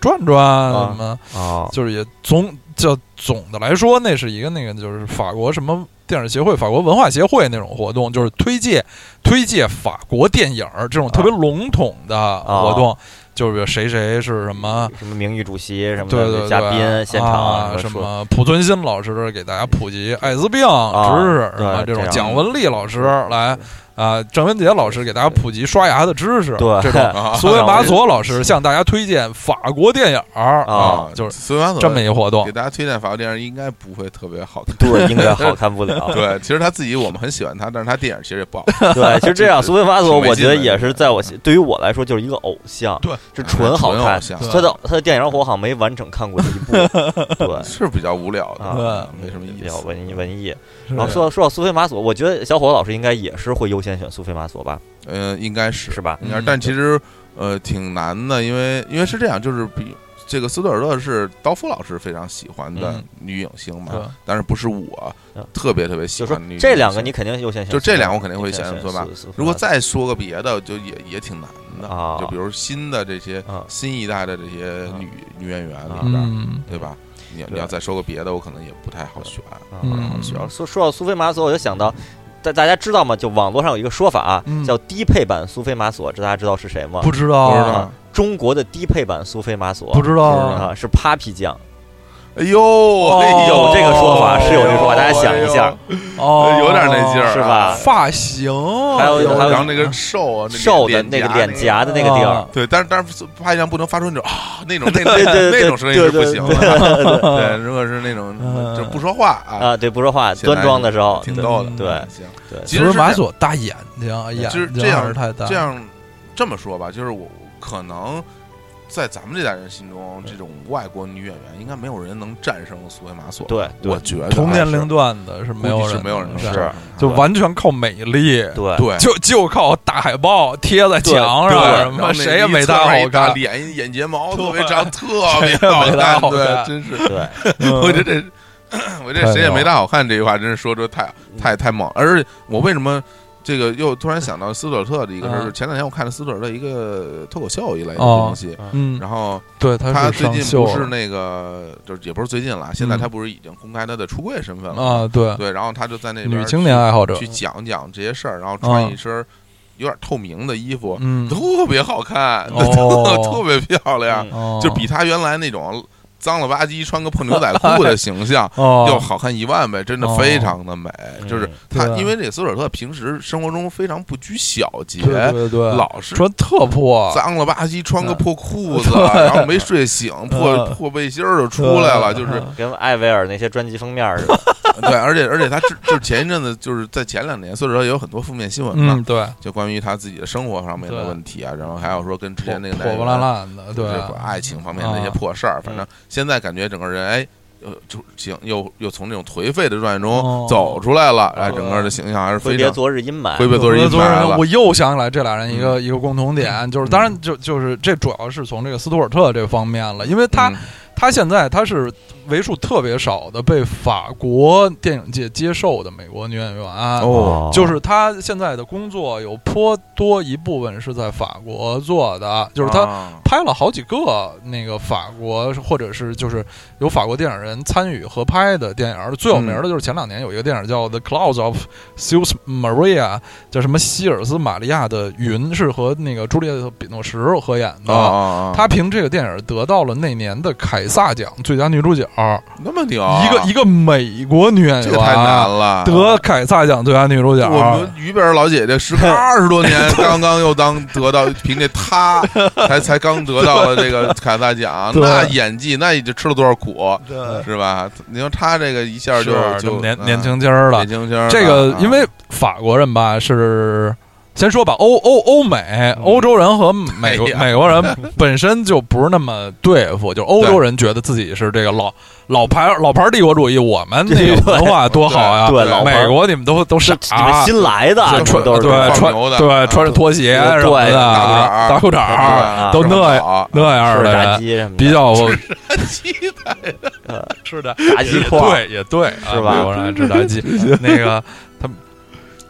[SPEAKER 3] 转转
[SPEAKER 2] 啊
[SPEAKER 3] 什么。
[SPEAKER 2] 啊，
[SPEAKER 3] 就是也总叫总的来说，那是一个那个就是法国什么电影协会、法国文化协会那种活动，就是推介推介法国电影儿这种
[SPEAKER 2] 啊
[SPEAKER 3] 特别笼统的活动，就是谁谁是什
[SPEAKER 1] 啊
[SPEAKER 3] 么。
[SPEAKER 2] 什么名誉主席什么
[SPEAKER 3] 对对
[SPEAKER 2] 的
[SPEAKER 3] 对，
[SPEAKER 2] 嘉宾现场
[SPEAKER 3] 啊，
[SPEAKER 2] 说啊
[SPEAKER 3] 什么濮存昕老师给大家普及艾滋病知识，什么
[SPEAKER 2] 对
[SPEAKER 3] 种
[SPEAKER 2] 这样
[SPEAKER 3] 蒋雯丽老师来啊，郑渊洁老师给大家普及刷牙的知识，
[SPEAKER 2] 对
[SPEAKER 3] 这种
[SPEAKER 1] 啊
[SPEAKER 3] 苏维玛索老师向大家推荐法国电影儿
[SPEAKER 2] 啊
[SPEAKER 3] 就是
[SPEAKER 1] 孙完
[SPEAKER 3] 这么一个活动
[SPEAKER 1] 给，大家推荐法国电影应该不会特别好看。
[SPEAKER 2] 对，应 该好看不了。
[SPEAKER 1] 对，其实他自己我们很喜欢他，但是他电影其实也不好看。
[SPEAKER 2] 对，其实这 样，苏菲玛索，
[SPEAKER 1] 挺没
[SPEAKER 2] 我觉得
[SPEAKER 1] 劲的
[SPEAKER 2] 也是在我心对于我来说就是一个偶像，
[SPEAKER 3] 对，
[SPEAKER 2] 是纯好
[SPEAKER 1] 纯偶
[SPEAKER 2] 看。
[SPEAKER 1] 像
[SPEAKER 2] 他的他的电影我好像没完整看过一部，对，
[SPEAKER 1] 是比较无聊
[SPEAKER 2] 啊
[SPEAKER 1] 的，没什么
[SPEAKER 2] 比
[SPEAKER 1] 意
[SPEAKER 2] 较
[SPEAKER 1] 思。
[SPEAKER 2] 文艺文艺。
[SPEAKER 3] 是
[SPEAKER 2] 然后说到说到苏菲玛索，我觉得小伙老师应该也是会优先选苏菲玛索吧，
[SPEAKER 1] 嗯，应该是
[SPEAKER 2] 是吧？
[SPEAKER 1] 应该是，
[SPEAKER 3] 嗯
[SPEAKER 1] 但其实呃挺难的，因为因为是这样，就是比这个斯德尔勒是刀锋老师非常喜欢的
[SPEAKER 3] 嗯
[SPEAKER 1] 女影星
[SPEAKER 3] 对
[SPEAKER 1] 嘛，但是不是我
[SPEAKER 2] 嗯
[SPEAKER 1] 特别特别喜
[SPEAKER 2] 就说
[SPEAKER 1] 欢女影星。
[SPEAKER 2] 这两个你肯定优先选，
[SPEAKER 1] 就这两个我肯定会
[SPEAKER 2] 你肯定
[SPEAKER 1] 选
[SPEAKER 2] 选
[SPEAKER 1] 苏菲玛
[SPEAKER 2] 苏苏菲玛索。
[SPEAKER 1] 如果再说个别的，就也也挺难的
[SPEAKER 2] 啊
[SPEAKER 1] 就比如新的这些
[SPEAKER 2] 啊
[SPEAKER 1] 新一代的这些女女演员里边，
[SPEAKER 3] 嗯，
[SPEAKER 1] 对吧？你你
[SPEAKER 2] 对
[SPEAKER 1] 要再说个别的，我可能也不太好选。
[SPEAKER 2] 啊
[SPEAKER 3] 嗯
[SPEAKER 2] 好选说说到苏菲玛索，我就想到。大大家知道吗？就网络上有一个说法、啊
[SPEAKER 3] 嗯
[SPEAKER 2] 叫低配版苏菲玛索，这大家知道是谁吗？
[SPEAKER 3] 不知道
[SPEAKER 1] 不知
[SPEAKER 3] 啊，
[SPEAKER 1] 道，
[SPEAKER 2] 中国的低配版苏菲玛索，
[SPEAKER 3] 不知道
[SPEAKER 1] 不知
[SPEAKER 3] 啊，
[SPEAKER 2] 啊，是 Papi 酱，
[SPEAKER 1] 哎呦，哎呦，
[SPEAKER 2] 有这个说法，
[SPEAKER 3] 哦
[SPEAKER 2] 是有这个说法，大家想一
[SPEAKER 1] 哎
[SPEAKER 2] 下
[SPEAKER 1] 呦，呃有点那劲儿啊，
[SPEAKER 2] 是吧
[SPEAKER 3] 发型啊
[SPEAKER 2] 还有还有
[SPEAKER 1] 哦
[SPEAKER 2] 嗯
[SPEAKER 1] 然后那个瘦啊，那个
[SPEAKER 2] 瘦的那个脸
[SPEAKER 1] 脸
[SPEAKER 2] 颊的那个地儿
[SPEAKER 3] 啊，
[SPEAKER 1] 对，但是但是拍一张不能发出那种啊那 种那种
[SPEAKER 2] 对对对
[SPEAKER 1] 那种声音是不行
[SPEAKER 2] 对
[SPEAKER 1] 的。 对，如果是那种
[SPEAKER 3] 嗯
[SPEAKER 1] 就不说话啊，
[SPEAKER 2] 啊，对，不说话，
[SPEAKER 1] 显然
[SPEAKER 2] 端庄的时候，
[SPEAKER 1] 挺
[SPEAKER 2] 对
[SPEAKER 1] 逗的。
[SPEAKER 2] 对
[SPEAKER 1] 行，
[SPEAKER 2] 对
[SPEAKER 1] 其实是
[SPEAKER 3] 马
[SPEAKER 1] 这样
[SPEAKER 3] 索大眼睛，眼
[SPEAKER 1] 就是
[SPEAKER 3] 睛
[SPEAKER 1] 这样
[SPEAKER 3] 还是太大，
[SPEAKER 1] 这样这么说吧，就是我可能在咱们这代人心中，这种外国女演员应该没有人能战胜苏菲玛索。，
[SPEAKER 2] 对
[SPEAKER 1] 我
[SPEAKER 2] 对
[SPEAKER 1] 觉得
[SPEAKER 3] 同
[SPEAKER 1] 还是
[SPEAKER 3] 年龄段的是没有
[SPEAKER 1] 估
[SPEAKER 3] 人
[SPEAKER 1] 计
[SPEAKER 3] 的，
[SPEAKER 1] 是没有人能
[SPEAKER 3] 是
[SPEAKER 1] 战
[SPEAKER 2] 是
[SPEAKER 1] 胜她
[SPEAKER 3] 就完全靠美丽，
[SPEAKER 2] 对
[SPEAKER 1] 对。
[SPEAKER 3] 就就靠大海报贴在
[SPEAKER 2] 对
[SPEAKER 3] 墙
[SPEAKER 1] 对，
[SPEAKER 3] 上，什
[SPEAKER 1] 然后
[SPEAKER 3] 么
[SPEAKER 1] 那
[SPEAKER 3] 谁也
[SPEAKER 1] 一
[SPEAKER 3] 没
[SPEAKER 1] 侧
[SPEAKER 3] 大
[SPEAKER 1] 面
[SPEAKER 3] 好
[SPEAKER 1] 一大
[SPEAKER 3] 看，
[SPEAKER 1] 脸眼睫毛特别
[SPEAKER 3] 对
[SPEAKER 1] 长，特
[SPEAKER 3] 谁
[SPEAKER 1] 别
[SPEAKER 3] 也没
[SPEAKER 1] 好
[SPEAKER 3] 大
[SPEAKER 1] 看，
[SPEAKER 3] 好
[SPEAKER 1] 对，
[SPEAKER 3] 看嗯
[SPEAKER 1] 真是。
[SPEAKER 2] 对，
[SPEAKER 1] 我
[SPEAKER 3] 我
[SPEAKER 1] 觉得这，我觉得谁也没大好看这句话，真是说出太
[SPEAKER 3] 嗯
[SPEAKER 1] 太太猛。而且我为什么这个又突然想到斯特尔特的一个事儿，
[SPEAKER 3] 嗯
[SPEAKER 1] 就是前两天我看了斯特尔特一个脱口秀一类的
[SPEAKER 3] 哦
[SPEAKER 1] 东西，
[SPEAKER 3] 嗯，
[SPEAKER 1] 然后
[SPEAKER 3] 对，
[SPEAKER 1] 他
[SPEAKER 3] 是
[SPEAKER 1] 最
[SPEAKER 3] 上
[SPEAKER 1] 近
[SPEAKER 3] 秀
[SPEAKER 1] 不是那个，就是也不是最近了，现在
[SPEAKER 3] 嗯
[SPEAKER 1] 他不是已经公开他的出柜身份了吗？
[SPEAKER 3] 啊，对，
[SPEAKER 1] 对，然后他就在那边
[SPEAKER 3] 女青年爱好者
[SPEAKER 1] 去，去讲讲这些事儿，然后穿
[SPEAKER 3] 啊
[SPEAKER 1] 一身有点透明的衣服，
[SPEAKER 3] 嗯，
[SPEAKER 1] 特别好看，
[SPEAKER 3] 哦
[SPEAKER 1] 特别漂亮，
[SPEAKER 2] 嗯
[SPEAKER 3] 哦
[SPEAKER 1] 就比他原来那种脏了吧唧穿个破牛仔裤 的形象。
[SPEAKER 3] 哦
[SPEAKER 1] 要好看一万倍，真的
[SPEAKER 3] 哦哎
[SPEAKER 1] 非常的美。就是他，
[SPEAKER 3] 对啊
[SPEAKER 1] 因为这个斯图尔特平时生活中非常不拘小节，
[SPEAKER 3] 对对对，
[SPEAKER 1] 老是
[SPEAKER 3] 穿特破，
[SPEAKER 1] 脏了吧唧穿个破裤子，啊
[SPEAKER 3] 对
[SPEAKER 1] 然后没睡醒，破
[SPEAKER 3] 嗯
[SPEAKER 1] 破背心儿就出来了，就是
[SPEAKER 2] 跟艾薇儿那些专辑封面 似的，
[SPEAKER 1] 对，而且而且他之就是前一阵子就是在前两年，斯图尔特也有很多负面新闻嘛
[SPEAKER 3] 嗯，，对，
[SPEAKER 1] 就关于他自己的生活方面的
[SPEAKER 3] 对
[SPEAKER 1] 问题啊，然后还有说跟之前那个
[SPEAKER 3] 破
[SPEAKER 1] 男
[SPEAKER 3] 破
[SPEAKER 1] 友
[SPEAKER 3] 烂烂的，
[SPEAKER 1] 就
[SPEAKER 3] 对
[SPEAKER 1] 是，爱情方面的一些
[SPEAKER 3] 啊
[SPEAKER 1] 破事儿，反正现在感觉整个人哎。呃，就形又又从这种颓废的状态中
[SPEAKER 3] 哦
[SPEAKER 1] 走出来了，哎，
[SPEAKER 3] 对
[SPEAKER 1] 整个的形象还是
[SPEAKER 2] 挥
[SPEAKER 1] 非
[SPEAKER 2] 别
[SPEAKER 1] 常嗯
[SPEAKER 2] 昨日阴霾
[SPEAKER 1] 挥，别昨日阴
[SPEAKER 3] 昨
[SPEAKER 1] 霾了嗯
[SPEAKER 3] 我。又想起来这俩人一个一个共同点，就是当然就就是这主要是从这个斯图尔特这方面了，因为他
[SPEAKER 1] 嗯
[SPEAKER 3] 他现在他是为数特别少的被法国电影界接受的美国女演员啊。
[SPEAKER 1] 哦
[SPEAKER 3] 就是他现在的工作有颇多一部分是在法国做的，就是他
[SPEAKER 1] 他
[SPEAKER 3] 拍了好几个那个法国或者是就是有法国电影人参与合拍的电影儿，最有名的就是前两年有一个电影叫《The Clouds of Sils Maria》，叫什么希尔斯玛利亚的云，是和那个朱丽叶·比诺什合演的。
[SPEAKER 1] 啊，
[SPEAKER 3] 她凭这个电影得到了那年的凯撒奖最佳女主角，
[SPEAKER 1] 那么牛，
[SPEAKER 3] 一个一个美国女演
[SPEAKER 1] 啊这个太难
[SPEAKER 3] 员
[SPEAKER 1] 了，
[SPEAKER 3] 得凯撒奖最佳女主角。
[SPEAKER 1] 我们于贝儿老姐姐时隔二十多 年，刚刚又当得到，凭借她才才刚得到了这个凯撒奖，
[SPEAKER 3] 对
[SPEAKER 1] 那演技那也就吃了多少苦，
[SPEAKER 3] 对
[SPEAKER 1] 是吧？你说她这个一下就是就
[SPEAKER 3] 年
[SPEAKER 1] 啊
[SPEAKER 3] 年轻劲儿了
[SPEAKER 1] 年，轻轻儿，
[SPEAKER 3] 这个
[SPEAKER 1] 啊
[SPEAKER 3] 因为法国人吧是。先说吧，欧欧欧
[SPEAKER 2] 嗯
[SPEAKER 3] 美欧洲人和美国、
[SPEAKER 1] 哎呀
[SPEAKER 3] 美国人本身就不是那么对 付，就欧洲人觉得自己是这个老老牌老牌帝国主义，我们那个文化多好呀！
[SPEAKER 2] 对
[SPEAKER 1] 对
[SPEAKER 2] 老牌
[SPEAKER 3] 美国你们都都
[SPEAKER 2] 是
[SPEAKER 3] 傻，
[SPEAKER 2] 你们新来的，
[SPEAKER 3] 是
[SPEAKER 2] 你们都是
[SPEAKER 3] 啊对
[SPEAKER 2] 这样
[SPEAKER 1] 放
[SPEAKER 3] 穿
[SPEAKER 1] 牛的
[SPEAKER 3] 对
[SPEAKER 1] 啊
[SPEAKER 3] 穿着拖鞋
[SPEAKER 2] 对
[SPEAKER 3] 什么的，
[SPEAKER 1] 大
[SPEAKER 3] 大
[SPEAKER 1] 裤
[SPEAKER 3] 裤
[SPEAKER 1] 衩
[SPEAKER 3] 衩儿
[SPEAKER 1] 啊
[SPEAKER 3] 都那
[SPEAKER 1] 这么好
[SPEAKER 3] 那样
[SPEAKER 2] 吃
[SPEAKER 3] 的
[SPEAKER 2] 炸
[SPEAKER 3] 人
[SPEAKER 2] 鸡什么的，
[SPEAKER 3] 比 较呃
[SPEAKER 1] 期待
[SPEAKER 3] 是的，
[SPEAKER 2] 炸鸡块儿
[SPEAKER 3] 对，也对，啊
[SPEAKER 2] 是吧
[SPEAKER 3] 美国人爱吃 炸鸡，那个他们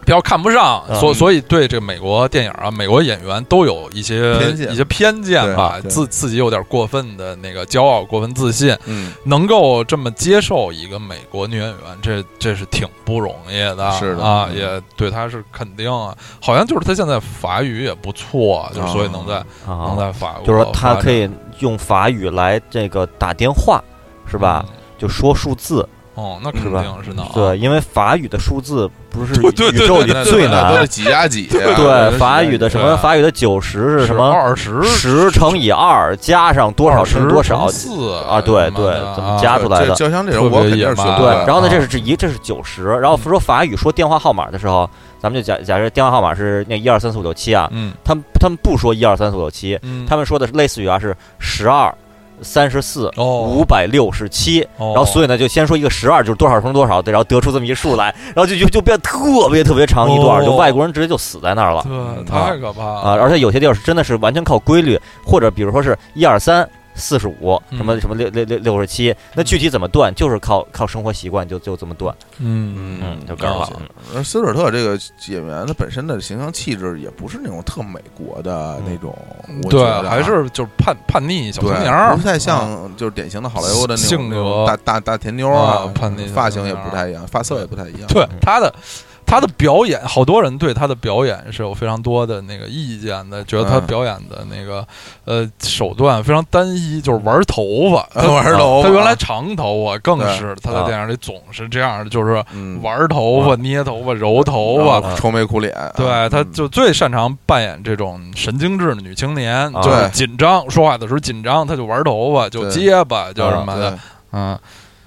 [SPEAKER 3] 比较看不上，
[SPEAKER 2] 嗯
[SPEAKER 3] 所所以对这个美国电影啊、美国演员都有一些
[SPEAKER 1] 偏见
[SPEAKER 3] 一些偏见吧，
[SPEAKER 1] 对对
[SPEAKER 3] 自自己有点过分的那个骄傲、过分自信，
[SPEAKER 1] 嗯，
[SPEAKER 3] 能够这么接受一个美国女演员，这这是挺不容易的，
[SPEAKER 1] 是的
[SPEAKER 3] 啊，
[SPEAKER 1] 嗯
[SPEAKER 3] 也对她是肯定啊，好像就是她现在法语也不错，就是所以能在、能
[SPEAKER 2] 啊，
[SPEAKER 3] 在法哦国发展，
[SPEAKER 2] 就是说他可以用法语来这个打电话，是吧？就说数字，
[SPEAKER 3] 嗯？哦，那肯
[SPEAKER 2] 是吧
[SPEAKER 3] 定是能啊。
[SPEAKER 2] 对，因为法语的数字不是
[SPEAKER 3] 对对对
[SPEAKER 2] 宇宙里
[SPEAKER 3] 对对
[SPEAKER 2] 最
[SPEAKER 3] 对
[SPEAKER 1] 那都
[SPEAKER 2] 难
[SPEAKER 1] 是。几加几，
[SPEAKER 2] 对，法语的什
[SPEAKER 3] 对
[SPEAKER 2] 么？法语的九十是什么？
[SPEAKER 3] 啊二十
[SPEAKER 2] 十乘以二加上多少乘
[SPEAKER 3] 是
[SPEAKER 2] 以多少？
[SPEAKER 3] 四
[SPEAKER 2] 啊对对怎么加出来的
[SPEAKER 1] 这就像这种我肯定是学不
[SPEAKER 3] 特别野蛮
[SPEAKER 2] 对
[SPEAKER 1] 会，
[SPEAKER 2] 然后呢，
[SPEAKER 3] 啊
[SPEAKER 2] 这是这一这是九十，然后说法语说电话号码的时候，咱们就假假设电话号码是那一二三四五六七啊，
[SPEAKER 3] 嗯
[SPEAKER 2] 他们他们不说一二三四五六七，
[SPEAKER 3] 嗯，
[SPEAKER 2] 他们说的是类似于啊是十二、三十四、
[SPEAKER 3] 哦
[SPEAKER 2] 五百六十七，
[SPEAKER 3] 然
[SPEAKER 2] 然后所以呢就先说一个十二就是多少乘多少，对，然后得出这么一数来，然后就就就变特别特别长一段，
[SPEAKER 3] 哦
[SPEAKER 2] 就外国人直接就死在那儿了。
[SPEAKER 3] 对太可怕了
[SPEAKER 2] 啊，而且有些地儿是真的是完全靠规律，或者比如说是一二三四十五什么
[SPEAKER 3] 嗯
[SPEAKER 2] 什么六六六六十七，那具体怎么断，就是靠靠生活习惯就就这么断，
[SPEAKER 3] 嗯
[SPEAKER 1] 嗯
[SPEAKER 2] 嗯，就告诉
[SPEAKER 3] 了
[SPEAKER 2] 我
[SPEAKER 3] 解
[SPEAKER 1] 而斯尔特这个演员，他本身的形象气质也不是那种特美国的那种，我觉得
[SPEAKER 3] 嗯对，
[SPEAKER 1] 啊
[SPEAKER 3] 还是就是叛叛逆小青年
[SPEAKER 1] 对，
[SPEAKER 3] 儿，
[SPEAKER 1] 不太
[SPEAKER 3] 啊
[SPEAKER 1] 像就是典型的好莱坞的那
[SPEAKER 3] 性
[SPEAKER 1] 种
[SPEAKER 3] 格
[SPEAKER 1] 那种大大大甜妞啊
[SPEAKER 3] 啊叛逆，
[SPEAKER 1] 发型也不太一样，发色也不太一样。
[SPEAKER 3] 对他的。他的表演，好多人对他的表演是有非常多的那个意见的，觉得他
[SPEAKER 1] 嗯
[SPEAKER 3] 表演的那个、呃手段非常单一，就是玩头发，他
[SPEAKER 1] 玩头发
[SPEAKER 3] 他原来长头发更
[SPEAKER 1] 对
[SPEAKER 3] 是，他在电影里总是这样的，就是
[SPEAKER 1] 嗯，
[SPEAKER 3] 玩头发、捏头发、揉头发，
[SPEAKER 1] 然后愁眉苦脸，
[SPEAKER 3] 对，
[SPEAKER 1] 嗯
[SPEAKER 3] 他就最擅长扮演这种神经质女青年，
[SPEAKER 2] 啊
[SPEAKER 1] 哎
[SPEAKER 3] 就是紧张，说话的时候紧张，他就玩头发，就结巴，就什么
[SPEAKER 1] 啊对
[SPEAKER 3] 的，，嗯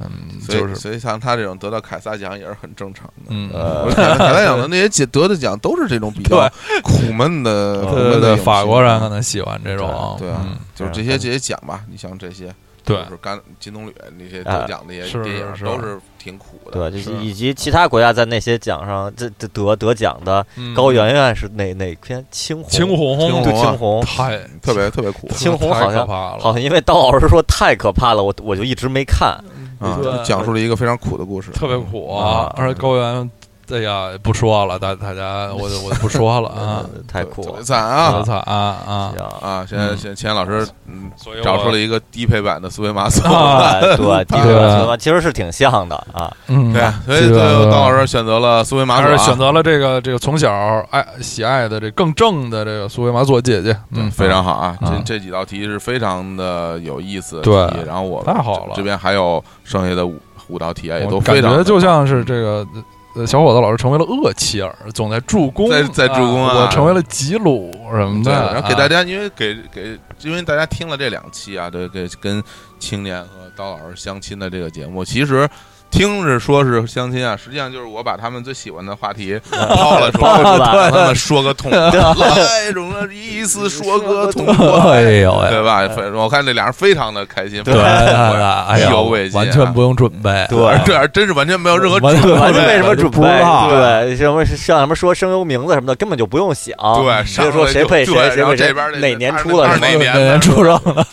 [SPEAKER 3] 嗯，
[SPEAKER 1] 所
[SPEAKER 3] 就
[SPEAKER 1] 以
[SPEAKER 3] 是
[SPEAKER 1] 所以像他这种得到凯撒奖也是很正常的。
[SPEAKER 3] 嗯，
[SPEAKER 2] 呃
[SPEAKER 1] 我觉得凯撒奖的那些姐得的奖都是这种比 较苦闷的，苦
[SPEAKER 3] 对对
[SPEAKER 1] 闷的
[SPEAKER 3] 对，
[SPEAKER 1] 影
[SPEAKER 3] 法
[SPEAKER 1] 片
[SPEAKER 3] 国人可能喜欢这种，
[SPEAKER 1] 对啊
[SPEAKER 3] 嗯，
[SPEAKER 1] 就是这些这些奖吧，你像这些，
[SPEAKER 3] 对
[SPEAKER 1] 就，是甘金棕榈那些
[SPEAKER 2] 啊
[SPEAKER 1] 得奖那些
[SPEAKER 3] 是
[SPEAKER 1] 电影
[SPEAKER 3] 是
[SPEAKER 1] 都是挺苦的。
[SPEAKER 2] 对，就是
[SPEAKER 3] 是
[SPEAKER 2] 以及其他国家在那些奖上这这得得奖的，
[SPEAKER 3] 嗯
[SPEAKER 2] 高圆圆是哪哪篇青红？
[SPEAKER 3] 青红
[SPEAKER 1] 青红
[SPEAKER 2] 对
[SPEAKER 1] 啊
[SPEAKER 2] 青红，
[SPEAKER 3] 太
[SPEAKER 1] 特别特别苦，
[SPEAKER 2] 青红
[SPEAKER 3] 太
[SPEAKER 2] 好
[SPEAKER 3] 可
[SPEAKER 2] 像
[SPEAKER 3] 怕
[SPEAKER 2] 好
[SPEAKER 3] 了，
[SPEAKER 2] 像因为刀老师说太可怕了，我我就一直没看。
[SPEAKER 1] 啊
[SPEAKER 3] 对，
[SPEAKER 1] 讲嗯述了一个非常苦的故事，
[SPEAKER 3] 特别苦
[SPEAKER 2] 啊
[SPEAKER 3] 而且高原。哎呀，不说了，大大家，我就我就不说了啊，
[SPEAKER 2] 嗯太酷
[SPEAKER 1] 特别
[SPEAKER 2] 了
[SPEAKER 1] 惨 啊
[SPEAKER 3] 我操啊啊！
[SPEAKER 2] 啊！
[SPEAKER 1] 啊！现在
[SPEAKER 3] 嗯
[SPEAKER 1] 现钱老师嗯
[SPEAKER 3] 所以我
[SPEAKER 1] 找出了一个低配版的苏维玛索，
[SPEAKER 3] 啊
[SPEAKER 2] 对对，地
[SPEAKER 3] 对
[SPEAKER 2] 球村其实是挺像的 啊。
[SPEAKER 3] 嗯，
[SPEAKER 1] 对，所以
[SPEAKER 3] 这
[SPEAKER 1] 最
[SPEAKER 3] 个
[SPEAKER 1] 后当老师选择了苏维玛
[SPEAKER 3] 还
[SPEAKER 1] 索啊，
[SPEAKER 3] 是选择了这个这个从小爱喜爱的这更正的这个苏维玛索姐姐，
[SPEAKER 1] 对
[SPEAKER 3] 嗯，
[SPEAKER 1] 非常好啊！这
[SPEAKER 3] 啊
[SPEAKER 1] 这几道题是非常的有意思的
[SPEAKER 3] 对
[SPEAKER 1] 题然后我
[SPEAKER 3] 太好了
[SPEAKER 1] 这边还有剩下的五五道题啊，也
[SPEAKER 3] 我
[SPEAKER 1] 都
[SPEAKER 3] 感
[SPEAKER 1] 非常
[SPEAKER 3] 觉
[SPEAKER 1] 的嗯
[SPEAKER 3] 就像是这个呃小伙子老师成为了厄齐尔，总在助攻，
[SPEAKER 1] 在在助攻啊
[SPEAKER 3] 我成为了吉鲁什么
[SPEAKER 1] 对，
[SPEAKER 3] 的，啊
[SPEAKER 1] 然后给大家，
[SPEAKER 3] 家
[SPEAKER 1] 因为给给，因为大家听了这两期啊，这给跟青年和刀老师相亲的这个节目，其实听着说是相亲啊，实际上就是我把他们最喜欢的话题抛了出来，
[SPEAKER 2] 抛了出来
[SPEAKER 1] 让他们说个痛快，来，容了一丝说个痛
[SPEAKER 3] 哎
[SPEAKER 1] 快，
[SPEAKER 3] 呦喂，
[SPEAKER 1] 对吧？反正我看这俩人非常的开心，
[SPEAKER 3] 对，哎
[SPEAKER 1] 意
[SPEAKER 3] 呀
[SPEAKER 1] 犹未，尽啊
[SPEAKER 3] 完全不用准备，
[SPEAKER 2] 对啊
[SPEAKER 1] 而这还真是完全没有任何
[SPEAKER 3] 完
[SPEAKER 1] 准备
[SPEAKER 2] 完全没
[SPEAKER 3] 对
[SPEAKER 2] 什么
[SPEAKER 3] 就
[SPEAKER 2] 准备，
[SPEAKER 3] 不知
[SPEAKER 1] 啊
[SPEAKER 3] 道
[SPEAKER 2] 对，什么像什么说声优名字什么的，根本就不用想，
[SPEAKER 1] 对，
[SPEAKER 2] 直
[SPEAKER 1] 上
[SPEAKER 2] 接
[SPEAKER 1] 来
[SPEAKER 2] 说谁
[SPEAKER 1] 就
[SPEAKER 2] 配
[SPEAKER 1] 对
[SPEAKER 2] 谁谁
[SPEAKER 1] 然后
[SPEAKER 2] 配谁
[SPEAKER 1] 这边，
[SPEAKER 2] 哪年出了
[SPEAKER 1] 是
[SPEAKER 2] 什
[SPEAKER 1] 哪
[SPEAKER 2] 么
[SPEAKER 1] 年
[SPEAKER 3] 每
[SPEAKER 1] 的
[SPEAKER 3] 年出生的，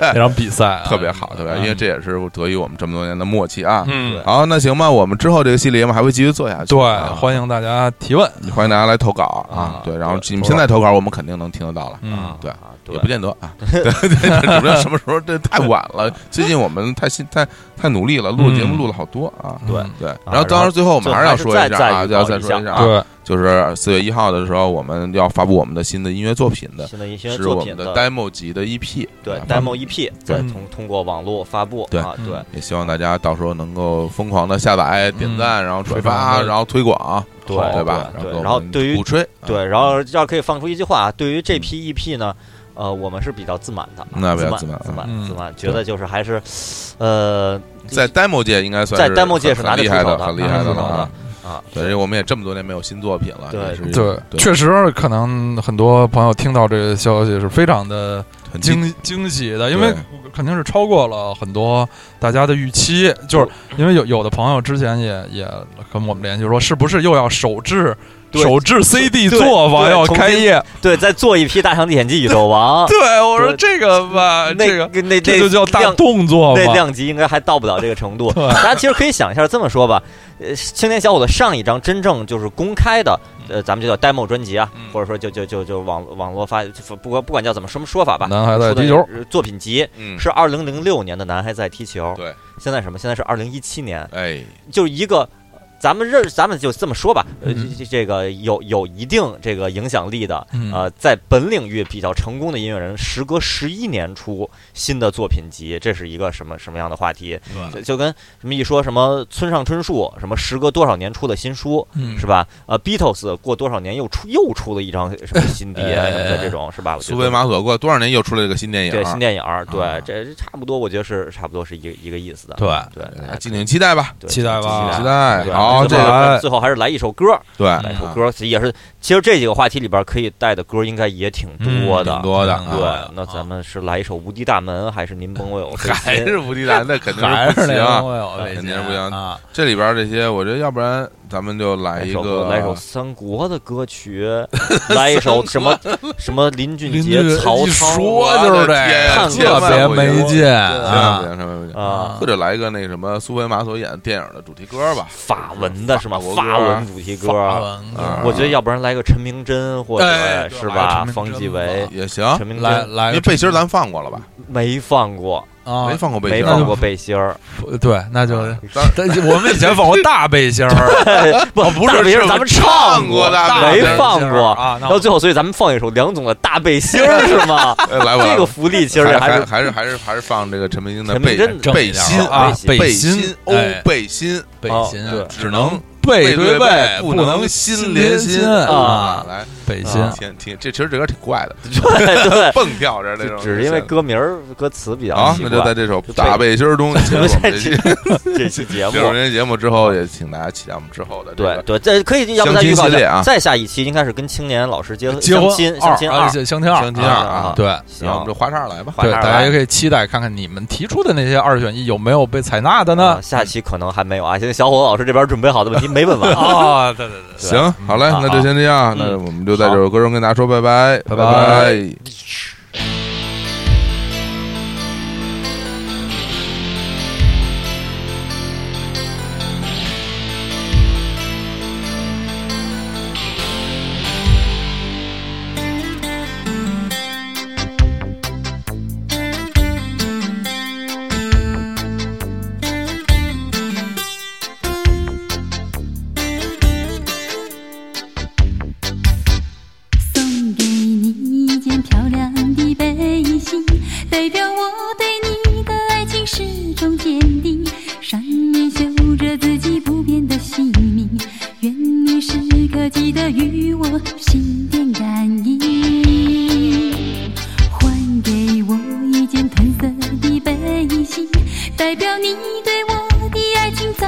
[SPEAKER 3] 那场比赛啊
[SPEAKER 1] 特别好，特别好，因为这也是得益于我们这么多年的默契啊。
[SPEAKER 3] 嗯，
[SPEAKER 1] 好，那行吧，我们之后这个系列嘛还会继续做下去，
[SPEAKER 3] 对
[SPEAKER 1] 啊，
[SPEAKER 3] 欢迎大家提问，
[SPEAKER 1] 欢迎大家来投稿啊
[SPEAKER 3] 啊，
[SPEAKER 1] 对，然后
[SPEAKER 3] 对
[SPEAKER 1] 你们现在投稿，我们肯定能听得到了。
[SPEAKER 3] 嗯，
[SPEAKER 1] 对
[SPEAKER 2] 啊，
[SPEAKER 1] 也
[SPEAKER 2] 对
[SPEAKER 1] 不，见得啊，对对对，主要什么时候这太晚了。最近我们太辛太太努力了，录节目
[SPEAKER 3] 嗯
[SPEAKER 1] 录了好多啊。
[SPEAKER 2] 对
[SPEAKER 3] 嗯
[SPEAKER 1] 对，然后当然最后我们还是要说一下啊，
[SPEAKER 2] 最
[SPEAKER 1] 要
[SPEAKER 2] 后还
[SPEAKER 1] 再
[SPEAKER 2] 是再再
[SPEAKER 1] 说一
[SPEAKER 2] 预告一下
[SPEAKER 1] 下啊，
[SPEAKER 3] 对，
[SPEAKER 1] 就是四月一号的时候，我们要发布我们的新的音乐作品的，
[SPEAKER 2] 新的一些
[SPEAKER 1] 是
[SPEAKER 2] 作
[SPEAKER 1] 我
[SPEAKER 2] 品
[SPEAKER 1] 们的 demo 级的 EP。
[SPEAKER 2] 对
[SPEAKER 1] 啊
[SPEAKER 2] demo E EP，对，
[SPEAKER 3] 嗯
[SPEAKER 2] 通通过网络发布，
[SPEAKER 1] 对嗯
[SPEAKER 2] 啊，对，
[SPEAKER 1] 也希望大家到时候能够疯狂的下载、点赞，然后转
[SPEAKER 3] 非常
[SPEAKER 1] 发，
[SPEAKER 3] 的
[SPEAKER 1] 然后推广，
[SPEAKER 2] 对
[SPEAKER 1] 好对吧？
[SPEAKER 2] 对
[SPEAKER 1] 然
[SPEAKER 2] 对
[SPEAKER 1] 后
[SPEAKER 2] 然后对于
[SPEAKER 1] 鼓吹，啊
[SPEAKER 2] 对，然后要可以放出一句话，对于这批 EP 呢，呃，我们是比较自满的，
[SPEAKER 1] 那比
[SPEAKER 2] 自
[SPEAKER 1] 较
[SPEAKER 2] 满
[SPEAKER 1] 自
[SPEAKER 2] 自
[SPEAKER 1] 满啊
[SPEAKER 3] 嗯
[SPEAKER 2] 满自满，觉得就是还是，呃，
[SPEAKER 1] 在 demo 界应该算
[SPEAKER 2] 在
[SPEAKER 1] 是
[SPEAKER 2] demo 界
[SPEAKER 1] 很
[SPEAKER 2] 是
[SPEAKER 1] 很
[SPEAKER 2] 拿得
[SPEAKER 1] 厉
[SPEAKER 2] 出
[SPEAKER 1] 害
[SPEAKER 2] 手
[SPEAKER 1] 的，
[SPEAKER 2] 的，
[SPEAKER 1] 很厉
[SPEAKER 2] 拿
[SPEAKER 1] 害
[SPEAKER 2] 得出
[SPEAKER 1] 的
[SPEAKER 2] 手
[SPEAKER 1] 了啊。
[SPEAKER 2] 的啊，
[SPEAKER 1] 对，因为我们也这么多年没有新作品了，
[SPEAKER 2] 对
[SPEAKER 1] 也是
[SPEAKER 3] 对，确实可能很多朋友听到这个消息是非常的
[SPEAKER 1] 很激
[SPEAKER 3] 惊惊喜的，因为
[SPEAKER 1] 对
[SPEAKER 3] 肯定是超过了很多大家的预期。就是因为有有的朋友之前也也跟我们联系说，是不是又要手制
[SPEAKER 2] 对
[SPEAKER 3] 手制 CD
[SPEAKER 2] 对
[SPEAKER 3] 做完
[SPEAKER 2] 对
[SPEAKER 3] 要
[SPEAKER 2] 重
[SPEAKER 3] 开
[SPEAKER 2] 新
[SPEAKER 3] 业？
[SPEAKER 2] 对，再做一批《大唐历险记》宇宙王，
[SPEAKER 3] 对，我说
[SPEAKER 2] 对
[SPEAKER 3] 这个吧，
[SPEAKER 2] 那
[SPEAKER 3] 这个
[SPEAKER 2] 那那
[SPEAKER 3] 这就叫大
[SPEAKER 2] 量
[SPEAKER 3] 动作
[SPEAKER 2] 那
[SPEAKER 3] 嘛。
[SPEAKER 2] 量级应该还到不了这个程度。
[SPEAKER 3] 对
[SPEAKER 2] 大家其实可以想一下，这么说吧，呃，青年小伙子上一张真正就是公开的，呃，咱们就叫 demo 专辑啊，
[SPEAKER 3] 嗯
[SPEAKER 2] 或者说就就就就网网络发，不管不管叫怎么什么说法吧，
[SPEAKER 3] 男孩在
[SPEAKER 2] 说的
[SPEAKER 3] 踢球，
[SPEAKER 2] 呃作品集
[SPEAKER 1] 嗯，
[SPEAKER 2] 是二零零六年的《男孩在踢球》，
[SPEAKER 1] 对，
[SPEAKER 2] 现在什么？现在是二零一七年，
[SPEAKER 1] 哎，
[SPEAKER 2] 就是一个。咱们认，咱们就这么说吧，呃，
[SPEAKER 3] 嗯
[SPEAKER 2] 这这个有有一定这个影响力的，
[SPEAKER 3] 嗯
[SPEAKER 2] 呃，在本领域比较成功的音乐人，时隔十一年出新的作品集，这是一个什么什么样的话题？
[SPEAKER 3] 嗯
[SPEAKER 2] 就就跟什么一说什么村上春树，什么时隔多少年出的新书，
[SPEAKER 3] 嗯
[SPEAKER 2] 是吧？呃，Beatles 过多少年又出又出了一张什么新碟
[SPEAKER 3] 哎
[SPEAKER 2] 什么的这种，是吧？我觉
[SPEAKER 1] 苏
[SPEAKER 2] 得
[SPEAKER 1] 菲玛索过多少年又出了一个新电影，
[SPEAKER 2] 对新电影儿，
[SPEAKER 1] 啊
[SPEAKER 2] 对，这这差不多，我觉得是差不多是一个一个意思的。
[SPEAKER 3] 对
[SPEAKER 2] 对，
[SPEAKER 1] 哎敬请期待吧，
[SPEAKER 2] 对
[SPEAKER 3] 期待吧
[SPEAKER 1] 期待。
[SPEAKER 2] 对
[SPEAKER 1] 好，这
[SPEAKER 2] 最
[SPEAKER 1] 个
[SPEAKER 2] 后
[SPEAKER 3] 个
[SPEAKER 2] 最后还是来一首歌，
[SPEAKER 1] 对，
[SPEAKER 2] 来一首
[SPEAKER 1] 啊
[SPEAKER 2] 歌也啊是，其实这几个话题里边可以带的歌应该也挺多的
[SPEAKER 1] 挺，多的，
[SPEAKER 3] 嗯
[SPEAKER 1] 啊
[SPEAKER 2] 对，那咱们是来一首《无敌大门》，还是您甭为我费
[SPEAKER 1] 还
[SPEAKER 2] 心？
[SPEAKER 1] 是无敌大，那肯定
[SPEAKER 3] 还
[SPEAKER 1] 不
[SPEAKER 3] 是那
[SPEAKER 1] 行
[SPEAKER 3] 个
[SPEAKER 1] 啊。
[SPEAKER 3] 朋友
[SPEAKER 1] 肯定是不行
[SPEAKER 3] 啊。
[SPEAKER 1] 这里边这些，我觉得要不然咱们就来
[SPEAKER 2] 来
[SPEAKER 1] 一
[SPEAKER 2] 首歌
[SPEAKER 1] 个，啊
[SPEAKER 2] 来首三国的歌曲，来一首什么什么林俊
[SPEAKER 3] 邻居
[SPEAKER 2] 杰、曹
[SPEAKER 3] 一
[SPEAKER 2] 操
[SPEAKER 3] 说就
[SPEAKER 1] 我
[SPEAKER 3] 是这个，
[SPEAKER 2] 的天呀
[SPEAKER 3] 特别没劲
[SPEAKER 1] 这样
[SPEAKER 3] 啊
[SPEAKER 1] 不！行，这样不行，
[SPEAKER 2] 啊，
[SPEAKER 1] 或者来一个那什么苏菲玛索演的电影的主题歌吧，
[SPEAKER 2] 法文的是吗？
[SPEAKER 1] 法国歌
[SPEAKER 2] 法文主题歌，
[SPEAKER 3] 法文歌
[SPEAKER 1] 啊
[SPEAKER 2] 我觉得要不然来个陈明真，或
[SPEAKER 3] 哎
[SPEAKER 2] 者
[SPEAKER 3] 对
[SPEAKER 2] 是
[SPEAKER 3] 来
[SPEAKER 2] 吧
[SPEAKER 3] 个陈明真，
[SPEAKER 2] 方季韦、
[SPEAKER 1] 也行。
[SPEAKER 2] 陈明
[SPEAKER 3] 来
[SPEAKER 2] 真
[SPEAKER 1] 因
[SPEAKER 3] 来
[SPEAKER 1] 为
[SPEAKER 3] 个
[SPEAKER 1] 背心儿咱放过了吧？
[SPEAKER 2] 没放过，
[SPEAKER 3] 啊
[SPEAKER 1] 没，放过背
[SPEAKER 2] 没
[SPEAKER 1] 心
[SPEAKER 2] 放
[SPEAKER 1] 儿，
[SPEAKER 2] 过背心儿，
[SPEAKER 3] 对，那就
[SPEAKER 1] 当然
[SPEAKER 3] 啊但我们以前放过大背心 儿，
[SPEAKER 2] 不
[SPEAKER 1] 不是
[SPEAKER 2] 大背心
[SPEAKER 1] 是
[SPEAKER 2] 儿，咱们
[SPEAKER 1] 唱
[SPEAKER 2] 唱
[SPEAKER 1] 过的
[SPEAKER 3] 大
[SPEAKER 2] 没
[SPEAKER 3] 背心儿
[SPEAKER 2] 放过
[SPEAKER 3] 啊那
[SPEAKER 2] 到最后，所以咱们放一首梁总的大背心儿是吗？
[SPEAKER 1] 哎来吧，
[SPEAKER 2] 这个福利其实
[SPEAKER 1] 还
[SPEAKER 2] 还
[SPEAKER 1] 还还是
[SPEAKER 2] 是
[SPEAKER 1] 还是还是放这个陈明星的
[SPEAKER 2] 陈
[SPEAKER 1] 背
[SPEAKER 2] 明真的
[SPEAKER 1] 背心
[SPEAKER 3] 啊，
[SPEAKER 2] 背
[SPEAKER 1] 背
[SPEAKER 3] 心
[SPEAKER 1] 心欧
[SPEAKER 3] 哎
[SPEAKER 1] 背心，
[SPEAKER 3] 背心
[SPEAKER 2] 哦
[SPEAKER 3] 啊
[SPEAKER 2] 对
[SPEAKER 1] 只能
[SPEAKER 3] 背
[SPEAKER 1] 对
[SPEAKER 3] 背，
[SPEAKER 1] 不
[SPEAKER 3] 能
[SPEAKER 1] 心
[SPEAKER 3] 连
[SPEAKER 1] 心
[SPEAKER 3] 啊！
[SPEAKER 1] 来，
[SPEAKER 3] 背心
[SPEAKER 2] 啊
[SPEAKER 1] 挺挺这其实这歌挺怪的，
[SPEAKER 2] 对 对，
[SPEAKER 1] 蹦跳着那种，
[SPEAKER 2] 只是因为歌名儿歌词比较
[SPEAKER 1] 啊，
[SPEAKER 2] 奇
[SPEAKER 1] 那就在
[SPEAKER 2] 怪。
[SPEAKER 1] 这首
[SPEAKER 2] 就背
[SPEAKER 1] 大背心儿 中结束我们这期
[SPEAKER 2] 这期节目
[SPEAKER 1] 六，十年节目之后，也请大家期待我们之后的这
[SPEAKER 2] 对
[SPEAKER 1] 个
[SPEAKER 2] 对，这可以要不再预告
[SPEAKER 1] 相亲
[SPEAKER 2] 一
[SPEAKER 1] 系列
[SPEAKER 2] 下
[SPEAKER 1] 啊，
[SPEAKER 2] 再下一期应该是跟青年老师结
[SPEAKER 3] 结
[SPEAKER 2] 相
[SPEAKER 3] 婚
[SPEAKER 2] 亲相
[SPEAKER 3] 二
[SPEAKER 2] 亲
[SPEAKER 3] 啊
[SPEAKER 2] 二，
[SPEAKER 3] 相亲二
[SPEAKER 1] 相亲二啊
[SPEAKER 2] 啊。
[SPEAKER 3] 对。
[SPEAKER 2] 行
[SPEAKER 1] 然后我们就花叉来吧，
[SPEAKER 2] 花
[SPEAKER 3] 对，
[SPEAKER 2] 叉
[SPEAKER 3] 大
[SPEAKER 2] 儿
[SPEAKER 3] 家
[SPEAKER 2] 来
[SPEAKER 3] 也可以期待看看你们提出的那些二选一有没有被采纳
[SPEAKER 2] 啊
[SPEAKER 3] 的呢？
[SPEAKER 2] 下期可能还没有啊，现在小伙老师这边准备好的问题没问 完。
[SPEAKER 3] 啊，对对
[SPEAKER 2] 对
[SPEAKER 3] 对，
[SPEAKER 1] 行，好嘞，那就先这样，
[SPEAKER 2] 嗯
[SPEAKER 1] 那我们就在这首歌中跟大家说拜拜，
[SPEAKER 3] 拜拜
[SPEAKER 1] 拜。
[SPEAKER 5] 送给你一件漂亮的背心，代表我对你的爱情始终坚定。上面绣着自己不变的姓名，愿你时刻记得与我心电感应。还给我一件褪色的背心，代表你对我的爱情早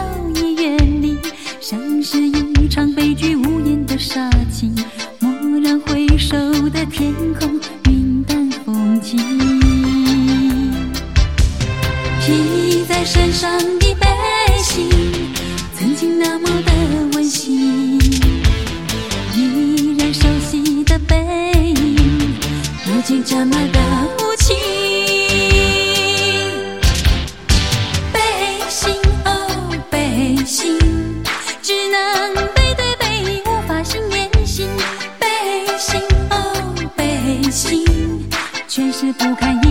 [SPEAKER 5] 在身上的背心，曾经那么的温馨，依然熟悉的背影，如今这么的无情。背心哦，背心，只能背对背，无法是面心。背心哦，背心，全是不堪